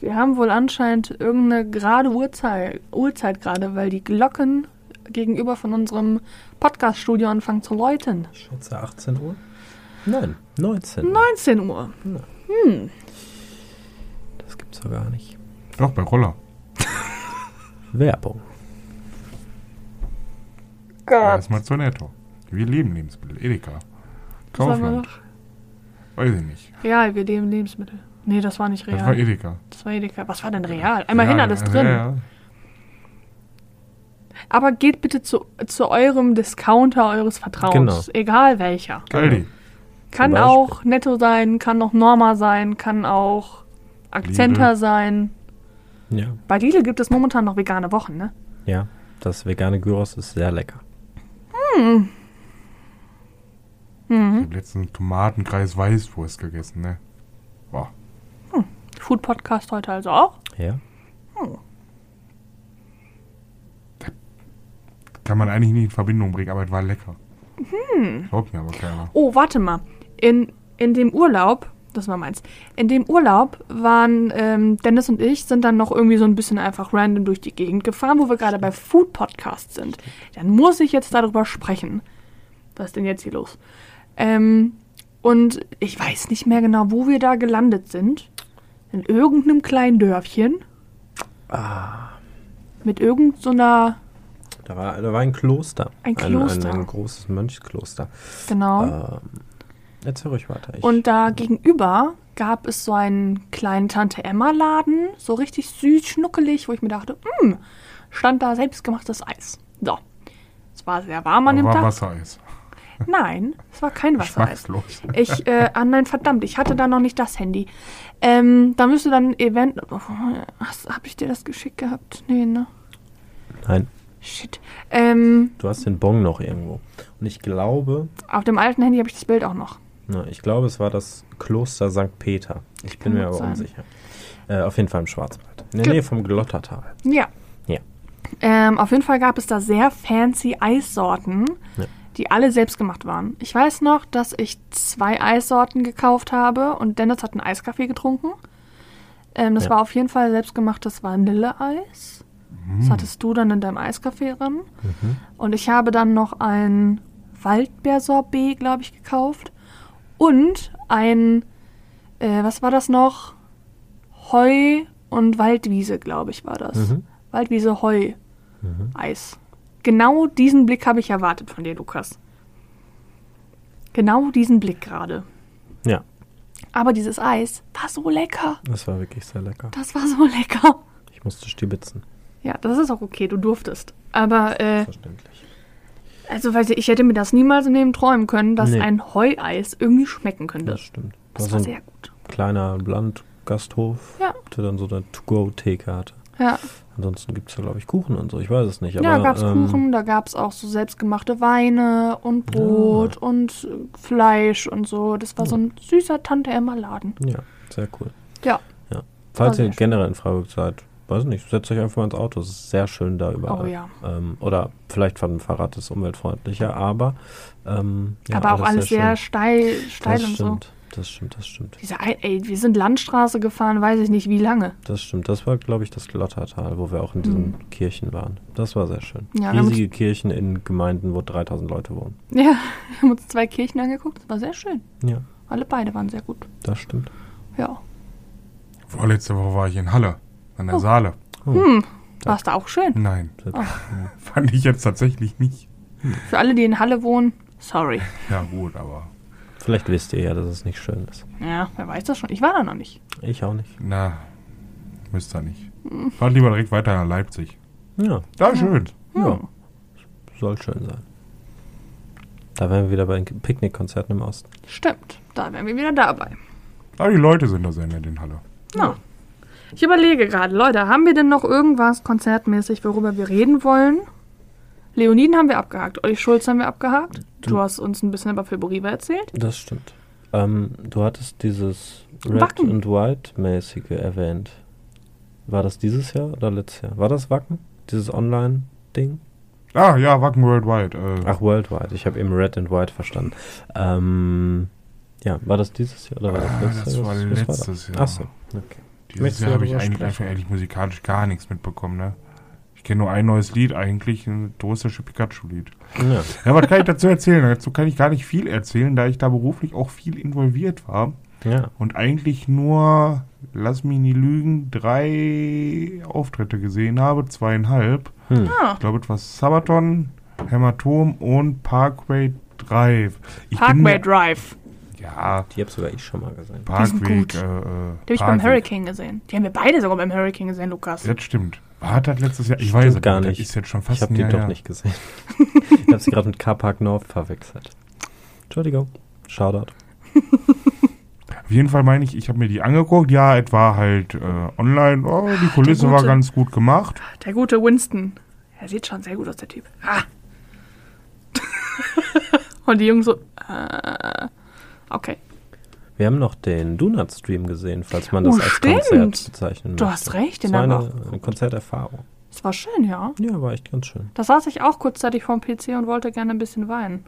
Speaker 1: Wir haben wohl anscheinend irgendeine gerade Uhrzeit, Uhrzeit gerade, weil die Glocken gegenüber von unserem Podcast-Studio anfangen zu läuten.
Speaker 3: Ich schätze 18 Uhr? Nein, 19 Uhr.
Speaker 1: 19 Uhr.
Speaker 3: Das gibt's doch gar nicht.
Speaker 2: Doch, bei Roller.
Speaker 3: Werbung.
Speaker 2: Erstmal zur Netto. Wir leben Lebensmittel. Edeka.
Speaker 1: Das war
Speaker 2: Kaufland.
Speaker 1: noch
Speaker 2: Weiß ich nicht.
Speaker 1: real, wir leben Lebensmittel. Nee, das war nicht
Speaker 2: Das war
Speaker 1: real.
Speaker 2: Edeka.
Speaker 1: Das war Edeka. Was war denn real? Immerhin alles
Speaker 2: ja,
Speaker 1: drin.
Speaker 2: Ja,
Speaker 1: Aber geht bitte zu, zu eurem Discounter eures Vertrauens.
Speaker 3: Genau.
Speaker 1: Egal welcher.
Speaker 2: Aldi.
Speaker 1: Kann
Speaker 3: Beispiel.
Speaker 1: auch Netto sein, kann auch Norma sein, kann auch Akzenter sein.
Speaker 3: Ja.
Speaker 1: Bei Lidl gibt es momentan noch vegane Wochen, ne?
Speaker 3: Ja, das vegane Gyros ist sehr lecker.
Speaker 1: Mhm.
Speaker 2: Ich habe letztens Tomatenkreis Weißwurst gegessen, ne? Boah.
Speaker 1: Food Podcast heute also auch.
Speaker 3: Ja?
Speaker 2: Kann man eigentlich nicht in Verbindung bringen, aber es war lecker.
Speaker 1: Mhm.
Speaker 2: Glaubt mir aber keiner.
Speaker 1: Oh, warte mal. In, in dem Urlaub, das war meins, in dem Urlaub waren ähm, Dennis und ich sind dann noch irgendwie so ein bisschen einfach random durch die Gegend gefahren, wo wir gerade bei Food Podcast sind. Dann muss ich jetzt darüber sprechen. Was ist denn jetzt hier los? Ähm, und ich weiß nicht mehr genau, wo wir da gelandet sind. In irgendeinem kleinen Dörfchen. Mit irgendeiner. So einer-
Speaker 3: Da war, da war ein Kloster.
Speaker 1: Ein Kloster.
Speaker 3: Ein, ein großes Mönchskloster.
Speaker 1: genau.
Speaker 3: Ähm, jetzt höre ich weiter. Ich,
Speaker 1: Und da gegenüber gab es so einen kleinen Tante Emma Laden, so richtig süß, schnuckelig, wo ich mir dachte, hm, stand da selbstgemachtes Eis. So. Es war sehr warm an
Speaker 2: Aber
Speaker 1: dem
Speaker 2: war
Speaker 1: Tag.
Speaker 2: Wassereis.
Speaker 1: Nein, es war kein Wassereis.
Speaker 2: Geschmackslos.
Speaker 1: Ich, äh, ah nein, verdammt, ich hatte da noch nicht das Handy. Ähm, da müsste dann Event. Oh, was, hab ich dir das geschickt gehabt? Nee, ne?
Speaker 3: nein,
Speaker 1: Shit. Ähm,
Speaker 3: du hast den Bon noch irgendwo. Und ich glaube,
Speaker 1: auf dem alten Handy habe ich das Bild auch noch.
Speaker 3: Na, ich glaube, es war das Kloster St. Peter. Ich
Speaker 1: Kann
Speaker 3: bin mir
Speaker 1: gut
Speaker 3: aber
Speaker 1: sein.
Speaker 3: unsicher. Äh, auf jeden Fall im Schwarzwald. In der
Speaker 1: Ge-
Speaker 3: Nähe vom Glottertal.
Speaker 1: Ja.
Speaker 3: Ja.
Speaker 1: Ähm, auf jeden Fall gab es da sehr fancy Eissorten,
Speaker 3: Ja.
Speaker 1: die alle selbst gemacht waren. Ich weiß noch, dass ich zwei Eissorten gekauft habe und Dennis hat einen Eiskaffee getrunken. Ähm, das
Speaker 3: Ja.
Speaker 1: war auf jeden Fall selbstgemachtes Vanilleeis.
Speaker 3: Mhm.
Speaker 1: Das hattest du dann in deinem Eiskaffee drin. Und ich habe dann noch ein Waldbeersorbet, glaube ich, gekauft. Und ein, äh, was war das noch? Heu und Waldwiese, glaube ich, war das.
Speaker 3: Mhm.
Speaker 1: Waldwiese, Heu, Eis. Genau diesen Blick habe ich erwartet von dir, Lukas. Genau diesen Blick gerade.
Speaker 3: Ja,
Speaker 1: Aber dieses Eis war so lecker.
Speaker 3: das war wirklich sehr lecker.
Speaker 1: Das war so lecker.
Speaker 3: Ich musste stibitzen,
Speaker 1: Ja, das ist auch okay, du durftest. Aber, äh,
Speaker 3: verständlich.
Speaker 1: also weiß ich, ich hätte mir das niemals im Leben träumen können, dass
Speaker 3: Nee.
Speaker 1: ein Heueis irgendwie schmecken könnte.
Speaker 3: Das stimmt.
Speaker 1: Das
Speaker 3: war
Speaker 1: war
Speaker 3: so ein
Speaker 1: sehr gut.
Speaker 3: kleiner Landgasthof,
Speaker 1: Ja.
Speaker 3: der dann so eine To-Go-Theke hatte.
Speaker 1: Ja,
Speaker 3: Ansonsten gibt es da, glaube ich, Kuchen und so. Ich weiß es nicht.
Speaker 1: ja
Speaker 3: aber,
Speaker 1: gab's
Speaker 3: ähm,
Speaker 1: Kuchen, da gab's auch so selbstgemachte Weine und Brot und äh, Fleisch und so. Das war so ein süßer Tante-Emma-Laden.
Speaker 3: Ja, sehr cool.
Speaker 1: Ja.
Speaker 3: ja. Falls
Speaker 1: sehr
Speaker 3: ihr
Speaker 1: schön.
Speaker 3: generell in Freiburg seid, weiß nicht, setzt euch einfach mal ins Auto. Es ist sehr schön da überall.
Speaker 1: Oh ja.
Speaker 3: Ähm, oder vielleicht von dem Fahrrad ist umweltfreundlicher, aber. Ähm, ja,
Speaker 1: Aber auch alles sehr,
Speaker 3: schön.
Speaker 1: steil, steil
Speaker 3: Das
Speaker 1: und so.
Speaker 3: stimmt, das stimmt, das stimmt.
Speaker 1: Diese, Ei- ey, wir sind Landstraße gefahren, weiß ich nicht wie lange.
Speaker 3: Das stimmt. Das war, glaube ich, das Glottertal, wo wir auch in diesen Kirchen waren. Das war sehr schön.
Speaker 1: Mhm. Ja, wir haben
Speaker 3: Riesige Kirchen in Gemeinden, wo 3000 Leute wohnen.
Speaker 1: Ja, wir haben uns zwei Kirchen angeguckt, das war sehr schön.
Speaker 3: Ja,
Speaker 1: Alle beide waren sehr gut.
Speaker 3: das stimmt.
Speaker 1: Ja.
Speaker 2: Vorletzte Woche war ich in Halle, an der
Speaker 1: Oh.
Speaker 2: Saale.
Speaker 1: War es da auch schön.
Speaker 2: Nein,
Speaker 3: Oh.
Speaker 2: fand ich jetzt tatsächlich nicht.
Speaker 1: Für alle, die in Halle wohnen, sorry.
Speaker 2: Ja gut, aber
Speaker 3: Vielleicht wisst ihr ja, dass es nicht schön ist.
Speaker 1: Ja, wer weiß das schon. Ich war da noch nicht.
Speaker 3: Ich auch nicht.
Speaker 2: na, müsst ihr nicht.
Speaker 1: Mhm.
Speaker 2: Fahrt lieber direkt weiter nach Leipzig.
Speaker 3: Ja,
Speaker 2: Da schön.
Speaker 3: ja.
Speaker 1: Hm,
Speaker 3: Soll schön sein. Da wären wir wieder bei den Picknickkonzerten im Osten.
Speaker 1: Stimmt, da wären wir wieder dabei.
Speaker 2: Aber Ah, die Leute sind da sehr nett in Halle.
Speaker 1: Na. Ich überlege gerade, Leute, haben wir denn noch irgendwas konzertmäßig, worüber wir reden wollen? Leoniden haben wir abgehakt, Olli Schulz haben wir abgehakt. Du hast uns ein bisschen über Phil Boriva erzählt.
Speaker 3: Das stimmt. Ähm, du hattest dieses Red
Speaker 1: Wacken.
Speaker 3: and White-mäßige erwähnt. War das dieses Jahr oder letztes Jahr? War das Wacken? Dieses Online-Ding?
Speaker 2: Ah ja, Wacken Worldwide. Äh,
Speaker 3: Ach, Worldwide. Ich habe eben Red and White verstanden. Ähm, ja, war das dieses Jahr oder war
Speaker 2: Ah,
Speaker 3: das letztes
Speaker 2: das
Speaker 3: Jahr?
Speaker 2: war
Speaker 3: Was- was
Speaker 2: letztes
Speaker 3: da?
Speaker 2: Jahr.
Speaker 3: Ach so. Okay.
Speaker 2: dieses
Speaker 3: möchtest
Speaker 2: Jahr
Speaker 3: du
Speaker 2: habe ich
Speaker 3: darüber
Speaker 2: eigentlich
Speaker 3: sprechen?
Speaker 2: einfach ehrlich musikalisch gar nichts mitbekommen, ne? Ich kenne nur ein neues Lied, eigentlich ein russische Pikachu-Lied.
Speaker 3: Ja.
Speaker 2: Ja, was kann ich dazu erzählen? Dazu kann ich gar nicht viel erzählen, da ich da beruflich auch viel involviert war.
Speaker 3: ja.
Speaker 2: und eigentlich nur, lass mich nie lügen, drei Auftritte gesehen habe, zweieinhalb.
Speaker 3: Hm.
Speaker 2: Ich glaube, es war Sabaton, Hämatom und Parkway Drive. Ich bin
Speaker 1: Parkway
Speaker 2: mir-
Speaker 1: Drive.
Speaker 2: Ja,
Speaker 3: Die habe sogar ich schon mal gesehen.
Speaker 1: sind
Speaker 2: Parkweg.
Speaker 1: gut.
Speaker 2: Äh,
Speaker 1: Die
Speaker 2: äh,
Speaker 1: habe ich beim
Speaker 2: Parkweg.
Speaker 1: Hurricane gesehen. Die haben wir beide sogar beim Hurricane gesehen, Lukas.
Speaker 2: Das stimmt. War das letztes Jahr? Ich
Speaker 3: Stimmt
Speaker 2: weiß es
Speaker 3: gar
Speaker 2: Das
Speaker 3: nicht.
Speaker 2: Ist jetzt schon fast
Speaker 3: Ich
Speaker 2: ein
Speaker 3: habe die
Speaker 2: Jahr
Speaker 3: doch
Speaker 2: her.
Speaker 3: nicht gesehen. ich habe sie gerade mit Car Park North verwechselt. Entschuldigung. Shoutout.
Speaker 2: Auf jeden Fall meine ich, ich habe mir die angeguckt. Ja, es war halt äh, online. Oh, die Kulisse
Speaker 1: der
Speaker 2: war
Speaker 1: Gute.
Speaker 2: ganz gut gemacht.
Speaker 1: Der gute Winston. Er sieht schon sehr gut aus, der Typ. Ah. Und die Jungs so, äh, okay.
Speaker 3: Wir haben noch den Donut Stream gesehen, falls man
Speaker 1: Oh,
Speaker 3: das als
Speaker 1: stimmt.
Speaker 3: Konzert bezeichnen möchte.
Speaker 1: Du hast recht, den
Speaker 3: das war
Speaker 1: haben wir auch
Speaker 3: eine Konzerterfahrung.
Speaker 1: Das war schön, ja.
Speaker 3: Ja, war echt ganz schön.
Speaker 1: Da saß ich auch kurzzeitig vorm PC und wollte gerne ein bisschen weinen.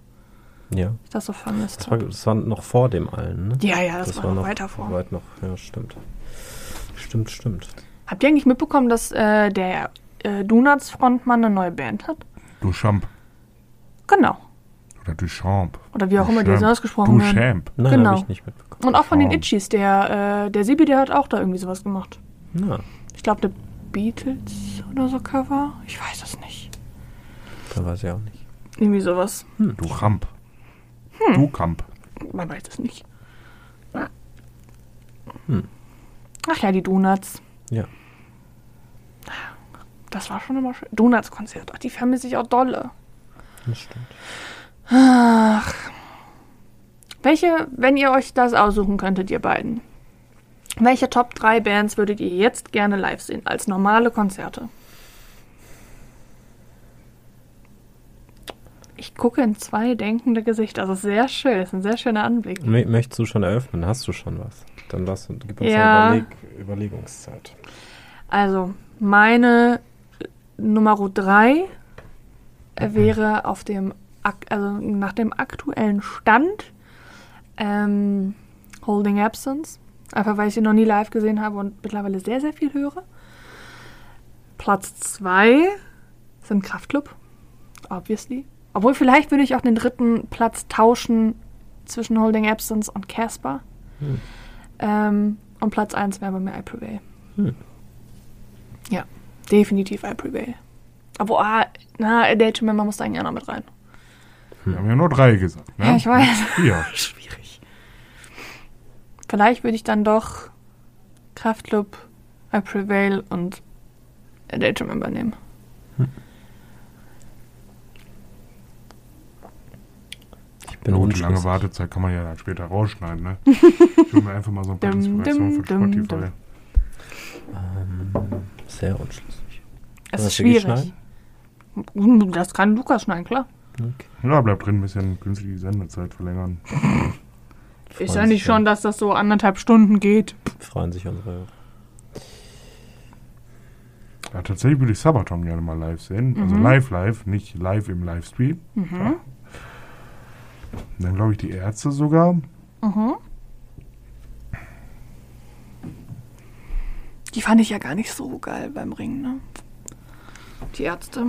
Speaker 3: Ja.
Speaker 1: Ich das so vermisst
Speaker 3: Das war,
Speaker 1: habe.
Speaker 3: das war noch vor dem allen, ne?
Speaker 1: Ja, ja, das, war, noch weiter vor.
Speaker 3: Weit noch. Ja, stimmt. Stimmt, stimmt.
Speaker 1: Habt ihr eigentlich mitbekommen, dass äh, der äh, Donuts-Frontmann eine neue Band hat?
Speaker 2: Duchamp.
Speaker 1: Genau.
Speaker 2: Oder Duchamp.
Speaker 1: Oder wie auch immer die
Speaker 2: Duchamp.
Speaker 1: so ausgesprochen werden.
Speaker 2: Duchamp.
Speaker 3: Nein,
Speaker 1: Genau.
Speaker 3: habe ich nicht mitbekommen.
Speaker 1: Und auch von den
Speaker 2: Duchamp.
Speaker 1: Itchies. Der, äh, der Sibi, der hat auch da irgendwie sowas gemacht.
Speaker 3: Ja,
Speaker 1: Ich glaube, der Beatles oder so Cover. Ich weiß es nicht.
Speaker 3: da weiß ich auch nicht.
Speaker 1: Irgendwie sowas.
Speaker 2: Duchamp.
Speaker 1: Hm.
Speaker 2: Duchamp.
Speaker 1: Man weiß es nicht. Ach ja, die Donuts.
Speaker 3: Ja.
Speaker 1: Das war schon immer schön. Donuts-Konzert. Ach, die vermisse ich auch dolle.
Speaker 3: Das stimmt.
Speaker 1: Welche, wenn ihr euch das aussuchen könntet, ihr beiden, welche Top 3 Bands würdet ihr jetzt gerne live sehen als normale Konzerte? Ich gucke in zwei denkende Gesichter. Das ist sehr schön. Das ist ein sehr schöner Anblick.
Speaker 3: Mö- Möchtest du schon eröffnen? Hast du schon was? Dann lass, gib uns
Speaker 1: Ja.
Speaker 3: eine Überleg Überlegungszeit.
Speaker 1: Also, meine Nummer 3 wäre auf dem, ak- also nach dem aktuellen Stand ähm, Holding Absence. Einfach weil ich sie noch nie live gesehen habe und mittlerweile sehr, sehr viel höre. Platz 2 sind Kraftclub, obviously. Obwohl, vielleicht würde ich auch den dritten Platz tauschen zwischen Holding Absence und Casper.
Speaker 3: Hm.
Speaker 1: Ähm, und Platz 1 wäre bei mir I Prevail.
Speaker 3: Hm.
Speaker 1: Ja, definitiv I Prevail. Obwohl, ah, na, Date Member muss da eigentlich auch noch mit rein.
Speaker 2: Wir haben ja nur drei gesagt. Ne?
Speaker 1: Ja, ich weiß.
Speaker 2: Ja.
Speaker 1: Schwierig. Vielleicht würde ich dann doch Kraftclub, I Prevail und A Day to Remember nehmen.
Speaker 3: Ich bin
Speaker 2: Na gut, die lange
Speaker 3: unschlüssig.
Speaker 2: Wartezeit kann man ja dann später rausschneiden, ne? Ich hole mir einfach mal so ein paar
Speaker 1: Dum,
Speaker 2: Inspirationen von
Speaker 1: dum, dum,
Speaker 2: Spotify.
Speaker 1: dum.
Speaker 3: Ähm, sehr unschlüssig.
Speaker 1: Es ist
Speaker 3: Soll das
Speaker 1: schwierig.
Speaker 3: wirklich schneiden?
Speaker 1: Hm, Das kann Lukas schneiden, klar.
Speaker 2: Ja, bleibt drin, ein bisschen künstlich die Sendezeit verlängern.
Speaker 1: Ist
Speaker 3: Freuen
Speaker 1: ja nicht
Speaker 3: sich
Speaker 1: schon, dass das so anderthalb Stunden geht.
Speaker 3: Freuen sich unsere.
Speaker 2: Ja, tatsächlich würde ich Sabaton gerne mal live sehen. Also
Speaker 1: Mhm.
Speaker 2: live, live, nicht live im Livestream.
Speaker 1: Mhm.
Speaker 2: Dann glaube ich die Ärzte sogar.
Speaker 1: Mhm. Die fand ich ja gar nicht so geil beim Ringen, ne? Die Ärzte.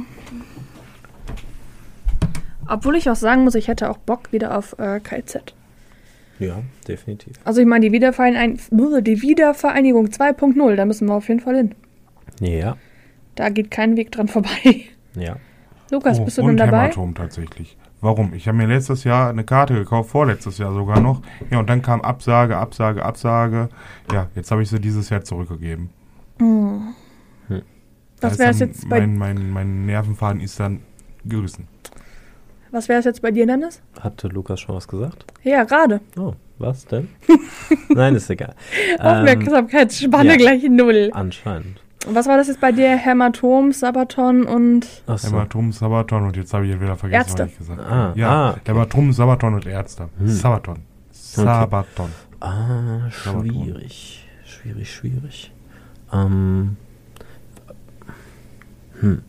Speaker 1: Obwohl ich auch sagen muss, ich hätte auch Bock wieder auf äh, KZ.
Speaker 3: Ja, definitiv.
Speaker 1: Also ich meine, die, Wiederverein die Wiedervereinigung 2.0, da müssen wir auf jeden Fall hin.
Speaker 3: Ja,
Speaker 1: Da geht kein Weg dran vorbei.
Speaker 3: ja.
Speaker 1: Lukas,
Speaker 2: Oh,
Speaker 1: bist du
Speaker 2: und
Speaker 1: denn dabei?
Speaker 2: Hämatom tatsächlich. Warum? Ich habe mir letztes Jahr eine Karte gekauft, vorletztes Jahr sogar noch. Ja, und dann kam Absage, Absage, Absage. Ja, jetzt habe ich sie dieses Jahr zurückgegeben.
Speaker 1: Hm.
Speaker 3: Hm.
Speaker 2: Da
Speaker 1: Was
Speaker 2: ist
Speaker 1: wäre es
Speaker 2: dann
Speaker 1: jetzt bei
Speaker 2: mein, mein, mein Nervenfaden ist dann gerissen.
Speaker 1: was wäre es jetzt bei dir, Dennis?
Speaker 3: Hatte Lukas schon was gesagt?
Speaker 1: Ja, gerade.
Speaker 3: Oh, was denn? Nein, ist egal. Ähm,
Speaker 1: Aufmerksamkeitsspanne
Speaker 3: ja.
Speaker 1: gleich null.
Speaker 3: anscheinend.
Speaker 1: Und was war das jetzt bei dir? Hämatom, Sabaton und.
Speaker 3: Achso.
Speaker 2: Hämatom, Sabaton und jetzt habe ich ihn wieder vergessen,
Speaker 1: Ärzte.
Speaker 2: was ich gesagt habe.
Speaker 3: Ah,
Speaker 2: ja,
Speaker 3: ah, okay.
Speaker 2: Hämatom, Sabaton und Ärzte.
Speaker 3: Hm.
Speaker 2: Sabaton. Sabaton.
Speaker 3: Ah,
Speaker 2: Sabaton.
Speaker 3: schwierig. Schwierig, schwierig. Ähm. Hm.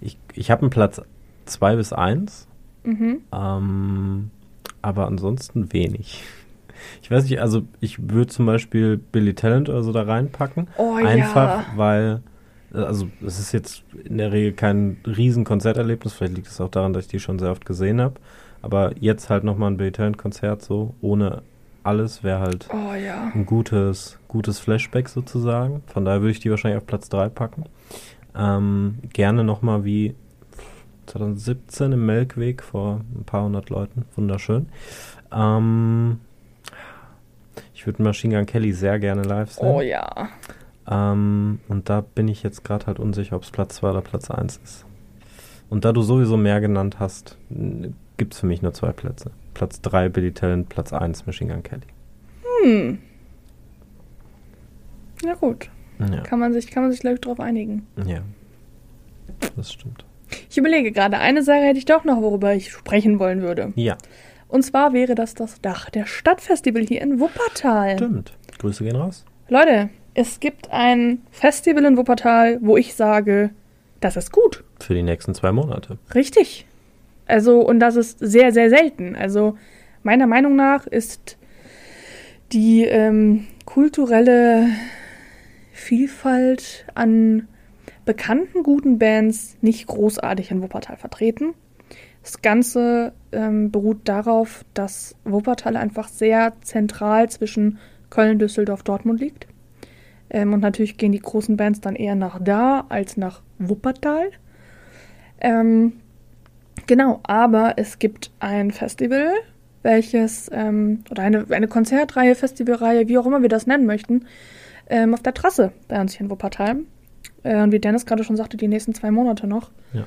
Speaker 3: Ich, ich habe einen Platz 2 bis 1,
Speaker 1: Mhm.
Speaker 3: ähm, aber ansonsten wenig. Ich weiß nicht, also ich würde zum Beispiel Billy Talent oder so da reinpacken.
Speaker 1: Oh
Speaker 3: einfach,
Speaker 1: ja.
Speaker 3: weil, äh, also es ist jetzt in der Regel kein riesen Konzerterlebnis, vielleicht liegt es auch daran, dass ich die schon sehr oft gesehen habe, aber jetzt halt nochmal ein Billy Talent Konzert so, ohne alles, wäre halt
Speaker 1: Oh ja.
Speaker 3: ein gutes, gutes Flashback sozusagen, von daher würde ich die wahrscheinlich auf Platz 3 packen. Ähm, gerne nochmal wie 2017 im Melkweg vor ein paar hundert Leuten, wunderschön. Ähm, ich würde Machine Gun Kelly sehr gerne live
Speaker 2: ne?
Speaker 3: sehen.
Speaker 1: Oh ja.
Speaker 3: Ähm, und da bin ich jetzt gerade halt unsicher, ob es Platz 2 oder Platz 1 ist. Und da du sowieso mehr genannt hast, gibt es für mich nur zwei Plätze. Platz 3 Billy Talent, Platz 1 Machine Gun Kelly.
Speaker 1: Hm. Na gut.
Speaker 3: Ja,
Speaker 1: Kann man sich, kann man sich glaube ich, drauf einigen.
Speaker 3: ja. Das stimmt.
Speaker 1: Ich überlege gerade, eine Sache hätte ich doch noch, worüber ich sprechen wollen würde.
Speaker 3: Ja,
Speaker 1: Und zwar wäre das das Dach der Stadtfestival hier in Wuppertal.
Speaker 3: stimmt. Grüße gehen raus.
Speaker 1: Leute, es gibt ein Festival in Wuppertal, wo ich sage, das ist gut.
Speaker 3: Für die nächsten zwei Monate.
Speaker 1: Richtig. Also, und das ist sehr, sehr selten. Also, meiner Meinung nach ist die ähm, kulturelle Vielfalt an bekannten guten Bands nicht großartig in Wuppertal vertreten. Das Ganze ähm, beruht darauf, dass Wuppertal einfach sehr zentral zwischen Köln, Düsseldorf, Dortmund liegt. Ähm, und natürlich gehen die großen Bands dann eher nach da als nach Wuppertal. Ähm, genau, aber es gibt ein Festival, welches, ähm, oder eine, eine Konzertreihe, Festivalreihe, wie auch immer wir das nennen möchten, ähm, auf der Trasse bei uns hier in Wuppertal. Äh, und wie Dennis gerade schon sagte, die nächsten zwei Monate noch.
Speaker 3: Ja.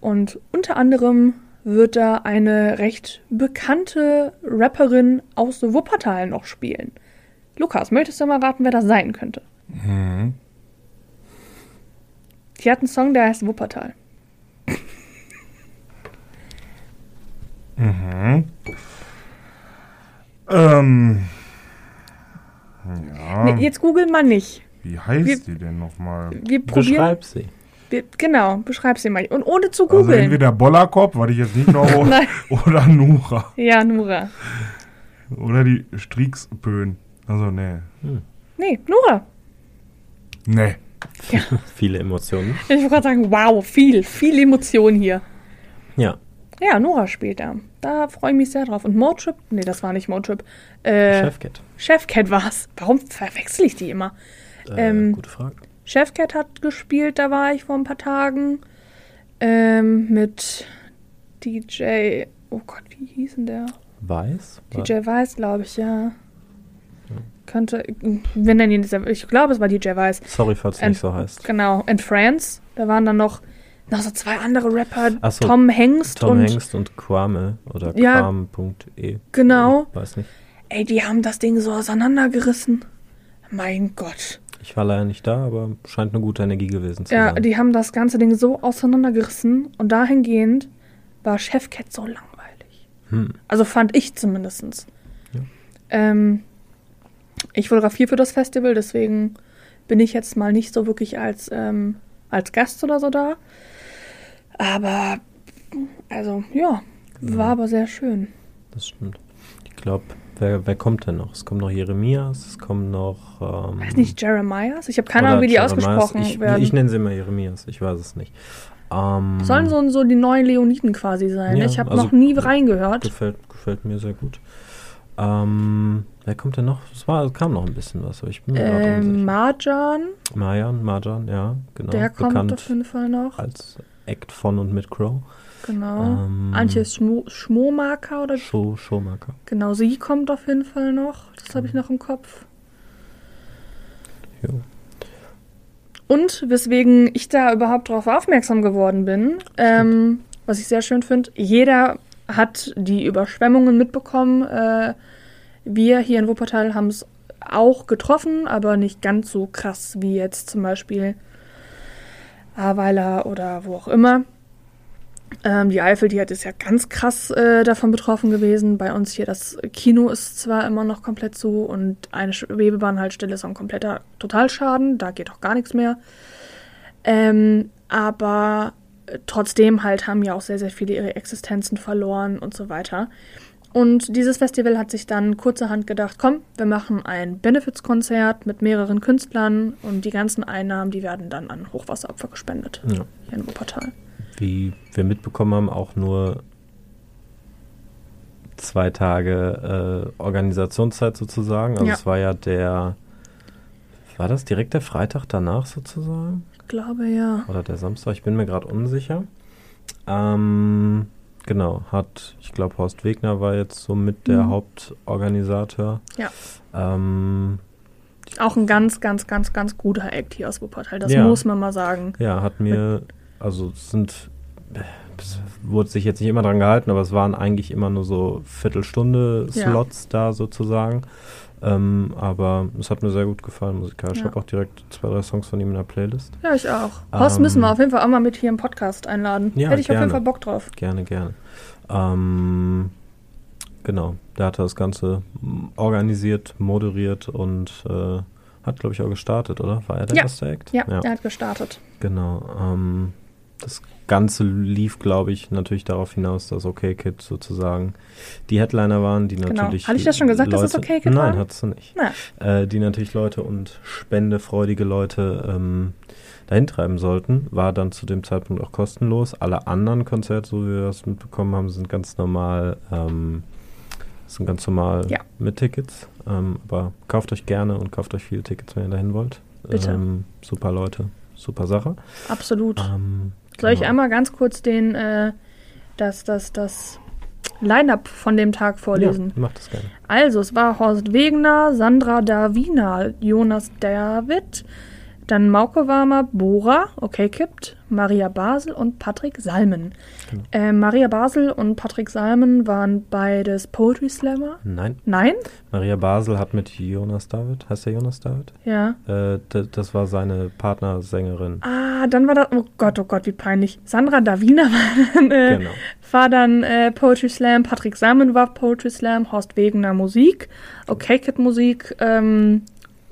Speaker 1: Und unter anderem wird da eine recht bekannte Rapperin aus Wuppertal noch spielen. Lukas, möchtest du mal raten, wer das sein könnte?
Speaker 2: Mhm.
Speaker 1: Die hat einen Song, der heißt Wuppertal.
Speaker 2: Mhm. Ähm. Ja.
Speaker 1: Nee, jetzt google mal nicht.
Speaker 2: wie
Speaker 1: wir-
Speaker 2: heißt die denn nochmal? Also
Speaker 1: Wir probieren.
Speaker 3: Beschreib sie.
Speaker 1: Wir, genau, beschreib sie mal. Und ohne zu
Speaker 2: Also
Speaker 1: googeln.
Speaker 2: entweder Bollerkopf, was ich jetzt nicht glaube, oder-
Speaker 1: Nein.
Speaker 2: oder Nura.
Speaker 1: Ja, Nura.
Speaker 2: Oder die Striekszpön. Also, nee.
Speaker 1: Nee, Nura.
Speaker 2: Nee.
Speaker 3: Viele Emotionen.
Speaker 1: Ich wollte gerade sagen, wow, viel, viel Emotion hier.
Speaker 3: Ja,
Speaker 1: Ja, Nora spielt da. Da freue ich mich sehr drauf. Und Motrip, nee, das war nicht Motrip. Äh,
Speaker 3: Chefcat.
Speaker 1: Chefcat war's. Warum verwechsel ich die immer?
Speaker 3: Äh,
Speaker 1: ähm,
Speaker 3: gute Frage.
Speaker 1: Chefcat hat gespielt, da war ich vor ein paar Tagen. Ähm, mit DJ. Oh Gott, wie hieß denn der?
Speaker 3: Weiß?
Speaker 1: DJ Weiß, glaube ich, ja. Könnte. Wenn denn dieser. Ich glaube, es war DJ Weiß.
Speaker 3: Sorry, falls es
Speaker 1: Ent-
Speaker 3: nicht so heißt.
Speaker 1: Genau. And Friends. Da waren dann noch, noch so zwei andere Rapper.
Speaker 3: Ach so,
Speaker 1: Tom Hengst
Speaker 3: Tom
Speaker 1: und.
Speaker 3: Hengst und Kwame oder
Speaker 1: Ja.
Speaker 3: Kwame.e.
Speaker 1: Genau.
Speaker 3: Ich weiß nicht.
Speaker 1: Ey, die haben das Ding so auseinandergerissen. Mein Gott.
Speaker 3: Ich war leider nicht da, aber scheint eine gute Energie gewesen zu
Speaker 1: Ja,
Speaker 3: sein.
Speaker 1: die haben das ganze Ding so auseinandergerissen und dahingehend war Chefcat so langweilig.
Speaker 3: Hm.
Speaker 1: Also fand ich zumindestens.
Speaker 3: Ja.
Speaker 1: Ähm, ich fotografiere für das Festival, deswegen bin ich jetzt mal nicht so wirklich als, ähm, als Gast oder so da. Aber, also, ja, war
Speaker 3: Ja.
Speaker 1: aber sehr schön.
Speaker 3: Das stimmt. Ich glaube, wer, wer kommt denn noch? Es kommen noch Jeremias, es kommen noch. Ähm,
Speaker 1: Weiß nicht, Jeremias? Ich habe keine
Speaker 3: oder
Speaker 1: Ahnung, wie die
Speaker 3: Jeremias.
Speaker 1: ausgesprochen
Speaker 3: ich,
Speaker 1: werden.
Speaker 3: Ich nenne sie immer Jeremias, ich weiß es nicht. Ähm,
Speaker 1: Sollen so, so die neuen Leoniden quasi sein.
Speaker 3: Ja,
Speaker 1: ich habe
Speaker 3: also-
Speaker 1: noch nie reingehört.
Speaker 3: Gefällt, gefällt mir sehr gut. Ähm, wer kommt denn noch? Es war, kam noch ein bisschen was, aber ich bin mir gerade
Speaker 1: Ähm,
Speaker 3: unsicher.
Speaker 1: Marjan,
Speaker 3: Marjan, Marjan, ja, genau.
Speaker 1: der kommt
Speaker 3: bekannt
Speaker 1: auf jeden Fall noch.
Speaker 3: als Act von und mit Crow.
Speaker 1: Genau.
Speaker 3: Ähm,
Speaker 1: Antje Schmo Schmomarker oder
Speaker 3: Show, Showmaker.
Speaker 1: genau, sie kommt auf jeden Fall noch. Das habe ich noch im Kopf.
Speaker 3: Jo.
Speaker 1: Und weswegen ich da überhaupt drauf aufmerksam geworden bin, ähm, was ich sehr schön finde, jeder hat die Überschwemmungen mitbekommen. Äh, wir hier in Wuppertal haben es auch getroffen, aber nicht ganz so krass wie jetzt zum Beispiel Ahrweiler oder wo auch immer. Ähm, die Eifel, die hat ist ja ganz krass äh, davon betroffen gewesen. Bei uns hier das Kino ist zwar immer noch komplett zu und eine Schwebebahnhaltestelle ist auch ein kompletter Totalschaden, da geht auch gar nichts mehr. Ähm, aber äh, trotzdem halt haben ja auch sehr, sehr viele ihre Existenzen verloren und so weiter. Und dieses Festival hat sich dann kurzerhand gedacht, komm, wir machen ein Benefizkonzert mit mehreren Künstlern und die ganzen Einnahmen, die werden dann an Hochwasseropfer gespendet.
Speaker 3: Ja.
Speaker 1: Hier in Wuppertal.
Speaker 3: wie wir mitbekommen haben, auch nur zwei Tage äh, Organisationszeit sozusagen. Also
Speaker 1: Ja.
Speaker 3: es war ja der, war das direkt der Freitag danach sozusagen?
Speaker 1: Ich glaube ja.
Speaker 3: Oder der Samstag? Ich bin mir gerade unsicher. Ähm, genau, hat, ich glaube, Horst Wegner war jetzt so mit der
Speaker 1: Mhm.
Speaker 3: Hauptorganisator.
Speaker 1: Ja.
Speaker 3: Ähm,
Speaker 1: Auch ein ganz, ganz, ganz, ganz guter Act hier aus Wuppertal. Das
Speaker 3: Ja.
Speaker 1: muss man mal sagen.
Speaker 3: Ja, hat mir, also es sind, es wurde sich jetzt nicht immer dran gehalten, aber es waren eigentlich immer nur so
Speaker 1: Ja.
Speaker 3: Viertelstunde-Slots da sozusagen. Ähm, aber es hat mir sehr gut gefallen musikalisch. Ich
Speaker 1: Ja.
Speaker 3: habe auch direkt zwei, drei Songs von ihm in der Playlist.
Speaker 1: Ja, ich auch. Horst
Speaker 3: Ähm,
Speaker 1: müssen wir auf jeden Fall auch mal mit hier im Podcast einladen.
Speaker 3: Ja,
Speaker 1: Hätte ich auf
Speaker 3: gerne.
Speaker 1: jeden Fall Bock drauf.
Speaker 3: Gerne, gerne. Ähm, genau, der hat das Ganze m- organisiert, moderiert und äh, hat, glaube ich, auch gestartet, oder? War er der
Speaker 1: Ja.
Speaker 3: erste Act?
Speaker 1: Ja, er hat gestartet.
Speaker 3: Genau. Ähm, das Ganze lief, glaube ich, natürlich darauf hinaus, dass OK Kid sozusagen die Headliner waren, die natürlich.
Speaker 1: Genau. Hatte ich das schon gesagt, dass es OK Kid
Speaker 3: Nein,
Speaker 1: war?
Speaker 3: hattest du nicht.
Speaker 1: Na.
Speaker 3: Äh, die natürlich Leute und spendefreudige Leute ähm, dahin treiben sollten. War dann zu dem Zeitpunkt auch kostenlos. Alle anderen Konzerte, so wie wir das mitbekommen haben, sind ganz normal. Ähm, sind ganz normal
Speaker 1: Ja.
Speaker 3: mit Tickets. Ähm, aber kauft euch gerne und kauft euch viele Tickets, wenn ihr dahin wollt.
Speaker 1: Bitte.
Speaker 3: Ähm, super Leute, super Sache.
Speaker 1: Absolut.
Speaker 3: Ähm,
Speaker 1: Soll ich
Speaker 3: genau.
Speaker 1: einmal ganz kurz den, äh, das, das, das Line-Up von dem Tag vorlesen?
Speaker 3: Ja, mach das gerne.
Speaker 1: Also, es war Horst Wegener, Sandra Davina, Jonas David, dann Mauke Warmer, Bora, okay, kippt, Maria Basel und Patrick Salmen.
Speaker 3: Genau.
Speaker 1: Äh, Maria Basel und Patrick Salmen waren beides Poetry Slammer.
Speaker 3: Nein,
Speaker 1: Nein?
Speaker 3: Maria Basel hat mit Jonas David, heißt der Jonas David?
Speaker 1: Ja.
Speaker 3: Äh, d- das war seine Partnersängerin.
Speaker 1: Ah, dann war das, oh Gott, oh Gott, wie peinlich. Sandra Davina war dann, äh,
Speaker 3: Genau.
Speaker 1: war dann äh, Poetry Slam, Patrick Samen war Poetry Slam, Horst Wegener Musik, Okay Kid Musik, ähm,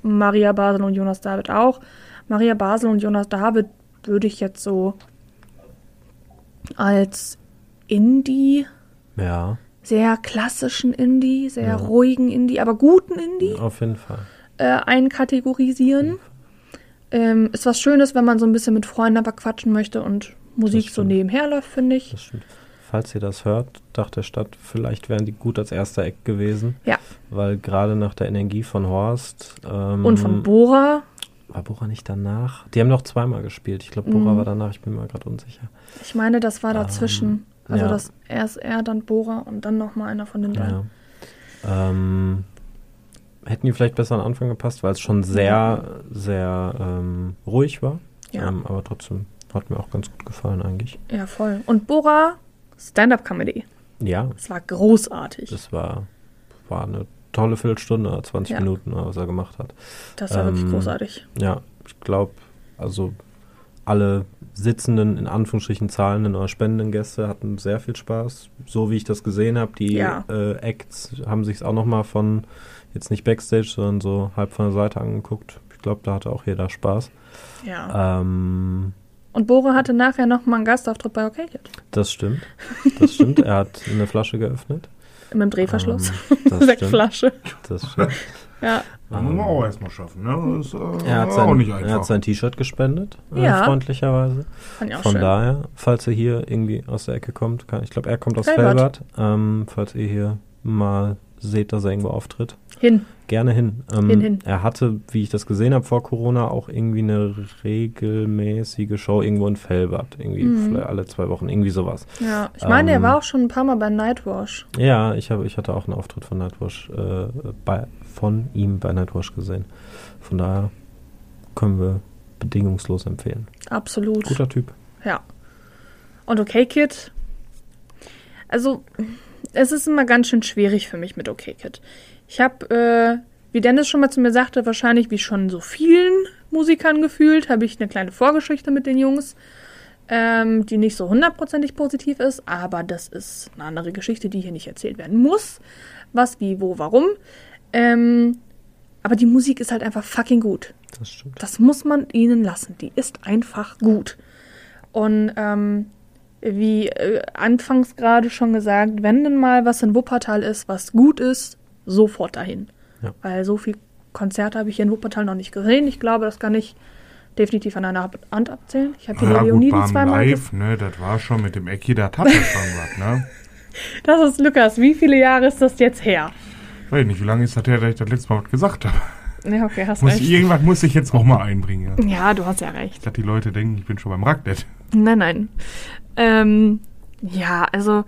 Speaker 1: Maria Basel und Jonas David auch. Maria Basel und Jonas David würde ich jetzt so als Indie,
Speaker 3: Ja,
Speaker 1: sehr klassischen Indie, sehr
Speaker 3: Ja.
Speaker 1: ruhigen Indie, aber guten Indie
Speaker 3: auf jeden Fall.
Speaker 1: äh, einkategorisieren. Ähm, ist was Schönes, wenn man so ein bisschen mit Freunden aber quatschen möchte und Musik
Speaker 3: Das
Speaker 1: so
Speaker 3: stimmt.
Speaker 1: nebenher läuft, finde ich.
Speaker 3: Das stimmt. Falls ihr das hört, dachte der Stadt, vielleicht wären die gut als erster Eck gewesen.
Speaker 1: Ja.
Speaker 3: Weil gerade nach der Energie von Horst. Ähm,
Speaker 1: Und von Bora,
Speaker 3: War Bora nicht danach? Die haben noch zweimal gespielt. Ich glaube,
Speaker 1: Mhm.
Speaker 3: Bora war danach. Ich bin mir gerade unsicher.
Speaker 1: ich meine, das war dazwischen. also
Speaker 3: Ah, ja.
Speaker 1: das erst er, dann Bora und dann nochmal einer von den drei.
Speaker 3: Ja. Ähm, hätten die vielleicht besser an den Anfang gepasst, weil es schon sehr, sehr ähm, ruhig war.
Speaker 1: Ja.
Speaker 3: Ähm, aber trotzdem hat mir auch ganz gut gefallen eigentlich.
Speaker 1: Ja, voll. Und Bora, Stand-Up-Comedy.
Speaker 3: Ja,
Speaker 1: Das war großartig. Das,
Speaker 3: das war, war eine tolle Viertelstunde oder 20
Speaker 1: Ja.
Speaker 3: Minuten, was er gemacht hat.
Speaker 1: war wirklich
Speaker 3: ähm,
Speaker 1: großartig.
Speaker 3: Ja, ich glaube, also alle sitzenden, in Anführungsstrichen zahlenden oder spendenden Gäste hatten sehr viel Spaß. So wie ich das gesehen habe, die
Speaker 1: Ja.
Speaker 3: äh, Acts haben sich auch nochmal von, jetzt nicht Backstage, sondern so halb von der Seite angeguckt. Ich glaube, da hatte auch jeder Spaß.
Speaker 1: Ja.
Speaker 3: Ähm,
Speaker 1: Und Bora hatte nachher nochmal einen Gastauftritt bei Okay Kid.
Speaker 3: das stimmt. Das stimmt. Er hat eine Flasche geöffnet.
Speaker 1: Mit dem Drehverschluss.
Speaker 3: Ähm, das
Speaker 1: Sechs
Speaker 3: stimmt.
Speaker 1: Flasche.
Speaker 3: Das stimmt.
Speaker 1: Ja.
Speaker 2: Das muss man auch erstmal schaffen, ne? Das ist äh,
Speaker 3: Ähm. Er hat
Speaker 2: auch
Speaker 3: sein,
Speaker 2: nicht
Speaker 3: er hat
Speaker 2: einfach.
Speaker 3: sein T-Shirt gespendet, äh,
Speaker 1: Ja.
Speaker 3: freundlicherweise.
Speaker 1: Fand ich auch
Speaker 3: Von
Speaker 1: schön.
Speaker 3: daher, falls ihr hier irgendwie aus der Ecke kommt, kann, ich glaube, er kommt aus
Speaker 1: Felbert.
Speaker 3: Felbert, ähm, falls ihr hier mal seht, dass er irgendwo auftritt,
Speaker 1: Hin.
Speaker 3: gerne hin. Ähm,
Speaker 1: Hin, hin.
Speaker 3: Er hatte, wie ich das gesehen habe vor Corona, auch irgendwie eine regelmäßige Show irgendwo in Felbert, irgendwie
Speaker 1: Mhm.
Speaker 3: vielleicht alle zwei Wochen, irgendwie sowas.
Speaker 1: Ja. Ich meine, er
Speaker 3: Ähm,
Speaker 1: war auch schon ein paar Mal bei Nightwash.
Speaker 3: Ja, ich, habe, ich hatte auch einen Auftritt von Nightwash, äh, bei, von ihm bei Nightwash gesehen. Von daher können wir bedingungslos empfehlen.
Speaker 1: Absolut.
Speaker 3: Guter Typ.
Speaker 1: Ja. Und okay, Kid. Also, es ist immer ganz schön schwierig für mich mit okay, Kid. Ich habe, äh, wie Dennis schon mal zu mir sagte, wahrscheinlich wie schon so vielen Musikern gefühlt, habe ich eine kleine Vorgeschichte mit den Jungs, ähm, die nicht so hundertprozentig positiv ist, aber das ist eine andere Geschichte, die hier nicht erzählt werden muss. Was, wie, wo, warum. Ähm, aber die Musik ist halt einfach fucking gut.
Speaker 3: Das stimmt.
Speaker 1: Das muss man ihnen lassen. Die ist einfach gut. Und ähm, wie äh, anfangs gerade schon gesagt, wenn denn mal was in Wuppertal ist, was gut ist, sofort dahin.
Speaker 3: Ja.
Speaker 1: Weil so viel Konzerte habe ich hier in Wuppertal noch nicht gesehen. Ich glaube, das kann ich definitiv an einer Ab- Hand abzählen. Ich habe hier
Speaker 2: Ja, gut,
Speaker 1: Leoniden
Speaker 2: beim
Speaker 1: zweimal. ges-
Speaker 2: Live, ne? Das war schon mit dem Ecki, da hat er schon was, ne?
Speaker 1: Das ist Lukas. Wie viele Jahre ist das jetzt her?
Speaker 2: Weiß nicht, wie lange ist das her, dass ich das letzte Mal was gesagt habe?
Speaker 1: Ja, okay, hast
Speaker 2: Muss ich,
Speaker 1: recht.
Speaker 2: irgendwas muss ich jetzt auch mal einbringen, ja.
Speaker 1: Ja, du hast ja recht.
Speaker 2: Dass die Leute denken, ich bin schon beim Raclette.
Speaker 1: Nein, nein. Ähm, ja, also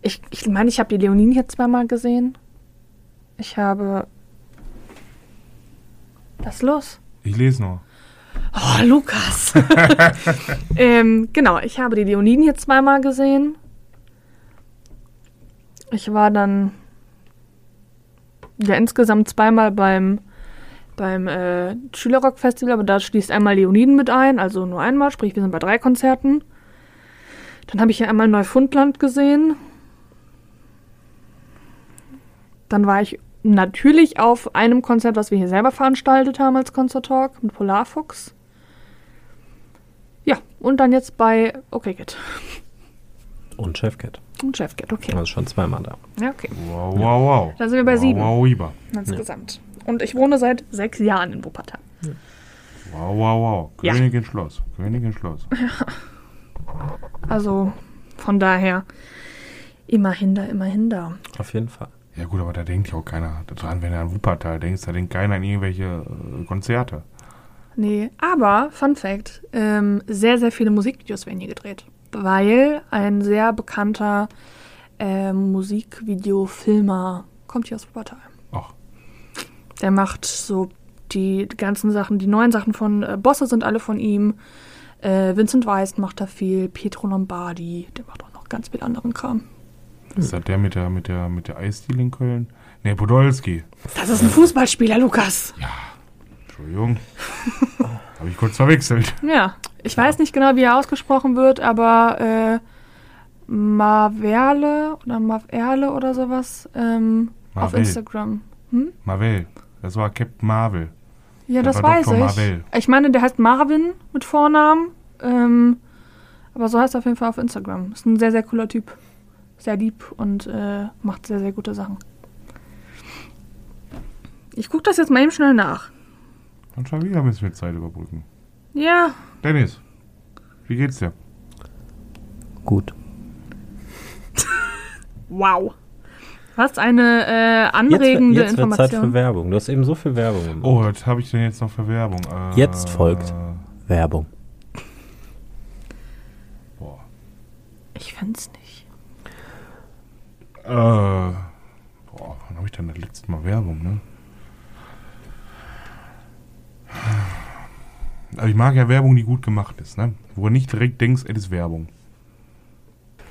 Speaker 1: ich meine, ich, meine, ich habe die Leonin hier zweimal gesehen. Ich habe. Was ist los?
Speaker 2: Ich lese noch.
Speaker 1: Oh, Lukas! ähm, genau, ich habe die Leoniden hier zweimal gesehen. Ich war dann ja insgesamt zweimal beim, beim äh, Schülerrock-Festival, aber da schließt einmal Leoniden mit ein, also nur einmal, sprich, wir sind bei drei Konzerten. Dann habe ich ja einmal Neufundland gesehen. Dann war ich natürlich auf einem Konzert, was wir hier selber veranstaltet haben als Concert Talk mit Polarfuchs. Ja, und dann jetzt bei Okay Kid
Speaker 3: Und Chefcat.
Speaker 1: und Chef Kid, okay.
Speaker 3: Also schon zweimal da.
Speaker 1: Ja, okay.
Speaker 2: Wow, wow, wow.
Speaker 1: Da sind wir bei
Speaker 2: wow,
Speaker 1: sieben.
Speaker 2: Wow, Iba.
Speaker 1: Insgesamt. Und ich wohne seit sechs Jahren in Wuppertal.
Speaker 2: Wow, wow, wow.
Speaker 1: Ja.
Speaker 2: König in Schloss. König in Schloss.
Speaker 1: Also von daher immerhin da, immerhin da.
Speaker 3: Auf jeden Fall.
Speaker 2: Ja gut, aber da denkt ja auch keiner dran, wenn du an Wuppertal denkst, da denkt keiner an irgendwelche äh, Konzerte.
Speaker 1: Nee, aber Fun Fact: ähm, sehr, sehr viele Musikvideos werden hier gedreht, weil ein sehr bekannter äh, Musikvideofilmer kommt hier aus Wuppertal.
Speaker 2: Ach,
Speaker 1: Der macht so die ganzen Sachen, die neuen Sachen von äh, Bosse sind alle von ihm. Äh, Vincent Weiss macht da viel, Pietro Lombardi, der macht auch noch ganz viel anderen Kram.
Speaker 2: ist das der mit der, mit der, mit der Eisdiele in Köln? Ne, Podolski.
Speaker 1: Das ist ein Fußballspieler, Lukas.
Speaker 2: Entschuldigung. Habe ich kurz verwechselt.
Speaker 1: Ja, Ich weiß nicht genau, wie er ausgesprochen wird, aber äh, Marverle oder Maverle oder sowas ähm, auf
Speaker 2: Marvel.
Speaker 1: Instagram. Hm?
Speaker 2: Marvel. Das war Captain Marvel.
Speaker 1: Ja,
Speaker 2: Das
Speaker 1: das
Speaker 2: war
Speaker 1: weiß
Speaker 2: Dr.
Speaker 1: ich.
Speaker 2: Marvel.
Speaker 1: Ich meine, der heißt Marvin mit Vornamen. Ähm, aber so heißt er auf jeden Fall auf Instagram. Ist ein sehr, sehr cooler Typ. Sehr lieb und äh, macht sehr, sehr gute Sachen. Ich gucke das jetzt mal eben schnell nach.
Speaker 2: Und schon wieder müssen wir Zeit überbrücken.
Speaker 1: Ja,
Speaker 2: Dennis, wie geht's dir?
Speaker 3: Gut.
Speaker 1: wow. Was eine äh,
Speaker 3: Jetzt,
Speaker 1: anregende
Speaker 3: jetzt wird Zeit für
Speaker 1: Information.
Speaker 3: Werbung. Du hast eben so viel Werbung gemacht.
Speaker 2: Oh, was habe ich denn jetzt noch für Werbung? Äh,
Speaker 3: Jetzt folgt. Werbung.
Speaker 2: Boah.
Speaker 1: ich find's nicht.
Speaker 2: Äh, boah, wann habe ich denn das letzte Mal Werbung, ne? Also ich mag ja Werbung, die gut gemacht ist, ne? Wo du nicht direkt denkst, es ist Werbung.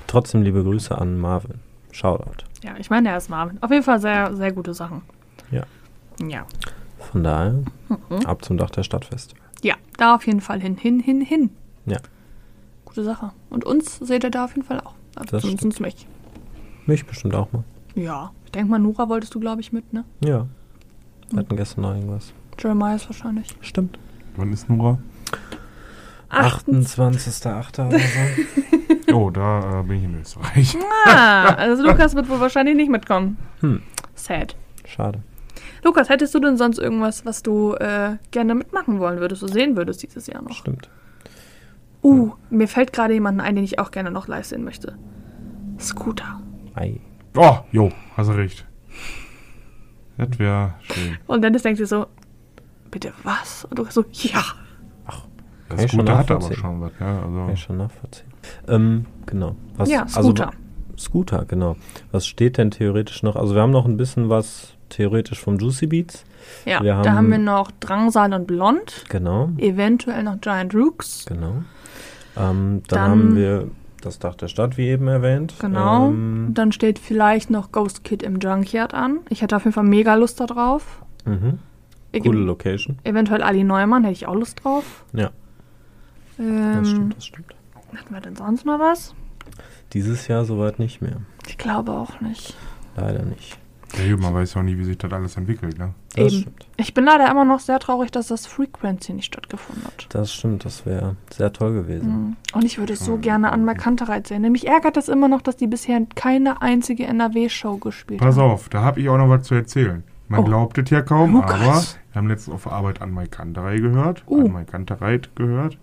Speaker 3: Trotzdem liebe Grüße an Marvin. Shoutout.
Speaker 1: Ja, ich meine, er ist Marvin. Auf jeden Fall sehr, sehr gute Sachen.
Speaker 3: Ja.
Speaker 1: Ja.
Speaker 3: Von daher,
Speaker 1: Mhm.
Speaker 3: ab zum Dach der Stadtfest.
Speaker 1: Ja, da auf jeden Fall hin, hin, hin, hin.
Speaker 3: Ja.
Speaker 1: Gute Sache. Und uns seht ihr da auf jeden Fall auch. Also
Speaker 3: Das
Speaker 1: zumindest mich.
Speaker 3: Mich bestimmt auch mal.
Speaker 1: Ja. Ich denke mal, Nora wolltest du, glaube ich, mit, ne?
Speaker 3: Ja. Wir hatten gestern noch irgendwas.
Speaker 1: Jeremiah ist wahrscheinlich.
Speaker 3: Stimmt.
Speaker 2: Wann ist Nora?
Speaker 3: 28.8. oder so.
Speaker 2: Oh, da äh, bin ich in Österreich.
Speaker 1: Ah, also Lukas wird wohl wahrscheinlich nicht mitkommen.
Speaker 3: Hm.
Speaker 1: Sad.
Speaker 3: Schade.
Speaker 1: Lukas, hättest du denn sonst irgendwas, was du äh, gerne mitmachen wollen würdest, du sehen würdest dieses Jahr noch?
Speaker 3: Stimmt.
Speaker 1: Uh, mir fällt gerade jemanden ein, den ich auch gerne noch live sehen möchte. Scooter.
Speaker 3: Ei.
Speaker 2: Oh, jo, hast du recht. Das wäre schön.
Speaker 1: Und Dennis denkt sich so, bitte was? Und Lukas so, ja.
Speaker 3: Kann ich
Speaker 2: Das
Speaker 3: schon
Speaker 2: Gute hat aber
Speaker 3: nachvollziehen.
Speaker 2: schon was, ja.
Speaker 3: Kann ich
Speaker 2: Also,
Speaker 3: schon nachvollziehen. Ähm, genau. Was,
Speaker 1: ja,
Speaker 3: also,
Speaker 1: Scooter.
Speaker 3: Scooter, genau. Was steht denn theoretisch noch? Also wir haben noch ein bisschen was theoretisch vom Juicy Beats.
Speaker 1: ja,
Speaker 3: wir
Speaker 1: da
Speaker 3: haben-
Speaker 1: haben wir noch Drangsal und Blond.
Speaker 3: Genau.
Speaker 1: Eventuell noch Giant Rooks.
Speaker 3: Genau. Ähm, dann,
Speaker 1: Dann-
Speaker 3: haben wir das Dach der Stadt, wie eben erwähnt.
Speaker 1: Genau.
Speaker 3: Ähm,
Speaker 1: Dann steht vielleicht noch Ghost Kid im Junkyard an. Ich hätte auf jeden Fall mega Lust da drauf.
Speaker 3: mhm.
Speaker 1: Ich-
Speaker 3: Coole Location.
Speaker 1: Eventuell Ali Neumann hätte ich auch Lust drauf.
Speaker 3: Ja,
Speaker 1: Ähm,
Speaker 3: das stimmt, das stimmt.
Speaker 1: Hatten wir denn sonst noch was?
Speaker 3: Dieses Jahr soweit nicht mehr.
Speaker 1: Ich glaube auch nicht.
Speaker 3: Leider nicht.
Speaker 2: ja, gut, man weiß ja auch nie, wie sich das alles entwickelt, ne?
Speaker 3: Das
Speaker 1: Eben.
Speaker 3: stimmt.
Speaker 1: Ich bin leider immer noch sehr traurig, dass das Frequency nicht stattgefunden hat.
Speaker 3: Das stimmt, das wäre sehr toll gewesen.
Speaker 1: Mhm. Und ich würde es so
Speaker 2: Schade.
Speaker 1: gerne an Markantereit sehen. Nämlich ärgert es immer noch, dass die bisher keine einzige NRW-Show gespielt
Speaker 2: Pass
Speaker 1: haben.
Speaker 2: auf, da habe ich auch noch was zu erzählen. Man
Speaker 1: Oh.
Speaker 2: glaubt es ja kaum,
Speaker 1: Lukas.
Speaker 2: aber wir haben letztens auf Arbeit an Maikanterei gehört,
Speaker 1: Uh.
Speaker 2: an Maikantereit gehört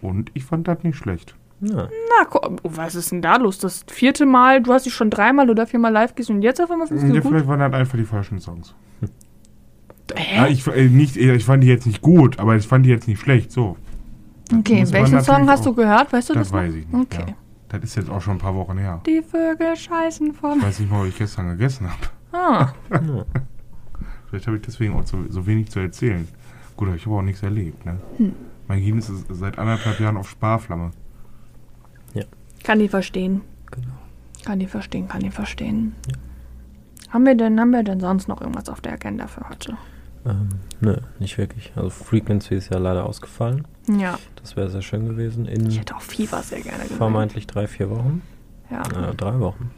Speaker 2: und ich fand das nicht schlecht.
Speaker 1: Mhm.
Speaker 3: Ja,
Speaker 1: Na, gu- oh, was ist denn da los? Das vierte Mal, du hast dich schon dreimal oder viermal live gesehen und jetzt auf einmal findest
Speaker 2: Ja,
Speaker 1: du gut?
Speaker 2: vielleicht waren das einfach die falschen Songs. Ja,
Speaker 1: Hä?
Speaker 2: ich, äh, nicht, äh, ich fand die jetzt nicht gut, aber ich fand die jetzt nicht schlecht. So,
Speaker 1: Okay,
Speaker 2: muss man
Speaker 1: welchen Song
Speaker 2: natürlich
Speaker 1: hast du
Speaker 2: auch-
Speaker 1: gehört? Weißt du
Speaker 2: das,
Speaker 1: das? noch?
Speaker 2: weiß ich nicht.
Speaker 1: Okay.
Speaker 2: Ja. Das ist jetzt auch schon ein paar Wochen her.
Speaker 1: Die Vögel scheißen
Speaker 2: Ich
Speaker 1: vom.
Speaker 2: weiß nicht mal, was ich gestern gegessen habe.
Speaker 1: Ah,
Speaker 3: ja.
Speaker 2: Vielleicht habe ich deswegen auch so, so wenig zu erzählen. Gut, aber ich habe auch nichts erlebt. Ne? Mein Gehirn ist seit anderthalb Jahren auf Sparflamme.
Speaker 1: kann die verstehen.
Speaker 3: Genau.
Speaker 1: Kann die verstehen, kann die verstehen. Haben wir denn, haben wir denn sonst noch irgendwas auf der Agenda für heute?
Speaker 3: Ähm, nö, nicht wirklich. Also Frequency ist ja leider ausgefallen.
Speaker 1: Ja,
Speaker 3: Das wäre sehr schön gewesen
Speaker 1: ich
Speaker 3: in
Speaker 1: hätte auch Fieber sehr gerne gesehen.
Speaker 3: vermeintlich drei, vier Wochen.
Speaker 1: Ja.
Speaker 3: Äh, drei Wochen.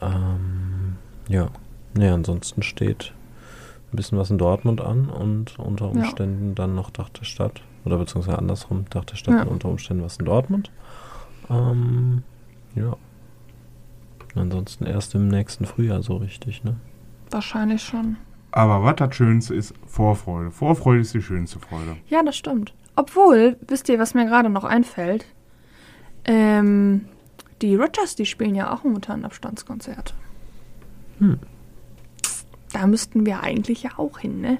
Speaker 3: Ähm, ja. Naja, ansonsten steht ein bisschen was in Dortmund an und unter
Speaker 1: Ja.
Speaker 3: Umständen dann noch Dach der Stadt. Oder beziehungsweise andersrum, Dach der Stadt
Speaker 1: Ja.
Speaker 3: und unter Umständen was in Dortmund. Ähm, ja. Ansonsten erst im nächsten Frühjahr so richtig, ne?
Speaker 1: Wahrscheinlich schon.
Speaker 2: Aber was das Schönste ist, Vorfreude. Vorfreude ist die schönste Freude.
Speaker 1: Ja, das stimmt. Obwohl, wisst ihr, was mir gerade noch einfällt? Ähm, die Rogers, die spielen ja auch momentan Abstandskonzert.
Speaker 3: Hm.
Speaker 1: Da müssten wir eigentlich ja auch hin, ne?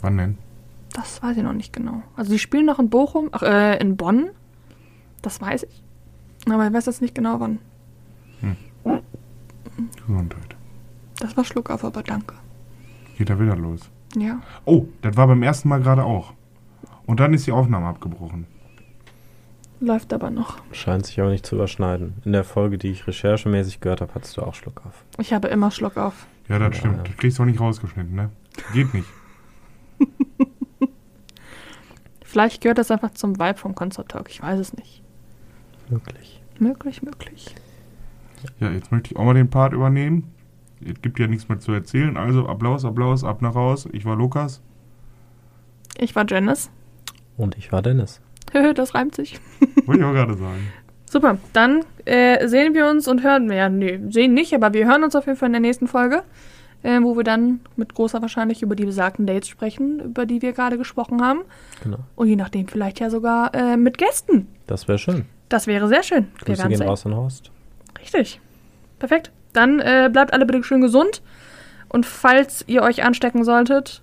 Speaker 2: Wann denn?
Speaker 1: Das weiß ich noch nicht genau. Also die spielen noch in Bochum, ach, äh, in Bonn. Das weiß ich. Aber ich weiß jetzt nicht genau wann.
Speaker 2: Gesundheit.
Speaker 1: Das war Schluck auf, aber danke.
Speaker 2: Geht da wieder los.
Speaker 1: Ja.
Speaker 2: Oh, das war beim ersten Mal gerade auch. Und dann ist die Aufnahme abgebrochen.
Speaker 1: Läuft aber noch.
Speaker 3: Scheint sich aber nicht zu überschneiden. In der Folge, die ich recherchemäßig gehört habe, hattest du auch Schluck auf.
Speaker 1: Ich habe immer Schluck auf.
Speaker 2: Ja, das
Speaker 3: Ja,
Speaker 2: stimmt.
Speaker 3: ja.
Speaker 2: Das kriegst du auch nicht rausgeschnitten, ne? Geht nicht.
Speaker 1: Vielleicht gehört das einfach zum Vibe vom Concert Talk. Ich weiß es nicht.
Speaker 3: Möglich.
Speaker 1: Möglich, möglich.
Speaker 2: Ja, jetzt möchte ich auch mal den Part übernehmen. Es gibt ja nichts mehr zu erzählen. Also Applaus, Applaus, ab nach raus. Ich war Lukas.
Speaker 1: Ich war Janice.
Speaker 3: Und ich war Dennis.
Speaker 1: Höhö, das reimt sich.
Speaker 2: Wollte ich auch gerade sagen.
Speaker 1: Super, dann äh, sehen wir uns und hören. Ja, nee, sehen nicht, aber wir hören uns auf jeden Fall in der nächsten Folge, äh, wo wir dann mit großer Wahrscheinlichkeit über die besagten Dates sprechen, über die wir gerade gesprochen haben.
Speaker 3: Genau.
Speaker 1: Und je nachdem vielleicht ja sogar äh, mit Gästen.
Speaker 3: Das wäre schön.
Speaker 1: Das wäre sehr schön. Wir
Speaker 3: Grüße
Speaker 1: werden
Speaker 3: gehen
Speaker 1: sehen.
Speaker 3: raus an Horst.
Speaker 1: Richtig. Perfekt. Dann äh, bleibt alle bitte schön gesund. Und falls ihr euch anstecken solltet,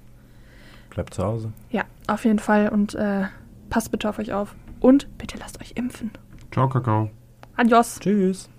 Speaker 3: Bleibt zu Hause.
Speaker 1: ja, auf jeden Fall. Und äh, passt bitte auf euch auf. Und bitte lasst euch impfen.
Speaker 2: Ciao, Kakao.
Speaker 1: Adios.
Speaker 3: Tschüss.